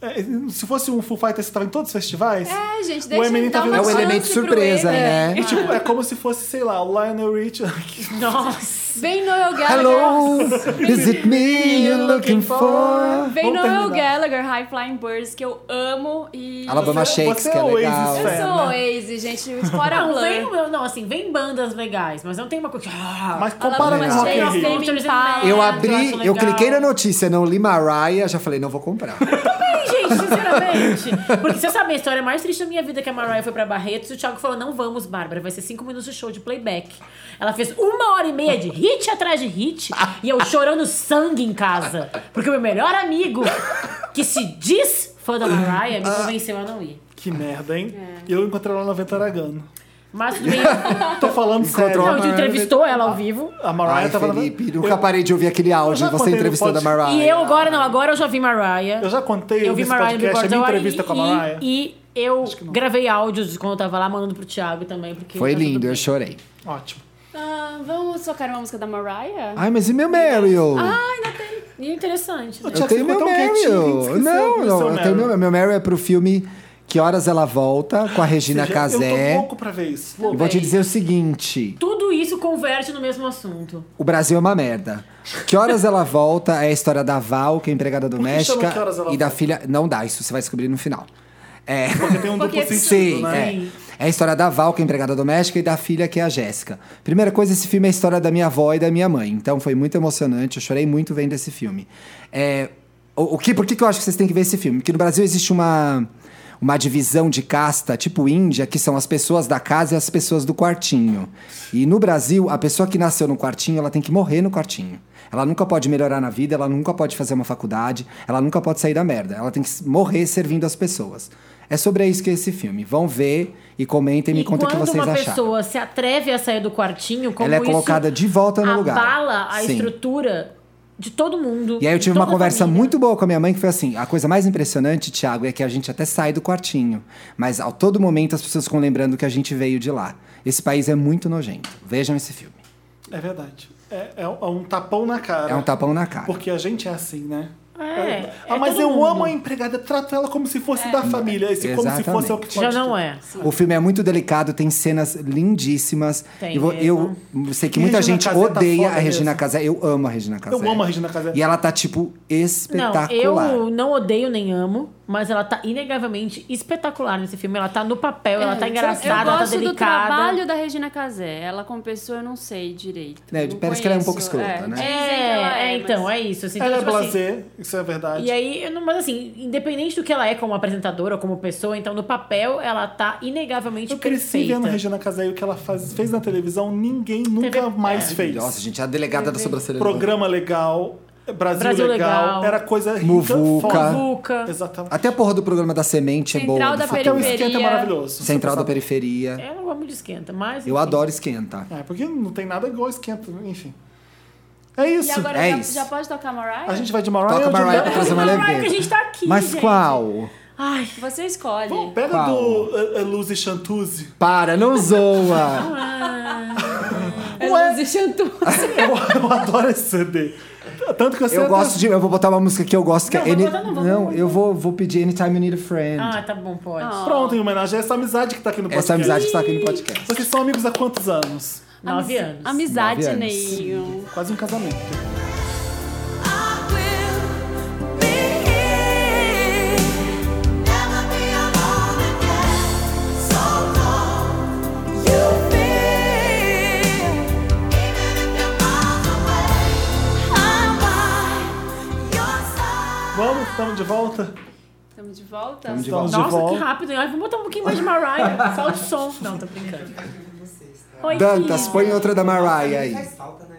S1: É, se fosse um Foo Fighters, você tava em todos os festivais?
S3: É, gente,
S1: O
S3: deixa
S1: Eminem
S3: ele dar
S1: tá
S3: uma
S1: vindo-
S3: chance
S1: É um
S4: elemento
S3: pro
S4: surpresa,
S3: Eminem.
S4: né?
S1: E, tipo, é como se fosse, sei lá, o Lionel Rich.
S2: Nossa!
S3: Vem Noel Gallagher.
S4: Hello, is it me you're looking for?
S3: Vem
S1: Vamos terminar.
S3: Noel Gallagher, High Flying Birds, que eu amo e...
S4: Alabama
S1: Você-
S4: Shakes,
S1: você
S4: que é
S1: é o
S4: legal.
S1: Oasis,
S3: Eu
S1: Shakes,
S3: sou
S1: né?
S3: Oasis, gente. Explora
S2: Não, vem,
S3: Blur.
S2: não, assim, vem bandas legais, mas não tem uma coisa. Ah,
S1: Mas compara com
S3: Alabama
S1: o Rock in
S3: Shakes,
S1: Rio.
S3: Tame Impala.
S4: Eu
S2: Ah,
S4: abri,
S2: acho
S4: eu
S2: legal.
S4: cliquei na notícia, não li Mariah, já falei, não vou comprar.
S2: Ai, gente, sinceramente. Porque você sabe a história mais triste da minha vida é que a Mariah foi pra Barretos e o Thiago falou: não vamos, Bárbara, vai ser cinco minutos de show de playback. Ela fez uma hora e meia de hit atrás de hit e eu chorando sangue em casa. Porque o meu melhor amigo, que se diz fã da Mariah, me convenceu a não ir.
S1: Que merda, hein?
S2: É.
S1: Eu encontrei ela na Venta Aragano.
S2: Mas tudo bem.
S1: Tô falando sério.
S4: Encontrou
S2: Não, tu entrevistou ela ao vivo.
S1: A Mariah
S4: Ai,
S1: tava
S4: Felipe,
S1: na...
S4: nunca
S1: tá eu,
S4: parei de ouvir aquele áudio,
S1: já
S4: você
S1: contei no
S4: entrevistando a
S1: podcast.
S4: Mariah.
S2: E eu agora não, agora eu já vi Mariah.
S1: eu já contei
S2: Eu vi
S1: nesse
S2: Mariah no
S1: podcast a
S2: Billboard
S1: minha
S2: Hour
S1: entrevista
S2: e,
S1: com a Mariah.
S2: E eu gravei áudios de quando eu tava lá, mandando pro Thiago também. Porque
S4: Foi
S2: tá tudo
S4: lindo,
S2: bem.
S4: eu chorei.
S1: Ótimo.
S3: Ah, vamos tocar uma música da Mariah?
S4: Ai, mas e meu Meryl?
S2: E interessante. né?
S4: eu
S1: Tinha que
S4: tenho
S1: ficar
S4: meu
S1: tão quietinho,
S4: Meryl.
S1: esqueceu
S4: Não,
S1: do é seu
S4: não, eu tenho
S1: Meryl.
S4: meu, meu Meryl é pro filme Que Horas Ela Volta, com a Regina
S1: Gente, Eu
S4: Casé.
S1: tô um louco pra ver isso.
S4: E
S1: Louco.
S4: vou te dizer o seguinte:
S2: Tudo isso converte no mesmo assunto.
S4: o Brasil é uma merda. Que horas ela volta é a história da Val, que é empregada doméstica,
S1: chama Que Horas Ela
S4: e da
S1: Volta?
S4: filha. Não dá, isso você vai descobrir no final. É.
S1: Porque tem um
S3: Porque
S1: duplo sentido,
S4: Sim,
S1: né?
S4: é. É a história da Val, que é empregada doméstica, e da filha, que é a Jéssica. Primeira coisa, esse filme é a história da minha avó e da minha mãe. Então foi muito emocionante, eu chorei muito vendo esse filme. É, o, o que, por que, que eu acho que vocês têm que ver esse filme? Porque no Brasil existe uma, uma divisão de casta, tipo Índia, que são as pessoas da casa e as pessoas do quartinho. E no Brasil, a pessoa que nasceu no quartinho, ela tem que morrer no quartinho. Ela nunca pode melhorar na vida, ela nunca pode fazer uma faculdade, ela nunca pode sair da merda. Ela tem que morrer servindo as pessoas. É sobre isso que é esse filme. Vão ver e comentem e me
S2: E
S4: contem o que
S2: quando
S4: vocês
S2: uma
S4: acharam.
S2: pessoa se atreve a sair do quartinho, como
S4: Ela é
S2: isso
S4: colocada de volta no lugar.
S2: abala a
S4: Sim.
S2: estrutura de todo mundo.
S4: E aí eu
S2: de
S4: tive uma
S2: toda a
S4: conversa
S2: família.
S4: muito boa com a minha mãe, que foi assim: a coisa mais impressionante, Thiago, é que a gente até sai do quartinho. Mas a todo momento as pessoas ficam lembrando que a gente veio de lá. Esse país é muito nojento. Vejam esse filme.
S1: É verdade. É, é um é um tapão na cara.
S4: É um tapão na cara.
S1: Porque a gente é assim, né?
S2: É,
S1: ah,
S2: é
S1: mas
S2: todo
S1: eu
S2: mundo. É.
S1: amo a empregada, trato ela como se fosse da família. Esse, como se
S4: Exatamente.
S1: fosse o que
S2: Já
S1: pode
S2: não
S1: ter.
S2: é.
S4: O filme é muito delicado, tem cenas lindíssimas.
S2: Tem
S4: eu, vou-
S2: mesmo.
S4: eu sei que
S1: E
S4: muita
S1: Regina
S4: gente
S1: Casé tá foda
S4: odeia a Regina
S1: mesmo.
S4: Casé. Eu amo a Regina Casé.
S1: Eu amo a Regina Casé.
S4: E ela tá, tipo,
S2: Não,
S4: espetacular.
S2: eu não odeio nem amo, mas ela tá inegavelmente espetacular nesse filme. Ela tá no papel, ela tá engraçada,
S3: eu
S2: ela tá
S3: gosto do
S2: delicada.
S3: trabalho da Regina Casé. Ela como pessoa eu não sei direito.
S4: Né,
S3: Não
S4: parece que ela é um pouco
S3: conheço.
S4: escrota,
S3: dizem
S4: né?
S3: que ela
S2: É, é, então, é isso. assim,
S1: Ela é
S2: então, tipo assim,
S1: blazer, isso é verdade.
S2: E aí, eu não- mas assim, independente do que ela é como apresentadora ou como pessoa, então no papel ela tá inegavelmente
S1: eu cresci vendo
S2: perfeita. É.
S1: Regina Casé e o que ela faz- fez na televisão, ninguém nunca mais fez.
S4: Nossa, gente, a delegada da sobrancelha.
S1: Programa legal, Brasil,
S2: Brasil
S1: legal,
S2: legal.
S1: era coisa rica,
S4: Muvuca.
S1: foda.
S2: Muvuca.
S1: Exatamente.
S4: Até a porra do programa da semente é
S3: Central
S4: boa. do
S3: da
S4: futuro.
S1: Até o
S3: periferia.
S1: esquenta é maravilhoso.
S4: Central da periferia.
S2: Eu não gosto é muito de esquenta, mas.
S4: Eu
S2: enfim.
S4: adoro esquenta.
S1: É, porque não tem nada igual esquenta, enfim. É
S3: E
S1: isso.
S3: agora
S4: É
S3: já,
S4: isso.
S3: já pode tocar Mariah?
S1: A gente vai de Mariah
S4: Toca
S1: ou de
S4: Mariah
S1: Beth?
S4: pra trazer uma
S2: Mariah, que a
S4: leve.
S2: gente tá aqui.
S4: Mas
S2: gente.
S4: qual?
S2: Ai,
S3: Você escolhe.
S1: Bom, pega
S4: Qual?
S1: do uh, uh, Luz e Chantuze.
S4: Para, não zoa!
S3: é Luz e Chantu.
S1: Eu, eu adoro esse CD. Tanto que eu sei
S4: Eu
S1: até- assim,
S4: gosto de. Eu vou botar uma música que eu gosto, que
S2: Não,
S4: é.
S2: vai
S4: Any-
S2: botar, não, vai
S4: Não,
S2: botar.
S4: eu vou, vou pedir Anytime You Need a Friend.
S2: ah, tá bom, pode.
S1: Pronto, em homenagem a essa amizade que tá aqui no podcast.
S4: Essa amizade que está aqui no podcast.
S1: Vocês são amigos há quantos anos?
S2: Nove anos.
S3: Amizade,
S4: Nove anos.
S3: Neil.
S1: Quase um casamento. Vamos, estamos de volta?
S3: Estamos de volta?
S4: Tamo de
S1: Estamos
S4: volta.
S1: de
S2: Nossa, que
S1: volta.
S2: rápido. hein? Ai, vou botar um pouquinho mais de Mariah. Só o som. Não, tô brincando. Oi,
S4: Dantas,
S2: filho.
S4: põe outra da Mariah aí.
S8: Faz falta, né?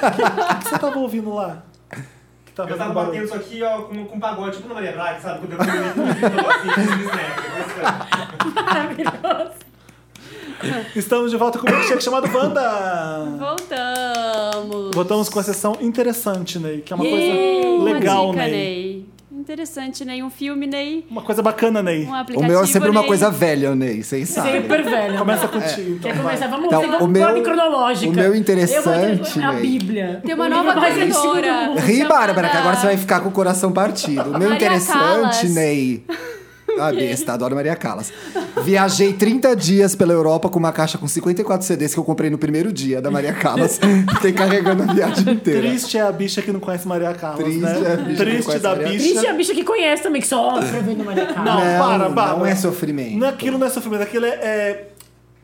S8: Raquel?
S1: O que você tava ouvindo lá? Que tava
S7: Eu
S1: fazendo
S7: tava batendo
S1: barulho.
S7: isso aqui, ó, com, com pagode, tipo na Maria Braga, sabe? Quando eu fui no assim, no Snap.
S2: Maravilhoso.
S1: Estamos de volta com um milkshake chamado Wanda!
S3: Voltamos.
S1: Voltamos com a sessão interessante, Ney, que é uma
S3: Yay,
S1: coisa legal,
S3: uma dica,
S1: Ney.
S3: Ney. interessante, nem um filme, nem
S1: Uma coisa bacana, Ney.
S3: um
S4: O
S3: aplicativo.
S4: meu é sempre uma
S3: nem-
S4: coisa velha, Ney, vocês sabem.
S2: Super velho.
S1: Começa contigo.
S2: Quer começar? Vamos
S4: Então,
S2: então, pegar
S4: o
S2: uma
S4: meu-
S2: ordem cronológica.
S4: o meu
S2: Eu vou-
S4: interessante,
S2: É a
S4: né?
S2: Bíblia.
S3: Tem uma nova
S2: Mas é
S3: cantora.
S2: tudo.
S4: Ri, Bárbara, que
S3: chamada-
S4: agora você vai ficar com o coração partido. O meu
S3: Maria
S4: interessante,
S3: Callas.
S4: Ney. Ah, besta, adoro Maria Callas. Viajei 30 dias pela Europa com uma caixa com 54 CDs que eu comprei no primeiro dia da Maria Callas. Fiquei carregando a viagem inteira.
S1: Triste é a bicha que não conhece Maria Carlos,
S4: Triste
S1: né?
S4: é a bicha que não
S1: Triste
S4: conhece
S1: da
S4: Maria-
S1: bicha.
S2: Triste é a bicha que conhece também, que só vendo Maria Carla.
S1: Não,
S4: Não,
S1: para, Bárbara.
S4: não é sofrimento.
S1: Não, aquilo não é sofrimento, aquilo é, é-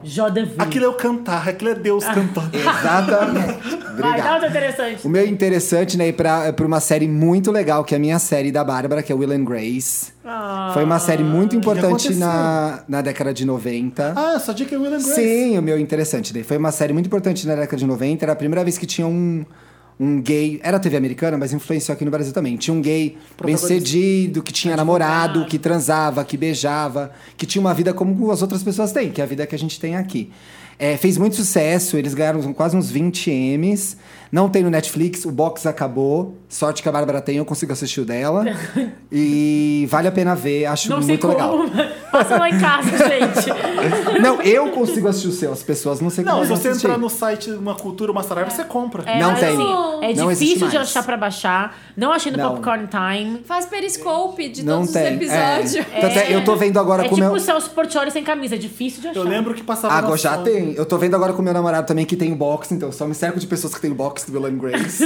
S2: Jó Davi.
S1: aquilo é o cantar, aquilo é Deus cantando.
S4: Exatamente.
S2: Vai, dá
S4: Obrigado.
S2: outra interessante.
S4: é O meu interessante, né, pra, pra uma série muito legal, que é a minha série da Bárbara, que é Will and Grace. Foi uma série muito importante
S1: aconteceu?
S4: na, na década de 90.
S1: Ah, só dica é Will and Grace.
S4: Sim, o meu interessante. Daí Foi uma série muito importante na década de 90. Era a primeira vez que tinha um, um gay. Era TV americana, mas influenciou aqui no Brasil também. Tinha um gay bem cedido, que tinha namorado, que transava, que beijava, que tinha uma vida como as outras pessoas têm, que é a vida que a gente tem aqui. É, fez muito sucesso, eles ganharam quase uns 20 M's. Não tem no Netflix, o box acabou. Sorte que a Bárbara tem, eu consigo assistir o dela. e vale a pena ver, acho
S2: Não sei
S4: Tipo, muito
S2: como.
S4: legal.
S2: mas Passa lá em casa, gente.
S4: Não, eu consigo assistir o seu, as pessoas não sei como
S1: Não, se
S4: vão
S1: você
S4: assistir.
S1: entrar no site de uma cultura, uma saraiva, você compra.
S2: É,
S4: Não
S2: mas,
S4: tem.
S2: assim, é
S4: Não existe
S2: difícil de
S4: mais.
S2: achar pra baixar. Não achei no
S4: Não.
S2: Popcorn Time.
S3: Faz periscope de
S4: Não
S3: todos
S4: tem.
S3: os episódios.
S4: É. Tanto é, eu tô vendo agora
S2: é
S4: com o
S2: tipo
S4: meu.
S2: o Celso Portioli sem camisa. É difícil de achar.
S1: Eu lembro que passava na
S4: Agora já
S1: Sony.
S4: tem. Eu tô vendo agora com o meu namorado também que tem o box, então eu só me cerco de pessoas que tem o box do Will and Grace.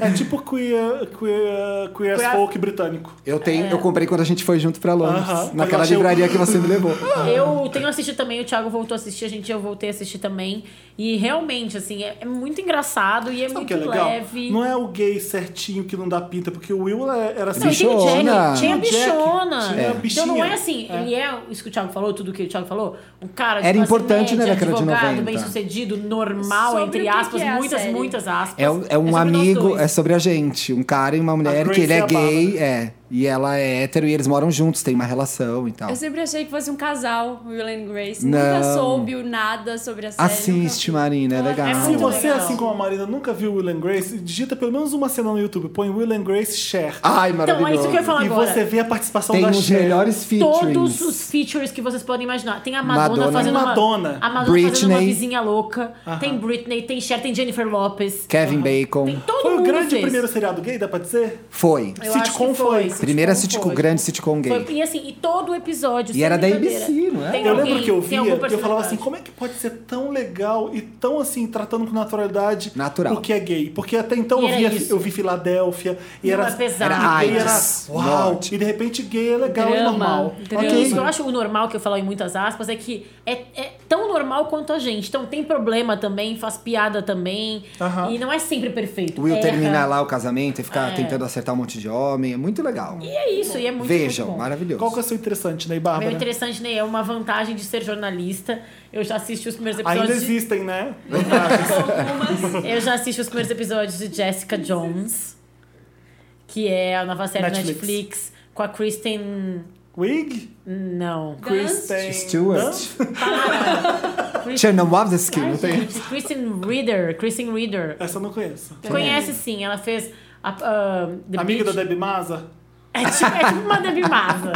S1: É tipo queer, queer, queer as
S2: Queer-
S1: folk britânico.
S4: Eu tenho,
S2: É.
S4: eu comprei quando a gente foi junto pra Londres,
S1: Aham. Eu
S4: naquela
S1: achei o-
S4: livraria que você me levou.
S2: Eu tenho assistido também, o Thiago voltou a assistir, a gente eu voltei a assistir também. E realmente, assim, é, é muito engraçado e é
S1: Sabe o
S2: muito
S1: que é legal?
S2: leve.
S1: Não é o gay certinho que não dá pinta, porque o Will é- era
S2: Não, e
S1: assim.
S2: tem o
S4: Bichona.
S2: Jack, tinha
S1: Tinha o Jack,
S2: bichona.
S1: tinha a
S2: Então não é
S1: bichinha.
S2: assim, ele é isso que o Thiago falou, tudo que o Thiago falou, um cara de
S4: Era
S2: classe
S4: importante
S2: média,
S4: na década de
S2: advogado,
S4: 90.
S2: bem sucedido, normal,
S3: Sobre o
S2: entre
S3: que
S2: aspas,
S3: que é a
S2: muitas,
S3: série?
S2: muitas aspas.
S4: É, um- é um
S2: sobre nós
S4: amigo,
S2: dois.
S4: é sobre a gente. Um cara e uma mulher
S1: Grace
S4: que
S1: e
S4: ele é
S1: a
S4: gay, é. E ela é hétero e eles moram juntos, têm uma relação e tal.
S3: Eu sempre achei que fosse um casal, Will and Grace.
S4: Tá. Não.
S3: Nunca soube o nada sobre a série.
S4: Assiste,
S3: nunca-
S4: Marina, é legal.
S2: é
S1: Se
S2: muito
S1: você,
S2: legal.
S1: assim como a Marina, nunca viu Will and Grace, digita pelo menos uma cena no YouTube. Põe Will and Grace Share.
S4: Ai,
S2: Então
S4: maravilhoso.
S2: é isso que eu ia falar
S1: e
S2: agora.
S1: você vê a participação
S4: Tem
S1: da
S4: os
S1: Cher.
S4: melhores features.
S2: Todos os features que vocês podem imaginar. Tem a Madonna,
S4: Madonna.
S2: fazendo uma...
S1: Madonna.
S2: A Madonna fazendo
S4: Britney.
S2: uma vizinha louca. Tem Britney, tem Cher, tem Jennifer Lopez.
S4: Kevin Bacon.
S2: Tem todo
S1: Foi o
S2: mundo
S1: grande
S2: fez.
S1: primeiro seriado gay, dá pra dizer?
S4: Foi.
S2: Eu acho
S1: Sitcom
S2: que
S1: foi.
S4: Primeira sitcom,
S2: foi.
S4: grande sitcom gay.
S2: Foi- e assim, e todo episódio.
S4: E
S2: sem
S4: era da
S2: brincadeira.
S4: ABC, não é?
S2: Tem
S1: Eu
S2: alguém-
S1: lembro que eu
S2: tem
S1: via,
S2: algum
S1: eu falava
S2: personagem.
S1: assim, como é que pode ser tão legal e tão assim, tratando com naturalidade
S4: Natural.
S1: o que é gay? Porque até então
S2: E
S1: eu,
S2: era
S1: via,
S2: isso.
S1: eu vi Filadélfia e
S2: Não
S1: era, assim,
S2: é
S4: Era
S2: pesado.
S1: e gay era
S4: AIDS,
S1: uau,
S4: morte.
S1: e de repente gay é legal e
S3: Drama.
S1: normal.
S3: Drama.
S2: E isso, eu acho o normal que eu falo em muitas aspas é que é, é tão normal quanto a gente. Então tem problema também, faz piada também.
S1: Aham.
S2: E não é sempre perfeito.
S4: O Will
S2: Erra.
S4: terminar lá o casamento e ficar tentando acertar um monte de homem. É muito legal.
S2: E é isso, e é muito
S4: Vejam,
S2: muito bom.
S4: maravilhoso.
S1: Qual que é o seu interessante, né,
S2: Meu
S1: Bárbara?
S2: interessante, né? É uma vantagem de ser jornalista. Eu já assisti os primeiros episódios.
S1: Ainda
S2: de-
S1: existem, né?
S2: Eu já assisti os primeiros episódios de Jessica Jones, que é a nova série
S1: Netflix.
S2: Netflix, Netflix com a Kristen.
S1: Wig?
S2: Não. é
S1: Kristen...
S4: Stewart.
S2: Kristen,
S4: Chernobyl, não tem?
S2: gente, Kristen Reader. Kristen Reader.
S1: Essa eu não conheço.
S2: Conhece sim, ela fez. A, ah, The
S1: Amiga da
S2: Beach-
S1: Debbie Maza?
S2: É tipo, é tipo uma Debbie Maza.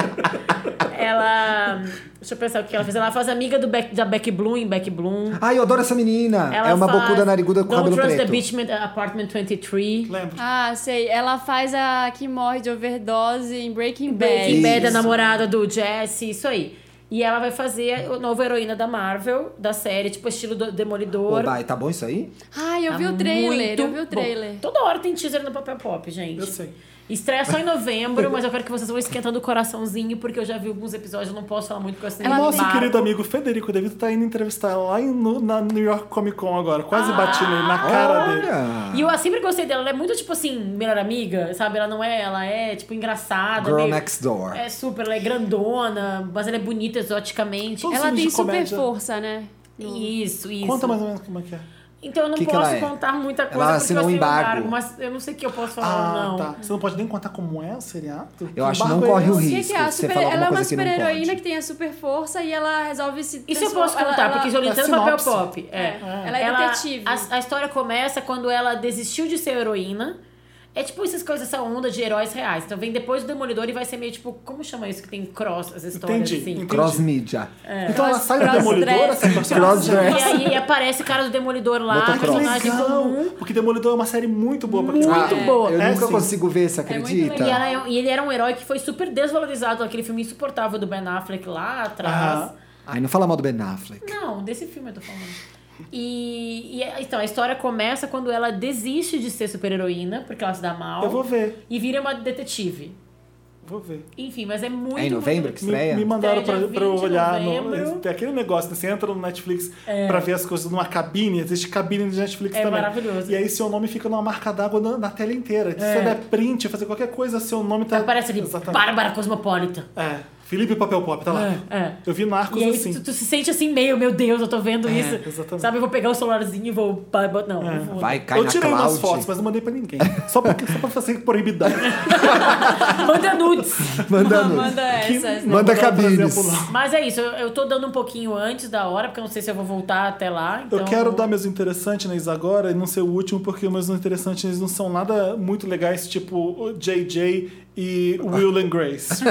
S2: Ela. Deixa eu pensar o que ela fez. Ela faz amiga do Beck- da Beck Bloom em Beck Bloom.
S4: Ai, eu adoro essa menina.
S2: Ela
S4: é uma
S2: faz
S4: bocuda nariguda com
S2: Don't
S4: cabelo
S2: Trust
S4: preto.
S2: the Beachman Apartment 23.
S1: Lembro.
S3: Ah, sei. Ela faz a que morre de overdose em Breaking Bad.
S2: Breaking Bad, a
S4: Isso.
S2: namorada do Jesse, isso aí. E ela vai fazer o novo heroína da Marvel, da série, tipo estilo do
S4: Ô,
S2: Demolidor.
S4: Bai, tá bom isso aí?
S3: Ai, eu vi o trailer, eu vi o trailer.
S2: Tá Bom, toda hora tem teaser no Papel Pop, gente.
S1: Eu sei.
S2: Estreia só em novembro, mas eu quero que vocês vão esquentando o corações porque eu já vi alguns episódios, eu não posso falar muito com essa
S4: é
S1: O nosso querido amigo Federico David tá indo entrevistar ela lá em- no- na New York Comic Con agora. Quase
S2: Ah!
S1: bati nele, na cara dele.
S4: Olha!
S2: E eu sempre gostei dela, ela é muito tipo assim, melhor amiga, sabe? Ela não é, ela é tipo engraçada.
S4: Girl
S2: meio-
S4: Next Door.
S2: É super, ela é grandona, mas ela é bonita exoticamente. É,
S1: Todos
S3: Ela
S1: filmes
S3: tem
S1: de
S3: super
S1: comédia.
S3: força, né?
S2: Isso, isso.
S1: Conta mais ou menos como é que é.
S2: Então eu não
S4: Que que
S2: posso
S4: ela é?
S2: contar muita coisa
S4: Ela
S2: porque
S4: assinou
S2: eu
S4: um
S2: tenho
S4: embargo.
S2: mas eu não sei o que eu posso falar,
S1: Ah,
S2: não.
S1: tá. Você não pode nem contar como é o seriado?
S4: Eu acho que
S1: barco
S4: não
S1: é
S4: corre o
S1: esse?
S3: O que,
S4: risco
S3: que é? A
S4: de você
S3: super-
S4: falar
S3: ela é
S4: alguma
S3: uma
S4: coisa que não
S3: super
S4: pode.
S3: heroína que tem a super força e ela resolve se.
S2: Isso eu
S3: transformar-
S2: posso contar,
S3: ela-
S2: porque
S3: ela-
S2: Jolitando
S1: é
S2: Papel
S1: sinopse.
S2: Pop. É.
S3: Ela é detetive.
S2: A, a história começa quando ela desistiu de ser heroína. É tipo essas coisas, essa onda de heróis reais. Então vem depois do Demolidor e vai ser meio tipo, como chama isso que tem cross, as histórias
S1: Entendi,
S2: assim?
S1: entendi.
S4: Cross-mídia.
S2: É.
S1: Então ela sai do
S3: Cross-
S1: Demolidor, essa personagem.
S4: Cross-dress.
S2: E aí aparece cara do Demolidor lá,
S4: Motocross.
S2: Ah, personagem comum.
S1: Legal, porque Demolidor é uma série muito boa pra quem
S2: Muito
S1: gosta.
S2: boa.
S4: Ah,
S2: assim.
S4: Eu
S1: É,
S4: nunca
S1: sim.
S4: consigo ver, você
S3: muito
S4: acredita?
S1: Tá.
S2: E, ela é- e ele era um herói que foi super desvalorizado naquele filme insuportável do Ben Affleck lá atrás.
S1: Ah.
S4: Ai, não fala mal do Ben Affleck.
S2: Não, desse filme eu tô falando. E, e é- então, a história começa quando ela desiste de ser super-heroína, porque ela se dá mal.
S1: Eu vou ver,
S2: E vira uma detetive.
S1: vou ver.
S2: Enfim, mas é muito.
S4: É em novembro que
S1: Me,
S4: estreia?
S1: me mandaram pra,
S2: Estreia dia
S1: pra eu
S2: 20 de
S1: olhar
S2: novembro.
S1: no. Tem aquele negócio, né? Você entra no Netflix pra ver as coisas numa cabine, existe cabine de Netflix
S2: É
S1: também.
S2: maravilhoso. É.
S1: E aí seu nome fica numa marca d'água na, na tela inteira. Se você der print, fazer qualquer coisa, seu nome tá.
S2: Aparece ali,
S1: Exatamente.
S2: Bárbara Cosmopolitan.
S1: É. Felipe Papel Pop, tá lá.
S2: É, é.
S1: Eu vi Narcos
S2: E aí
S1: assim. É,
S2: tu, tu se sente assim, meio, meu Deus, eu tô vendo isso.
S1: exatamente. É.
S2: Sabe, eu vou pegar o celularzinho e vou. pa- bot- Não, eu vou.
S4: Vai, cai
S1: Eu
S4: na
S1: tirei
S4: cloud.
S1: umas fotos, mas não mandei pra ninguém. Só pra, só pra fazer proibidão.
S2: Manda nudes.
S4: Manda, nudes.
S3: Manda
S2: É,
S3: essas, né?
S4: Manda
S1: Não, por
S4: cabines.
S1: exemplo,
S2: Mas é isso, eu, eu tô dando um pouquinho antes da hora, porque eu não sei se eu vou voltar até lá. Então...
S1: Eu quero dar meus interessantes agora e não ser o último, porque meus interessantes não são nada muito legais, tipo o JJ e Will and Grace.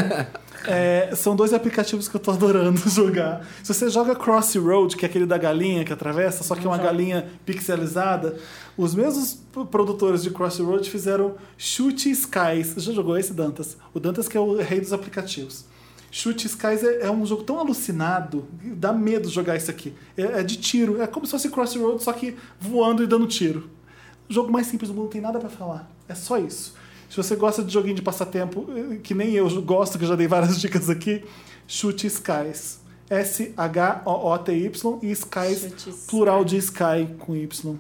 S1: É, são dois aplicativos que eu tô adorando jogar. Se você joga Crossroad, que é aquele da galinha que atravessa, só que é uma galinha pixelizada, os mesmos p- produtores de Crossroad fizeram Chute Skies. Já jogou esse, Dantas? O Dantas que é o rei dos aplicativos. Chute Skies é, é um jogo tão alucinado, dá medo jogar isso aqui. É, é de tiro, é como se fosse Crossroad, só que voando e dando tiro. O jogo mais simples do mundo, não tem nada pra falar. É só isso. Se você gosta de joguinho de passatempo, eh, que nem eu gosto, que eu já dei várias dicas aqui, chute Skies. S-H-O-O-T-Y e Skies,
S3: Chute Skies.
S1: plural de Sky com Y.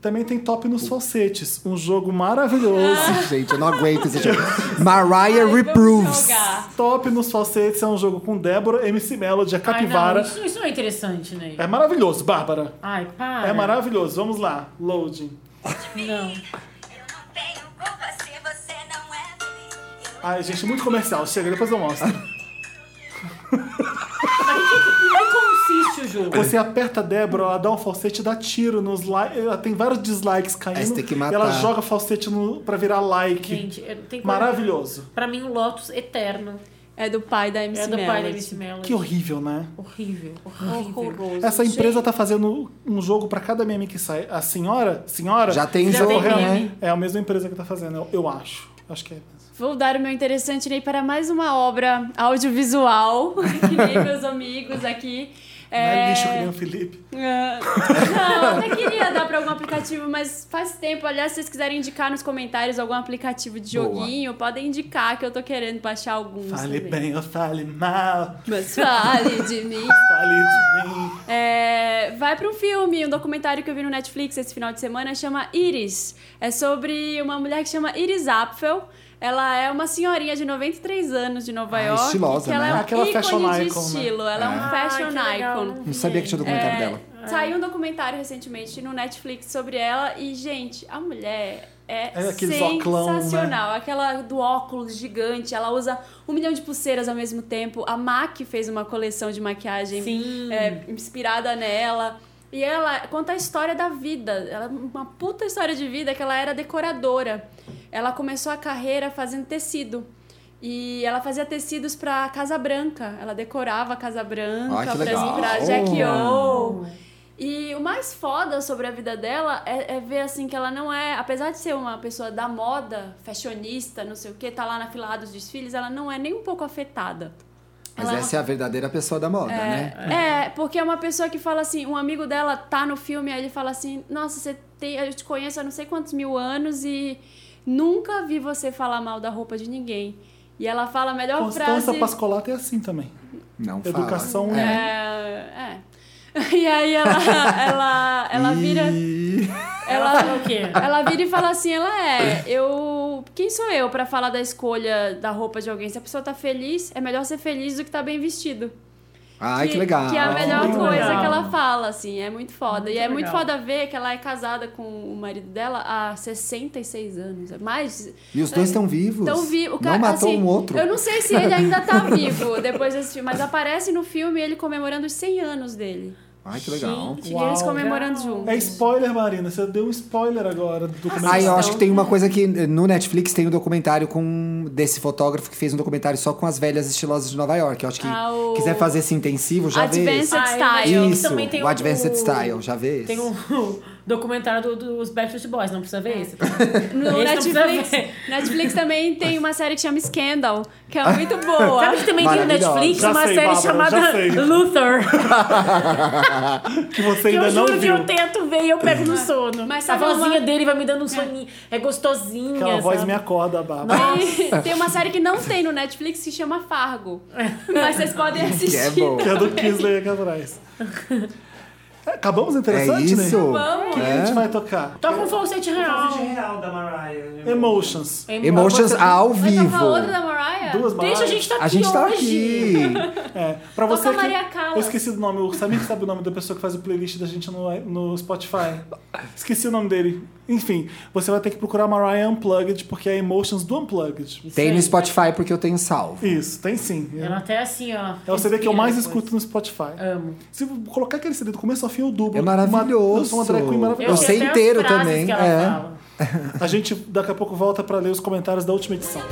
S1: Também tem Top nos Falsetes, um jogo maravilhoso.
S4: Gente, eu não aguento esse jogo.
S1: é
S4: Mariah Reproves.
S2: Ah!
S1: Top nos Falsetes é um jogo com Débora, MC Melody, a capivara.
S2: Ai, não, isso, isso não é interessante, né?
S1: É maravilhoso, Bárbara.
S2: Ai, para.
S1: É maravilhoso. Vamos lá. Loading.
S2: Não.
S6: Eu não tenho culpa se você não é feliz.
S1: Ai, gente, muito comercial. Chega, depois eu mostro.
S2: Não consiste o jogo.
S1: Você aperta a Débora, ela dá um falsete e dá tiro nos likes. Ela tem vários dislikes caindo.
S4: Aí você tem que
S1: E ela
S4: matar.
S1: joga falsete no, pra virar like.
S2: Gente, eu- tem coisa-
S1: Maravilhoso.
S2: Pra mim, o Lotus eterno.
S3: É do pai da MC
S2: É do pai da
S3: Melody.
S2: MC Melody.
S1: Que horrível, né?
S2: Horrível, horrível.
S1: Essa empresa tá fazendo um jogo pra cada meme que sai. A senhora, senhora...
S4: Já tem
S2: Já
S4: jogo,
S2: tem
S4: né?
S2: meme.
S1: É a mesma empresa que tá fazendo, eu, eu acho. Acho que é. mesmo.
S3: Vou dar o meu interessante Ney, para mais uma obra audiovisual, que nem meus amigos aqui.
S1: Não é lixo que
S3: É,
S1: nem o Felipe.
S3: ah, Não, eu até queria dar pra algum aplicativo, mas faz tempo. Aliás, se vocês quiserem indicar nos comentários algum aplicativo de
S4: Boa.
S3: joguinho, podem indicar que eu tô querendo baixar alguns.
S1: Fale
S3: também.
S1: bem ou fale mal.
S3: Mas fale de mim.
S1: Fale de mim.
S3: É, vai para um filme, um documentário que eu vi no Netflix esse final de semana chama Iris. É sobre uma mulher que chama Iris Apfel. Ela é uma senhorinha de 93 anos de Nova
S4: Ah,
S3: York.
S4: estilosa,
S3: que ela
S4: né?
S3: é um
S1: Aquela
S3: ícone
S1: fashion
S3: de
S1: icon, né?
S3: estilo. Ela é, um fashion icon.
S4: Não sabia que tinha documentário dela.
S3: É, saiu um documentário recentemente no Netflix sobre ela e, gente, a mulher é,
S1: É aqueles óculão, né?
S3: sensacional. Aquela do óculos gigante, ela usa um milhão de pulseiras ao mesmo tempo. A MAC fez uma coleção de maquiagem
S2: Sim.
S3: é, inspirada nela. E ela conta a história da vida. Ela é uma puta história de vida que ela era decoradora. Ela começou a carreira fazendo tecido. E ela fazia tecidos pra Casa Branca. Ela decorava a Casa
S4: Ai,
S3: Branca
S4: que
S3: pra,
S4: legal.
S3: pra Jack O. E o mais foda sobre a vida dela é, é ver assim que ela não é, apesar de ser uma pessoa da moda, fashionista, não sei o que, tá lá na fila dos desfiles, ela não é nem um pouco afetada.
S4: Mas
S3: Ela é uma
S4: essa é a verdadeira pessoa da moda, né?
S3: é, porque é uma pessoa que fala assim, um amigo dela tá no filme, aí ele fala assim, nossa, você tem, eu te conheço há não sei quantos mil anos e nunca vi você falar mal da roupa de ninguém. E ela fala a
S2: É
S3: melhor
S1: Constança
S3: frase.
S1: Pascolato é assim também.
S4: Não fala.
S1: Educação
S3: É,
S1: é.
S3: é. E aí ela, ela, ela vira.
S4: E...
S2: Ela falou o quê?
S3: Ela vira e fala assim, ela é, eu, quem sou eu pra falar da escolha da roupa de alguém? Se a pessoa tá feliz, é melhor ser feliz do que tá bem vestido.
S4: Ai, que, legal.
S3: Que é a melhor
S2: Muito
S3: coisa
S2: legal.
S3: que ela fala, assim. É muito foda.
S2: Muito
S3: e é muito
S2: legal.
S3: foda ver que ela é casada com o marido dela há 66 anos. é Mais.
S4: E os dois estão vivos.
S3: Então vi, o cara
S4: Não matou
S3: assim,
S4: um outro.
S3: Eu não sei se ele ainda tá vivo depois desse filme, mas aparece no filme ele comemorando os 100 anos dele.
S4: Ai, que legal.
S3: Gente, e eles
S1: Uau.
S3: comemorando juntos.
S1: É spoiler, Marina. Você deu um spoiler agora do documentário.
S4: Aí Ah, eu
S3: Então-
S4: acho que tem uma coisa que eh, no Netflix tem um documentário com desse fotógrafo que fez um documentário só com as velhas estilosas de Nova York. Eu acho que
S3: Ah, o-
S4: quiser fazer esse intensivo, já vê. esse.
S3: Advanced
S2: Ah,
S3: Style.
S2: eu-
S4: Isso,
S2: também tem
S4: o
S2: um-
S4: Advanced Style, já vê esse.
S2: Tem um documentário do- dos Backstreet Boys, não precisa ver esse. tá? Esse
S3: No
S2: É não precisa
S3: Netflix,
S2: ver.
S3: Netflix também tem uma série que chama Scandal, que é muito boa.
S2: Sabe que também tem no
S4: Maravilhosa.
S2: Netflix
S1: Já
S2: uma
S1: sei,
S2: série
S1: Bárbara, já sei.
S2: chamada Luther.
S1: que você
S2: Que
S1: ainda
S2: eu
S1: não
S2: juro que
S1: viu.
S2: eu tento ver e eu pego no sono.
S3: Mas
S2: a
S3: sabe uma-
S2: vozinha dele vai me dando um soninho. É gostosinha.
S1: Aquela voz
S2: sabe?
S1: me acorda, Bárbara.
S3: Tem- tem uma série que não tem no Netflix que chama Fargo. Mas vocês podem
S4: Que é
S3: assistir.
S4: bom.
S1: Que é do Kisley aqui atrás. É, Acabamos
S4: É
S1: interessante, né?
S4: isso. É.
S1: O que a gente vai tocar?
S2: Toca um falsete real.
S7: Falsete real da Mariah. né,
S1: Emotions.
S4: Emotions ao
S3: Vai
S4: vivo.
S3: tocar outra da Mariah?
S1: Duas
S2: Deixa a
S1: Mariahs.
S2: gente tá aqui
S4: A gente tá
S2: hoje.
S4: aqui.
S1: É, pra
S3: Toca
S1: você que...
S3: Maria Callas.
S1: Eu esqueci do nome. O Samir que sabe o nome da pessoa que faz o playlist da gente no, no Spotify. Esqueci o nome dele. Enfim, você vai ter que procurar Mariah Unplugged, porque é Emotions do Unplugged.
S4: Tem
S2: aí.
S4: no Spotify porque eu tenho salvo.
S1: Isso, tem sim.
S2: Ela até assim, ó.
S1: É o CD que eu
S2: respira
S1: mais
S2: depois.
S1: escuto no Spotify.
S2: Amo.
S1: Se colocar aquele CD do começo ao fim, eu dublo.
S4: É maravilhoso.
S1: Uma- eu sou uma drag queen maravilhosa.
S4: Eu sei
S2: até as
S4: inteiro
S2: frases
S4: também,
S2: que ela
S4: é.
S2: fala.
S1: A gente daqui a pouco volta pra ler os comentários da última edição.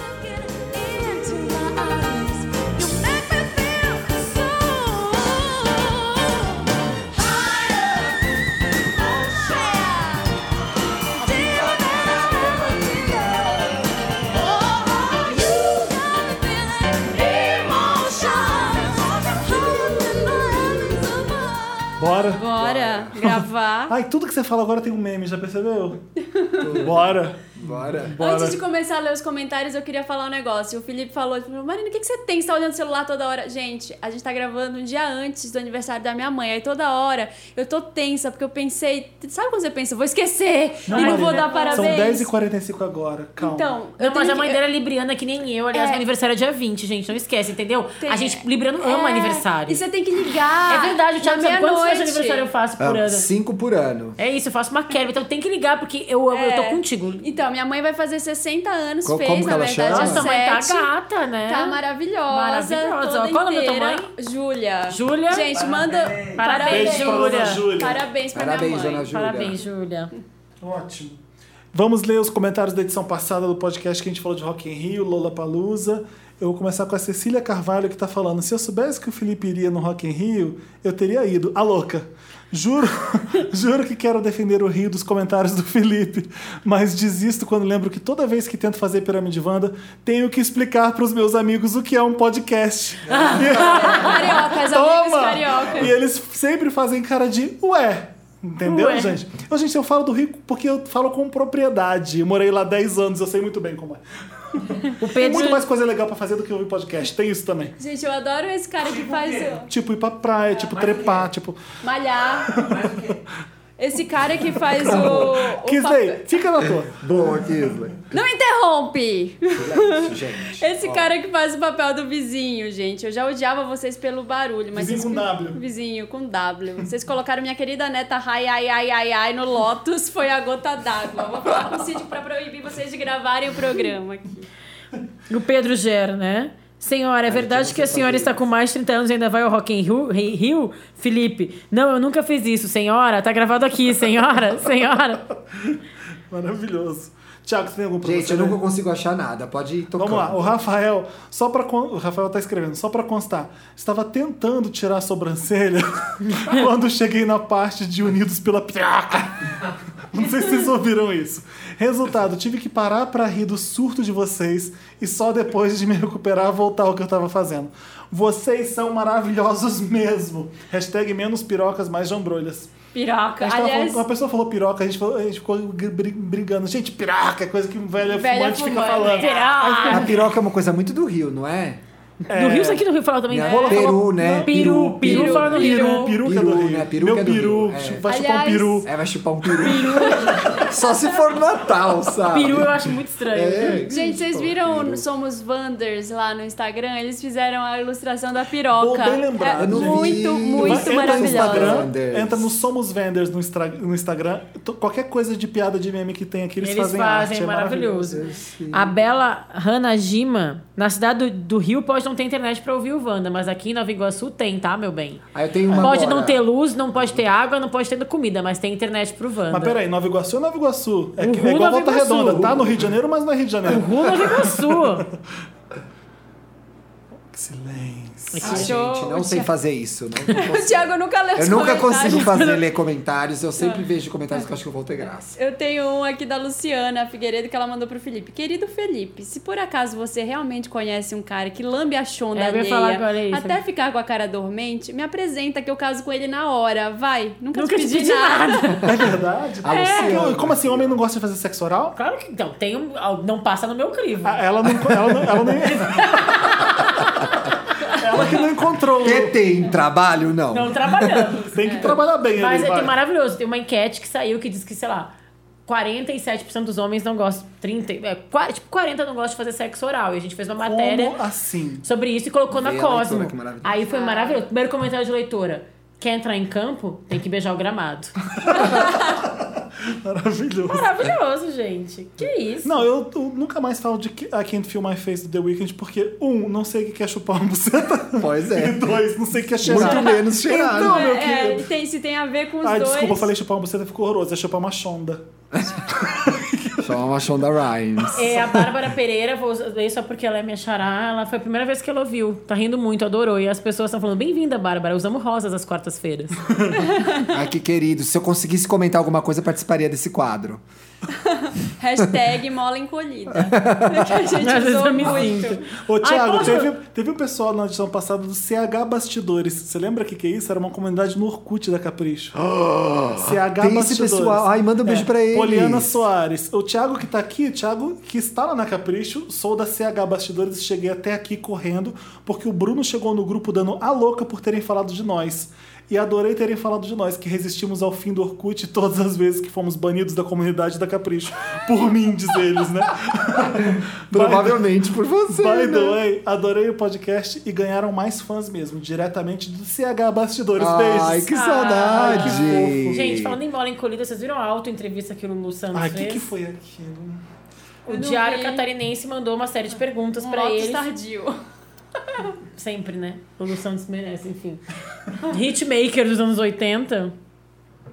S1: Bora?
S3: Bora gravar.
S1: Ai, tudo que você fala agora tem um meme, já percebeu? Bora.
S4: Bora.
S1: Bora.
S3: Antes de começar a ler os comentários, eu queria falar um negócio. O Felipe falou, ele falou, Marina, o que, que você tem? Você tá olhando o celular toda hora? Gente, a gente tá gravando um dia antes do aniversário da minha mãe. Aí toda hora eu tô tensa, porque eu pensei... Sabe quando você pensa? Vou esquecer e não
S1: Marina,
S3: vou dar
S1: São
S3: parabéns.
S1: 10h45 agora, calma.
S3: Então, eu
S2: Não, mas
S3: tenho
S2: a mãe
S3: que-
S2: dela é libriana que nem eu. Aliás,
S3: É.
S2: meu aniversário é dia 20, gente. Não esquece, entendeu?
S3: Tem-
S2: A gente, libriano, ama
S3: É,
S2: aniversário.
S3: E você tem que ligar.
S2: É verdade, o Thiago
S3: na
S2: sabe quantos dias de
S3: meia-noite.
S2: aniversário eu faço por
S4: Ah,
S2: ano.
S4: Cinco por ano.
S2: É isso, eu faço uma quebra. Então tem que ligar, porque eu, amo, eu tô
S3: É.
S2: contigo.
S3: Então, minha mãe vai fazer 60 anos,
S4: Co-
S3: fez,
S4: como que
S3: na
S4: ela
S3: verdade,
S4: chama?
S3: a
S2: Nossa, a mãe tá
S3: sete.
S2: gata, né?
S3: Tá maravilhosa.
S2: Maravilhosa.
S3: Toda
S2: Qual é o nome da tua
S3: inteira.
S2: mãe?
S3: Júlia.
S2: Júlia?
S3: Gente, manda.
S7: Parabéns.
S2: Parabéns,
S1: pra dona
S2: Júlia.
S1: Júlia.
S3: Parabéns
S2: é
S3: pra
S4: Parabéns,
S3: minha
S4: dona
S3: mãe.
S4: Júlia.
S2: Parabéns, Júlia.
S1: Ótimo. Vamos ler os comentários da edição passada do podcast que a gente falou de Rock in Rio, Lollapalooza. Eu vou começar com a Cecília Carvalho que tá falando: "Se eu soubesse que o Felipe iria no Rock in Rio, eu teria ido". A louca. Juro, juro que quero defender o Rio dos comentários do Felipe, mas desisto quando lembro que toda vez que tento fazer pirâmide Wanda, tenho que explicar pros meus amigos o que é um podcast.
S3: Cariocas, amigos
S1: Toma!
S3: cariocas.
S1: E eles sempre fazem cara de ué. Entendeu,
S2: Ué.
S1: gente? Eu, gente, eu falo do Rio porque eu falo com propriedade. Eu morei lá 10 anos, eu sei muito bem como é.
S2: O
S1: Tem
S2: Pedro.
S1: muito mais coisa legal pra fazer do que ouvir podcast. Tem isso também.
S3: Gente, eu adoro esse cara que faz o-
S1: Tipo, ir pra praia, tipo, trepar, tipo.
S3: malhar. Esse cara que faz o. o
S1: Kisley, fica na tua.
S4: Boa, Kisley.
S3: papel- Não interrompe!
S4: Gente.
S3: Esse cara que faz o papel do vizinho, gente. Eu já odiava vocês pelo barulho, mas.
S1: Vizinho
S3: vocês-
S1: com W.
S3: Vizinho com W. Vocês colocaram minha querida neta ai, ai, ai, ai, ai no Lotus, foi a gota d'água. Vou falar com o síndico pra proibir vocês de gravarem o programa aqui.
S2: O Pedro Gero, né? Senhora, é verdade que a senhora está com mais de 30 anos e ainda vai ao Rock in Rio, Ri- Rio? Felipe, não, eu nunca fiz isso. Senhora, tá gravado aqui, senhora, senhora.
S1: Maravilhoso. Tiago, você tem algum pra
S4: Gente,
S1: você
S4: eu
S1: ler?
S4: nunca consigo achar nada. Pode ir tocando.
S1: Vamos lá, o Rafael, só pra. con- O Rafael tá escrevendo, só pra constar. Estava tentando tirar a sobrancelha quando cheguei na parte de Unidos pela Piaca. Não sei se vocês ouviram isso. Resultado, tive que parar pra rir do surto de vocês e só depois de me recuperar voltar ao que eu tava fazendo. Vocês são maravilhosos mesmo. Hashtag menos pirocas, mais jambrolhas.
S3: Piroca.
S1: A gente tava
S3: Aliás,
S1: falando- uma pessoa falou piroca, a gente, falou- a gente ficou bri- brigando. Gente, piroca é coisa que um velho
S3: Velha
S1: fumante fica
S3: fumante.
S1: falando.
S2: Piroca.
S4: A piroca é uma coisa muito do Rio, não é?
S2: No Rio, isso aqui no Rio fala também.
S4: Minha-
S2: né?
S4: Peru, né?
S2: Peru, peru,
S4: peru.
S2: fala no Rio.
S1: Peru, peruca
S4: Peru,
S1: do Rio.
S4: né? Peruca
S1: Meu
S4: do
S1: peru,
S4: Rio, é.
S1: vai chupar um
S3: Aliás,
S1: peru.
S4: É, vai chupar um peru. Só se for Natal, sabe?
S2: Peru eu acho muito estranho.
S4: É.
S3: gente, vocês viram o Somos Wanders lá no Instagram? Eles fizeram a ilustração da piroca.
S1: Boa, bem lembrado.
S3: É
S1: Eu não
S3: muito,
S4: vi.
S1: Vai-
S3: muito
S1: entra no
S3: maravilhosa.
S1: Instagram,
S4: Vendors.
S1: entra no Somos Vendors no, Instra- no Instagram. To- Qualquer coisa de piada de meme que tem aqui, eles,
S2: Eles,
S1: fazem,
S2: fazem,
S1: arte. é
S2: maravilhoso.
S4: maravilhoso.
S2: A bela Hanajima, na cidade do, do Rio, pode não não tem internet pra ouvir o Wanda, mas aqui em Nova Iguaçu tem, tá, meu bem?
S4: Aí eu tenho uma
S2: pode
S4: agora. Ah,
S2: não ter luz, não pode ter água, não pode ter comida, mas tem internet pro Wanda.
S1: Mas peraí, Nova Iguaçu é Nova Iguaçu. É, que,
S2: Uhul,
S1: é igual
S2: Nova
S1: Volta
S2: Iguaçu.
S1: Redonda, tá no Rio de Janeiro, mas não é Rio de Janeiro.
S2: Rua Nova Iguaçu.
S1: Que silêncio.
S4: Ai, gente,
S3: Achou
S4: não
S3: o
S4: sei
S3: Thi-
S4: fazer isso. não
S3: O Thiago nunca leu
S4: Eu
S3: os
S4: nunca
S3: comentários.
S4: consigo fazer ler comentários, eu
S1: É.
S4: sempre vejo comentários que eu acho que eu vou ter graça.
S3: Eu tenho um aqui da Luciana Figueiredo que ela mandou pro Felipe. Querido Felipe, se por acaso você realmente conhece um cara que lambe a chonda
S2: É, eu ia
S3: alheia
S2: falar agora isso.
S3: até ficar com a cara dormente, me apresenta que eu caso com ele na hora. Vai, nunca,
S2: Nunca
S3: te
S2: te
S3: pedi,
S2: pedi
S3: nada.
S1: É verdade?
S4: A
S2: É.
S4: Luciana.
S1: Como assim, homem não gosta de fazer sexo oral?
S2: Claro que então, tem um, não passa no meu crivo.
S1: Ah, Ela não. Ela, não, ela nem. ela que não encontrou.
S4: Porque tem trabalho? Não.
S2: Não trabalhando.
S1: Tem que trabalhar bem
S2: Mas
S1: ali,
S2: é
S1: vai.
S2: tem maravilhoso. Tem uma enquete que saiu que diz que, sei lá, 47% dos homens não gostam. 30, é, qua- tipo, 40 não gostam de fazer sexo oral. E a gente fez uma matéria
S1: Como assim?
S2: sobre isso e colocou na
S4: Vê a
S2: Cosmo.
S4: leitora, que maravilhoso.
S2: Aí foi maravilhoso. Primeiro comentário de leitora. Quer entrar em campo? Tem que beijar o gramado.
S1: Maravilhoso.
S2: Maravilhoso, gente. Que isso?
S1: Não, eu, eu nunca mais falo de Ki- I Can't Feel My Face do The Weeknd, porque, um, não sei o que que é chupar uma buceta.
S4: Pois é.
S1: E dois, não sei o que é cheirar.
S4: Muito menos cheirar.
S1: Então,
S4: né?
S1: meu
S3: É,
S1: querido.
S3: tem, se tem a ver com os
S1: Ai,
S3: dois.
S1: desculpa, eu falei chupar uma buceta, ficou horroroso. É chupar uma chonda.
S4: Chama uma Shonda Rhimes.
S2: É, a Bárbara Pereira, vou usar isso só porque ela é minha xará, ela foi a primeira vez que ela ouviu. Tá rindo muito, adorou. E as pessoas estão falando, bem-vinda, Bárbara, usamos rosas às quartas-feiras.
S4: Ai, que querido. Se eu conseguisse comentar alguma coisa, eu participaria desse quadro.
S3: Hashtag mola encolhida. que a gente
S2: Às vezes
S3: usou
S2: eu me
S3: muito.
S2: sinto.
S1: Ô,
S2: Ai,
S1: Thiago,
S2: posso?
S1: teve, teve um pessoal na edição passada do CH Bastidores. Você lembra o que, que é isso? Era uma comunidade no Orkut da Capricho. CH
S4: Ah, Tem esse
S1: Bastidores. É.
S4: pessoal. Ai, manda um beijo pra eles.
S1: Poliana Soares. O Thiago que tá aqui, o Thiago que está lá na Capricho, sou da CH Bastidores e cheguei até aqui correndo, porque o Bruno chegou no grupo dando a louca por terem falado de nós. E adorei terem falado de nós, que resistimos ao fim do Orkut todas as vezes que fomos banidos da comunidade da Capricho. Por mim, diz eles, né?
S4: Provavelmente por você.
S1: By
S4: né?
S1: the way, adorei o podcast e ganharam mais fãs mesmo, diretamente do CH Bastidores.
S4: Ai,
S1: Beijos.
S4: que saudade.
S2: Gente, falando em bola encolhida, vocês viram a auto-entrevista que o Lulu Santos
S1: Ai, o que,
S2: fez?
S1: que foi aquilo?
S2: O
S3: Eu não
S2: Diário
S3: vi.
S2: Catarinense mandou uma série de perguntas
S3: Um
S2: pra
S3: Lotus
S2: eles.
S3: tardio.
S2: Sempre, né? O Lulu Santos merece, enfim. Hitmaker dos anos 80.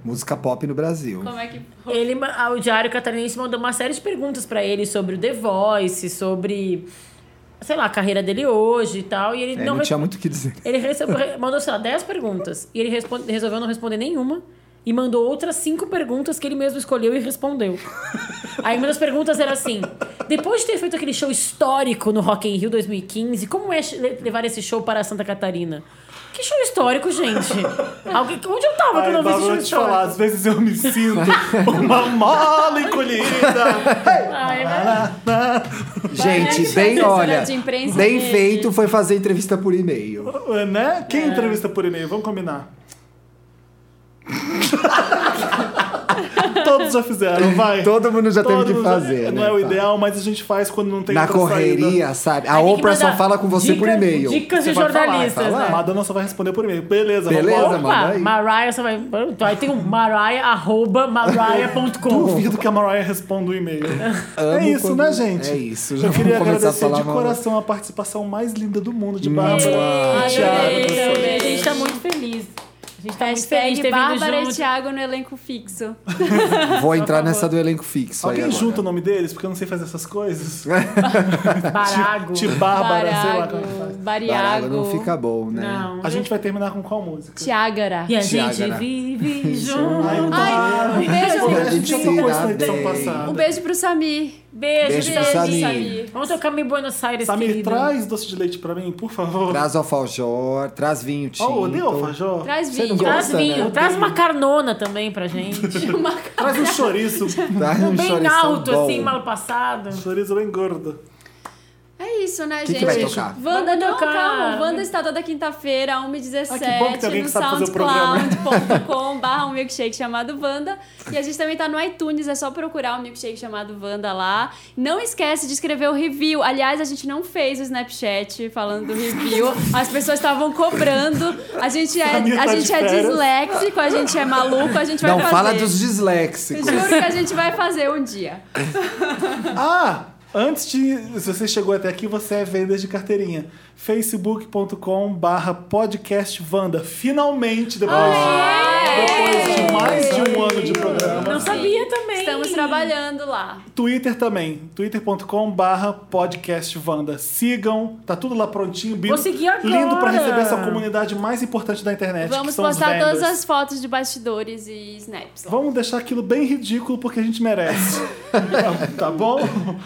S4: Música pop no Brasil.
S3: Como é que foi?
S2: Ele, ma- ah, o Diário Catarinense mandou uma série de perguntas pra ele sobre o The Voice, sobre, sei lá, a carreira dele hoje e tal. E ele
S4: É,
S2: não,
S4: não
S2: re-
S4: tinha muito o que dizer.
S2: Ele recebeu, re- mandou, sei lá, 10 perguntas. E ele respon- resolveu não responder nenhuma. E mandou outras cinco perguntas que ele mesmo escolheu e respondeu. Aí uma das perguntas era assim: depois de ter feito aquele show histórico no Rock in Rio 2015, como é che- le- levar esse show para Santa Catarina? Que show histórico, gente? Alguém- onde eu tava
S1: Ai,
S2: que eu não vi esse show
S1: Bárbara, eu te falar, às
S2: histórico?
S1: vezes eu me sinto uma mala encolhida.
S2: Ai, mas-
S4: Gente,
S3: né?
S4: bem,
S3: Assessora
S4: olha,
S3: de imprensa
S4: bem
S3: dele.
S4: feito foi fazer entrevista por e-mail.
S1: né?
S2: É.
S1: Quem entrevista por e-mail? Vamos combinar. Todos já fizeram, vai.
S4: Todo mundo já teve
S1: Todo
S4: que
S1: mundo já-
S4: fazer,
S1: Não
S4: né,
S1: é o
S4: tá.
S1: ideal, mas a gente faz quando não tem
S4: Na
S1: outra saída.
S4: correria, sabe? A
S2: Aí tem que
S4: Oprah só
S2: mandar
S4: fala com você por
S2: dicas-
S4: e-mail.
S2: Dicas
S4: Você
S2: de
S4: vai falar,
S2: jornalistas,
S4: fala. "Ah, tá
S1: tá? A
S2: né?
S1: Madonna só vai responder por e-mail. Beleza,
S4: Beleza,
S1: vamos
S4: manda
S2: Opa,
S4: aí.
S2: Mariah só vai. Aí tem um mariah, arroba, mariah.com.
S1: Duvido que a Mariah responda o e-mail.
S4: Amo
S1: é isso,
S4: quando-
S1: né, gente?
S4: É isso, já
S1: Eu queria
S4: vamos começar a
S1: agradecer
S4: falar
S1: de
S4: mal.
S1: coração a participação mais linda do mundo de
S4: Hum.
S1: Bárbara.
S4: Uau.
S1: Thiago.
S2: A gente tá muito feliz. A gente tá muito feliz de
S3: Hashtag
S2: ter vindo
S3: Bárbara e
S2: junto.
S3: Thiago no elenco fixo.
S4: Vou entrar nessa do elenco fixo. aí é
S1: Alguém
S4: agora.
S1: junta o nome deles? Porque eu não sei fazer essas coisas.
S2: Barago.
S1: Ti Bárbara, sei lá como é que
S3: Barago,
S1: faz.
S4: Barago
S3: Bariago.
S4: não fica bom, né?
S2: Não.
S1: A gente vai terminar com qual música?
S3: Tiágara.
S2: E a
S4: Tiago,
S2: gente
S4: né?
S2: vive junto.
S1: Ai,
S3: Um beijo,
S4: Bom,
S1: a
S4: a
S1: gente
S4: gente
S1: já
S4: se
S1: tocou isso
S4: dá
S1: na edição
S4: bem.
S1: passada.
S3: um beijo pro Samir.
S2: Beijo,
S4: Beijo pro
S2: gente.
S4: Samir.
S2: Vamos tocar Mi Buenos Aires,
S1: Samir,
S2: querido.
S1: traz doce de leite pra mim, por favor.
S4: Traz o alfajor, traz vinho tinto.
S1: Oh, odeio alfajor.
S3: Traz
S4: Você
S3: vídeo.
S4: não
S2: Traz
S4: Gosta,
S2: vinho.
S4: né?
S2: Traz
S1: um
S2: uma carnona também pra gente.
S1: Traz um chouriço.
S4: Traz um
S2: Bem
S4: chorição
S2: alto,
S4: bom.
S2: assim, mal passado.
S1: chouriço um bem gordo.
S3: É isso, né,
S4: Que
S3: gente?
S4: que vai tocar?
S3: Wanda,
S2: Vamos
S3: não,
S2: tocar.
S3: calma. Wanda está toda quinta-feira, 1h17,
S1: Ah, que bom que tem alguém
S3: no
S1: que sabe fazer o programa.
S3: soundcloud.com.br, um milkshake chamado Wanda. E a gente também tá no iTunes, é só procurar o milkshake chamado Wanda lá. Não esquece de escrever o review. Aliás, a gente não fez o Snapchat falando do review. As pessoas estavam cobrando. A gente é,
S1: Samir
S3: a
S1: tá de
S3: gente é
S1: férias.
S3: disléxico, a gente é maluco, a gente vai
S4: Não
S3: fazer.
S4: fala dos disléxicos.
S3: Juro que a gente vai fazer um dia.
S1: Ah! Antes de. Se você chegou até aqui, você é vendas de carteirinha. facebook.com barra podcastvanda. Finalmente, depois, depois de mais de um ano de programa.
S2: Não sabia também.
S9: Estamos trabalhando lá.
S1: Twitter também, twitter.com barra podcastvanda. Sigam, tá tudo lá prontinho. Vou
S2: seguir agora.
S1: Lindo pra receber essa comunidade mais importante da
S2: É
S1: internet,
S2: tipo
S1: que
S9: Vamos
S1: são os
S9: postar todas
S1: vendors.
S9: as fotos de bastidores e snaps. lá.
S1: Vamos deixar aquilo bem ridículo porque a gente merece. tá bom?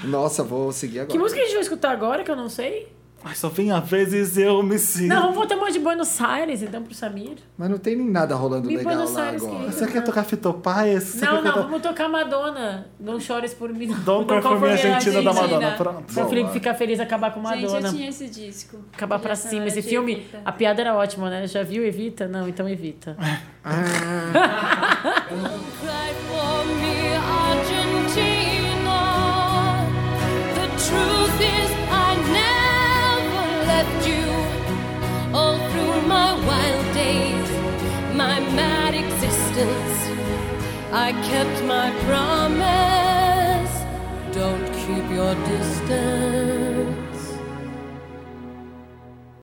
S4: Nossa, vou seguir agora.
S2: Que música é a gente vai escutar agora que eu não sei?
S1: Ai, só vem às vezes eu me sinto.
S2: Não, vamos voltar mais de Buenos Aires, então, pro Samir.
S4: Mas não tem nem nada rolando
S2: Me
S4: legal
S2: Buenos
S4: lá
S2: Aires,
S4: agora.
S2: querido.
S1: Você quer tocar Fitopaias? Você
S2: não,
S1: quer
S2: não,
S1: tocar-
S2: vamos tocar Madonna. Não chores por mim. Não.
S1: Don't cry for me, Argentina, da Madonna.
S2: Pra...
S1: Pronto.
S2: Seu Felipe ficar feliz acabar com
S9: Gente,
S2: Madonna.
S9: eu tinha esse disco.
S2: Acabar pra
S9: Essa
S2: cima.
S9: era
S2: Esse
S9: de
S2: filme,
S9: Evita.
S2: a piada era ótima, né? Já viu Evita? Não, então Evita.
S1: Ah,
S3: Cry for me, Argentina. The truth is, I never left you. All through my wild days, my mad existence, I kept my promise. Don't keep your distance.